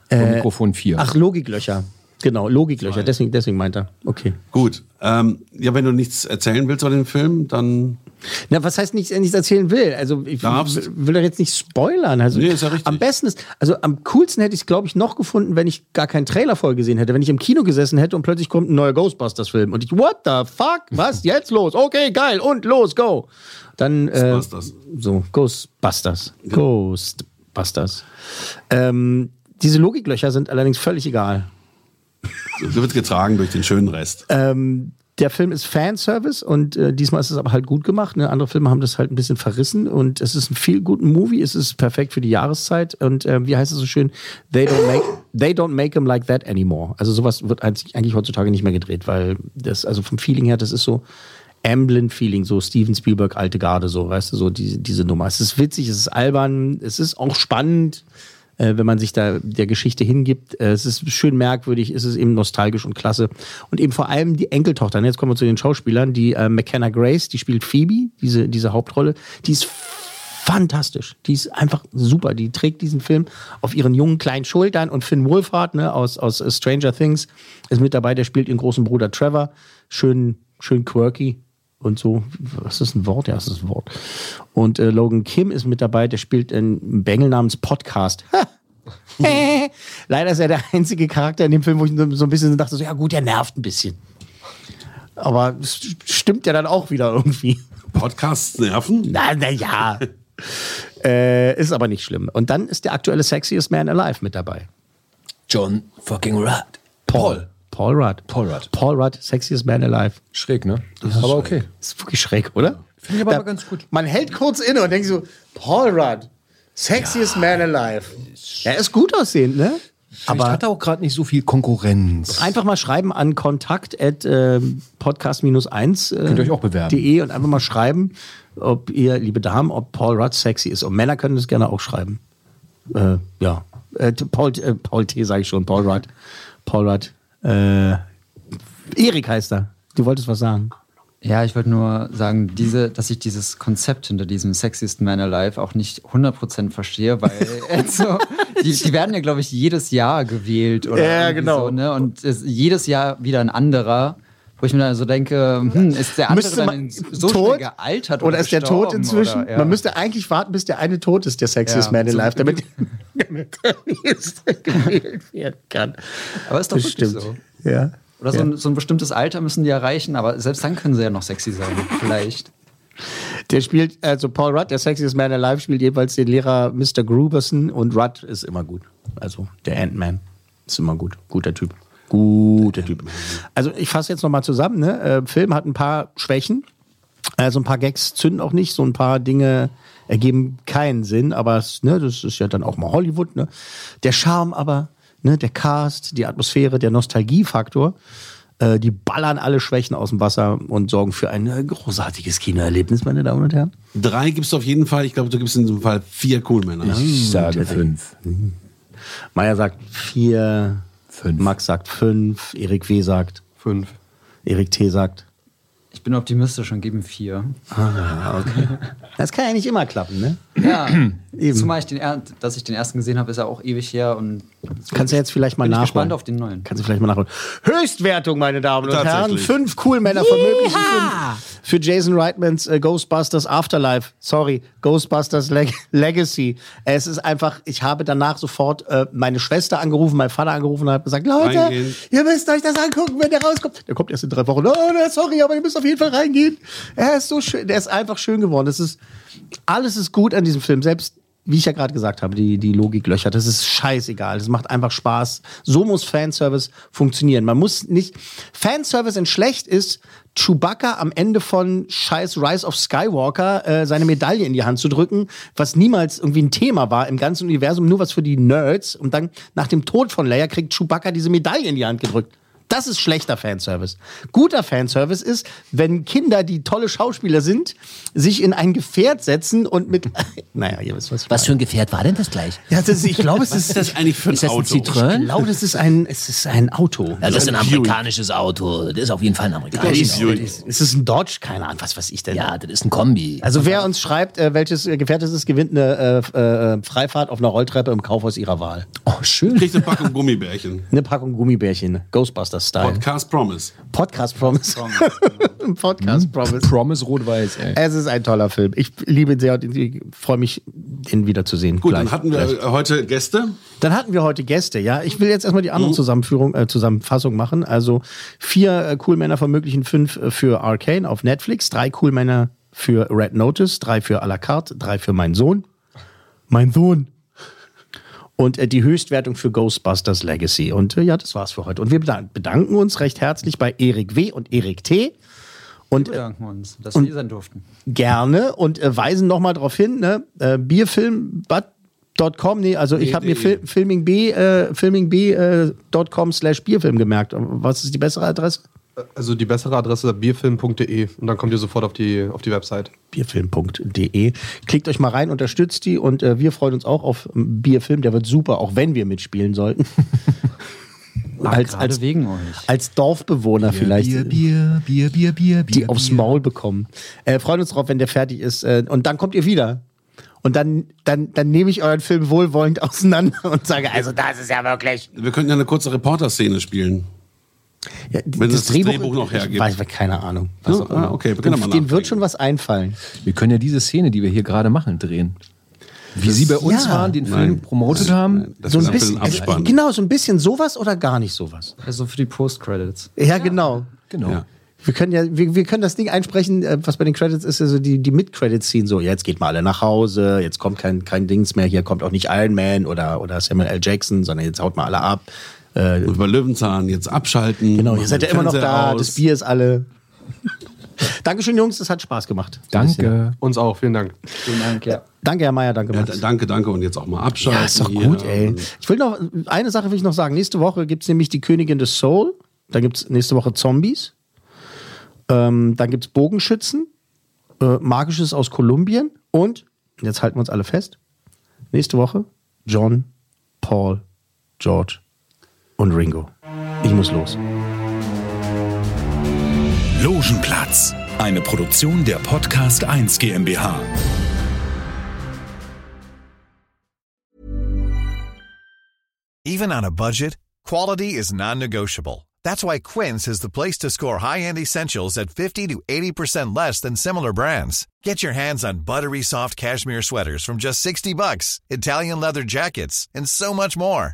Speaker 23: Äh,
Speaker 5: Vom Mikrofon 4.
Speaker 2: Ach, Logiklöcher. Genau, Logiklöcher. Deswegen, deswegen meint er. Okay.
Speaker 3: Gut. Ähm, ja, wenn du nichts erzählen willst über den Film, dann.
Speaker 2: Na, was heißt nichts, nichts erzählen will? Also ich
Speaker 3: Darfst.
Speaker 2: will, will doch jetzt nicht spoilern. Also
Speaker 3: Nee, ist ja richtig.
Speaker 2: am besten ist, also am coolsten hätte ich es, glaube ich, noch gefunden, wenn ich gar keinen Trailer vorher gesehen hätte, wenn ich im Kino gesessen hätte und plötzlich kommt ein neuer Ghostbusters-Film und ich, what the fuck? Was? Jetzt los? Okay, geil. Und los, go. Dann äh, so, Ghostbusters. Ghostbusters. Ähm, diese Logiklöcher sind allerdings völlig egal.
Speaker 3: Du wirst getragen durch den schönen Rest.
Speaker 2: Ähm, der Film ist Fanservice und äh, diesmal ist es aber halt gut gemacht. Ne? Andere Filme haben das halt ein bisschen verrissen und es ist ein viel guten Movie. Es ist perfekt für die Jahreszeit und äh, wie heißt es so schön? They don't make they don't make them like that anymore. Also sowas wird eigentlich eigentlich heutzutage nicht mehr gedreht, weil das also vom Feeling her, das ist so Amblin-Feeling, so Steven Spielberg alte Garde, so weißt du, so diese, diese Nummer. Es ist witzig, es ist albern, es ist auch spannend äh, wenn man sich da der Geschichte hingibt. Äh, es ist schön merkwürdig, es ist eben nostalgisch und klasse. Und eben vor allem die Enkeltochter. ne, Jetzt kommen wir zu den Schauspielern. Die äh, McKenna Grace, die spielt Phoebe, diese, diese Hauptrolle. Die ist fantastisch. Die ist einfach super. Die trägt diesen Film auf ihren jungen kleinen Schultern. Und Finn Wolfhard ne, aus, aus äh, Stranger Things ist mit dabei. Der spielt ihren großen Bruder Trevor. Schön, schön quirky. Und so, was ist ein Wort? Ja, es ist ein Wort. Und äh, Logan Kim ist mit dabei, der spielt einen Bengel namens Podcast. Leider ist er der einzige Charakter in dem Film, wo ich so ein bisschen dachte, so, ja gut, der nervt ein bisschen. Aber es stimmt ja dann auch wieder irgendwie.
Speaker 3: Podcasts nerven?
Speaker 2: Na, na ja. äh, ist aber nicht schlimm. Und dann ist der aktuelle Sexiest Man Alive mit dabei.
Speaker 23: John fucking Rudd.
Speaker 2: Paul. Paul Rudd. Paul Rudd. Paul Rudd, Sexiest Man Alive.
Speaker 5: Schräg, ne?
Speaker 2: aber okay. Ist wirklich schräg, oder?
Speaker 5: Finde ich aber ganz gut.
Speaker 2: Man hält kurz inne und denkt so, Paul Rudd, Sexiest Man Alive. Er ist gut aussehend, ne?
Speaker 5: Aber hat er auch gerade nicht so viel Konkurrenz.
Speaker 2: Einfach mal schreiben an kontakt at podcast-1. Äh,
Speaker 5: Könnt ihr euch auch bewerben.
Speaker 2: De und einfach mal schreiben, ob ihr, liebe Damen, ob Paul Rudd sexy ist. Und Männer können das gerne auch schreiben. Äh, ja. Äh, t- Paul, äh, Paul T. sage ich schon, Paul Rudd. Paul Rudd. Äh, Erik heißt er. Du wolltest was sagen.
Speaker 6: Ja, ich wollte nur sagen, diese, dass ich dieses Konzept hinter diesem Sexiest Man Alive auch nicht 100% verstehe, weil also, die, die werden ja, glaube ich, jedes Jahr gewählt. Oder
Speaker 2: Ja,
Speaker 6: irgendwie
Speaker 2: genau.
Speaker 6: So, ne? Und es, jedes Jahr wieder ein anderer, wo ich mir dann so denke, hm, ist der andere
Speaker 2: Müsste man-
Speaker 6: dann so
Speaker 2: tot?
Speaker 6: schnell gealtert?
Speaker 2: Oder ist der tot
Speaker 6: gestorben
Speaker 2: inzwischen?
Speaker 6: oder- ja.
Speaker 2: Man müsste eigentlich warten, bis der eine tot ist, der Sexiest
Speaker 6: Ja.
Speaker 2: Man Alive,
Speaker 6: So-
Speaker 2: damit damit der nächste gewählt werden kann.
Speaker 6: Aber ist doch
Speaker 2: Das
Speaker 6: wirklich
Speaker 2: stimmt.
Speaker 6: so.
Speaker 2: Ja.
Speaker 6: Oder so,
Speaker 2: Ja.
Speaker 6: ein, so ein bestimmtes Alter müssen die erreichen, aber selbst dann können sie ja noch sexy sein, vielleicht.
Speaker 2: Der spielt, also Paul Rudd, der Sexiest Man Alive, spielt jeweils den Lehrer Mr. Gruberson und Rudd ist immer gut. Also der Ant-Man ist immer gut. Guter Typ. Guter Typ. Also ich fasse jetzt nochmal zusammen. Ne? Äh, Film hat ein paar Schwächen. Äh, so ein paar Gags zünden auch nicht. So ein paar Dinge ergeben keinen Sinn. Aber es, ne, das ist ja dann auch mal Hollywood. Ne? Der Charme aber, ne? der Cast, die Atmosphäre, der Nostalgiefaktor. Äh, die ballern alle Schwächen aus dem Wasser und sorgen für ein äh, großartiges Kinoerlebnis, meine Damen und Herren.
Speaker 3: Drei gibst du auf jeden Fall. Ich glaube, du gibst in diesem Fall vier Cool-Männer.
Speaker 2: Ich sage
Speaker 3: fünf.
Speaker 2: Meier Hm. sagt vier. Fünf. Max sagt fünf. Erik W. sagt fünf. Erik T. sagt.
Speaker 6: Ich bin optimistisch und gebe ihm vier.
Speaker 2: Ah, okay. Das kann ja nicht immer klappen, ne?
Speaker 6: Ja,
Speaker 2: Eben.
Speaker 6: zumal ich den, er- dass ich den ersten gesehen habe, ist ja auch ewig her und
Speaker 2: Kannst du jetzt vielleicht mal
Speaker 6: Bin ich
Speaker 2: nachholen.
Speaker 6: gespannt auf den neuen.
Speaker 2: Kannst du vielleicht mal nachholen. Höchstwertung, meine Damen und Herren.
Speaker 6: Tatsächlich.
Speaker 2: Fünf cool Männer von möglichen fünf für Jason Reitmans äh, Ghostbusters Afterlife. Sorry, Ghostbusters Leg Legacy. Es ist einfach, ich habe danach sofort äh, meine Schwester angerufen, meinen Vater angerufen und habe gesagt, Leute,
Speaker 3: Reingehen.
Speaker 2: ihr müsst euch das angucken, wenn der rauskommt. Der kommt erst in drei Wochen. Oh, na, sorry, aber ihr müsst auf jeden Fall reingehen. Er ist so schön, der ist einfach schön geworden. Das ist, alles ist gut an diesem Film. Selbst, wie ich ja gerade gesagt habe, die, die Logiklöcher, das ist scheißegal. Das macht einfach Spaß. So muss Fanservice funktionieren. Man muss nicht, Fanservice in schlecht ist, Chewbacca am Ende von scheiß Rise of Skywalker äh, seine Medaille in die Hand zu drücken, was niemals irgendwie ein Thema war im ganzen Universum, nur was für die Nerds. Und dann nach dem Tod von Leia kriegt Chewbacca diese Medaille in die Hand gedrückt. Das ist schlechter Fanservice. Guter Fanservice ist, wenn Kinder, die tolle Schauspieler sind, sich in ein Gefährt setzen und mit. Naja, ihr wisst, was ich
Speaker 23: Was für ein Gefährt war denn das gleich?
Speaker 2: Ja, das ist, ich glaube, es ist,
Speaker 23: Ist das ein Citroën?
Speaker 2: Ich glaube, das ist ein, es ist ein Auto.
Speaker 23: Ja, Also, das ist ein
Speaker 2: Buick.
Speaker 23: amerikanisches Auto. Das ist auf jeden Fall ein amerikanisches
Speaker 2: Das ist-
Speaker 23: Auto.
Speaker 2: das ist- Es ist ein Dodge, keine Ahnung, was weiß ich denn.
Speaker 23: Ja, das ist ein Kombi.
Speaker 2: Also wer uns schreibt, äh, welches äh, Gefährt es ist, gewinnt eine äh, äh, Freifahrt auf einer Rolltreppe im Kaufhaus ihrer Wahl. Oh, schön.
Speaker 3: Kriegt eine Packung Gummibärchen.
Speaker 2: Eine Packung Gummibärchen, Ghostbusters-Style.
Speaker 3: Podcast Promise.
Speaker 2: Podcast Promise.
Speaker 23: Mhm.
Speaker 2: Podcast Promise.
Speaker 5: Promise Rot-Weiß, ey.
Speaker 2: Es ist ein toller Film. Ich liebe ihn sehr und ich freue mich, ihn wiederzusehen.
Speaker 3: Gut,
Speaker 2: Gleich,
Speaker 3: dann hatten wir
Speaker 2: gleich.
Speaker 3: äh, heute Gäste.
Speaker 2: Dann hatten wir heute Gäste, ja. Ich will jetzt erstmal die
Speaker 3: Mhm.
Speaker 2: andere Zusammenführung, äh, Zusammenfassung machen. Also vier äh, Cool Männer von möglichen fünf äh, für Arcane auf Netflix, drei Cool Männer für Red Notice, drei für à la carte, drei für Mein Sohn. Mein Sohn. Und äh, die Höchstwertung für Ghostbusters Legacy. Und äh, ja, das war's für heute. Und wir bedan- bedanken uns recht herzlich bei Erik W. und Erik T. Und äh,
Speaker 6: Bedanken wir uns, dass
Speaker 2: und-
Speaker 6: wir hier sein durften.
Speaker 2: gerne und äh, weisen nochmal darauf hin, ne? äh, bierfilm.com, nee, also ich
Speaker 6: Nee,
Speaker 2: habe mir
Speaker 6: nee.
Speaker 2: Fil filmingb.com äh, filmingb, äh, dot com slash bierfilm gemerkt. Was ist die bessere Adresse?
Speaker 7: Also die bessere Adresse ist bierfilm.de und dann kommt ihr sofort auf die, auf die Website.
Speaker 2: bierfilm.de. E. Klickt euch mal rein, unterstützt die und äh, wir freuen uns auch auf ähm, Bierfilm. Der wird super, auch wenn wir mitspielen sollten. als, als,
Speaker 6: wegen euch.
Speaker 2: als Dorfbewohner vielleicht.
Speaker 1: Bier,
Speaker 23: Äh,
Speaker 1: Bier, Bier, Bier, Bier, Bier.
Speaker 2: die aufs Maul bekommen. Äh, freuen uns drauf, wenn der fertig ist. Äh, und dann kommt ihr wieder. Und dann, dann, dann nehme ich euren Film wohlwollend auseinander und sage, also das ist ja wirklich.
Speaker 3: Wir könnten ja eine kurze Reporter-Szene spielen. Wenn es das Drehbuch noch hergibt.
Speaker 2: Ich weiß, keine Ahnung.
Speaker 3: Was auch immer.
Speaker 5: okay, wir können ja mal
Speaker 2: Denen wird schon was einfallen.
Speaker 5: Wir können ja diese Szene, die wir hier gerade machen, drehen. Wie sie bei uns
Speaker 2: Ja.
Speaker 5: waren, den Film
Speaker 2: Nein.
Speaker 5: promotet haben.
Speaker 2: Ähm, so ein bisschen, also, genau, so ein bisschen sowas oder gar nicht sowas.
Speaker 6: Also für die Post-Credits.
Speaker 2: Ja, genau. genau. Wir können ja, wir, wir können das Ding einsprechen, äh, was bei den Credits ist, also die, die Mid-Credits ziehen, so, jetzt geht mal alle nach Hause, jetzt kommt kein, kein Dings mehr, hier kommt auch nicht Iron Man oder, oder Samuel L. Jackson, sondern jetzt haut mal alle ab. Äh,
Speaker 3: Über Löwenzahn jetzt abschalten.
Speaker 2: Genau, ihr seid ja
Speaker 3: den
Speaker 2: immer noch
Speaker 3: Fernseher
Speaker 2: da,
Speaker 3: aus.
Speaker 2: das Bier ist alle. Dankeschön, Jungs, das hat Spaß gemacht.
Speaker 3: Danke.
Speaker 7: Uns auch, vielen Dank.
Speaker 6: Vielen Dank, ja.
Speaker 2: Danke, Herr Meier, danke,
Speaker 3: Ja,
Speaker 2: Max.
Speaker 3: d- danke, danke. Und jetzt auch mal abschalten.
Speaker 2: Ja, ist doch
Speaker 3: hier.
Speaker 2: gut, ey. Ich will noch, eine Sache will ich noch sagen. Nächste Woche gibt es nämlich die Königin des Soul. Dann gibt es nächste Woche Zombies. Ähm, dann gibt es Bogenschützen. Äh, Magisches aus Kolumbien. Und, jetzt halten wir uns alle fest, nächste Woche John, Paul, George und Ringo. Ich muss los.
Speaker 8: Logenplatz. Eine Produktion der Podcast 1 GmbH.
Speaker 10: Even on a budget, quality is non-negotiable. That's why Quince is the place to score high-end essentials at 50 to 80% less than similar brands. Get your hands on buttery soft cashmere sweaters from just 60 bucks, Italian leather jackets, and so much more.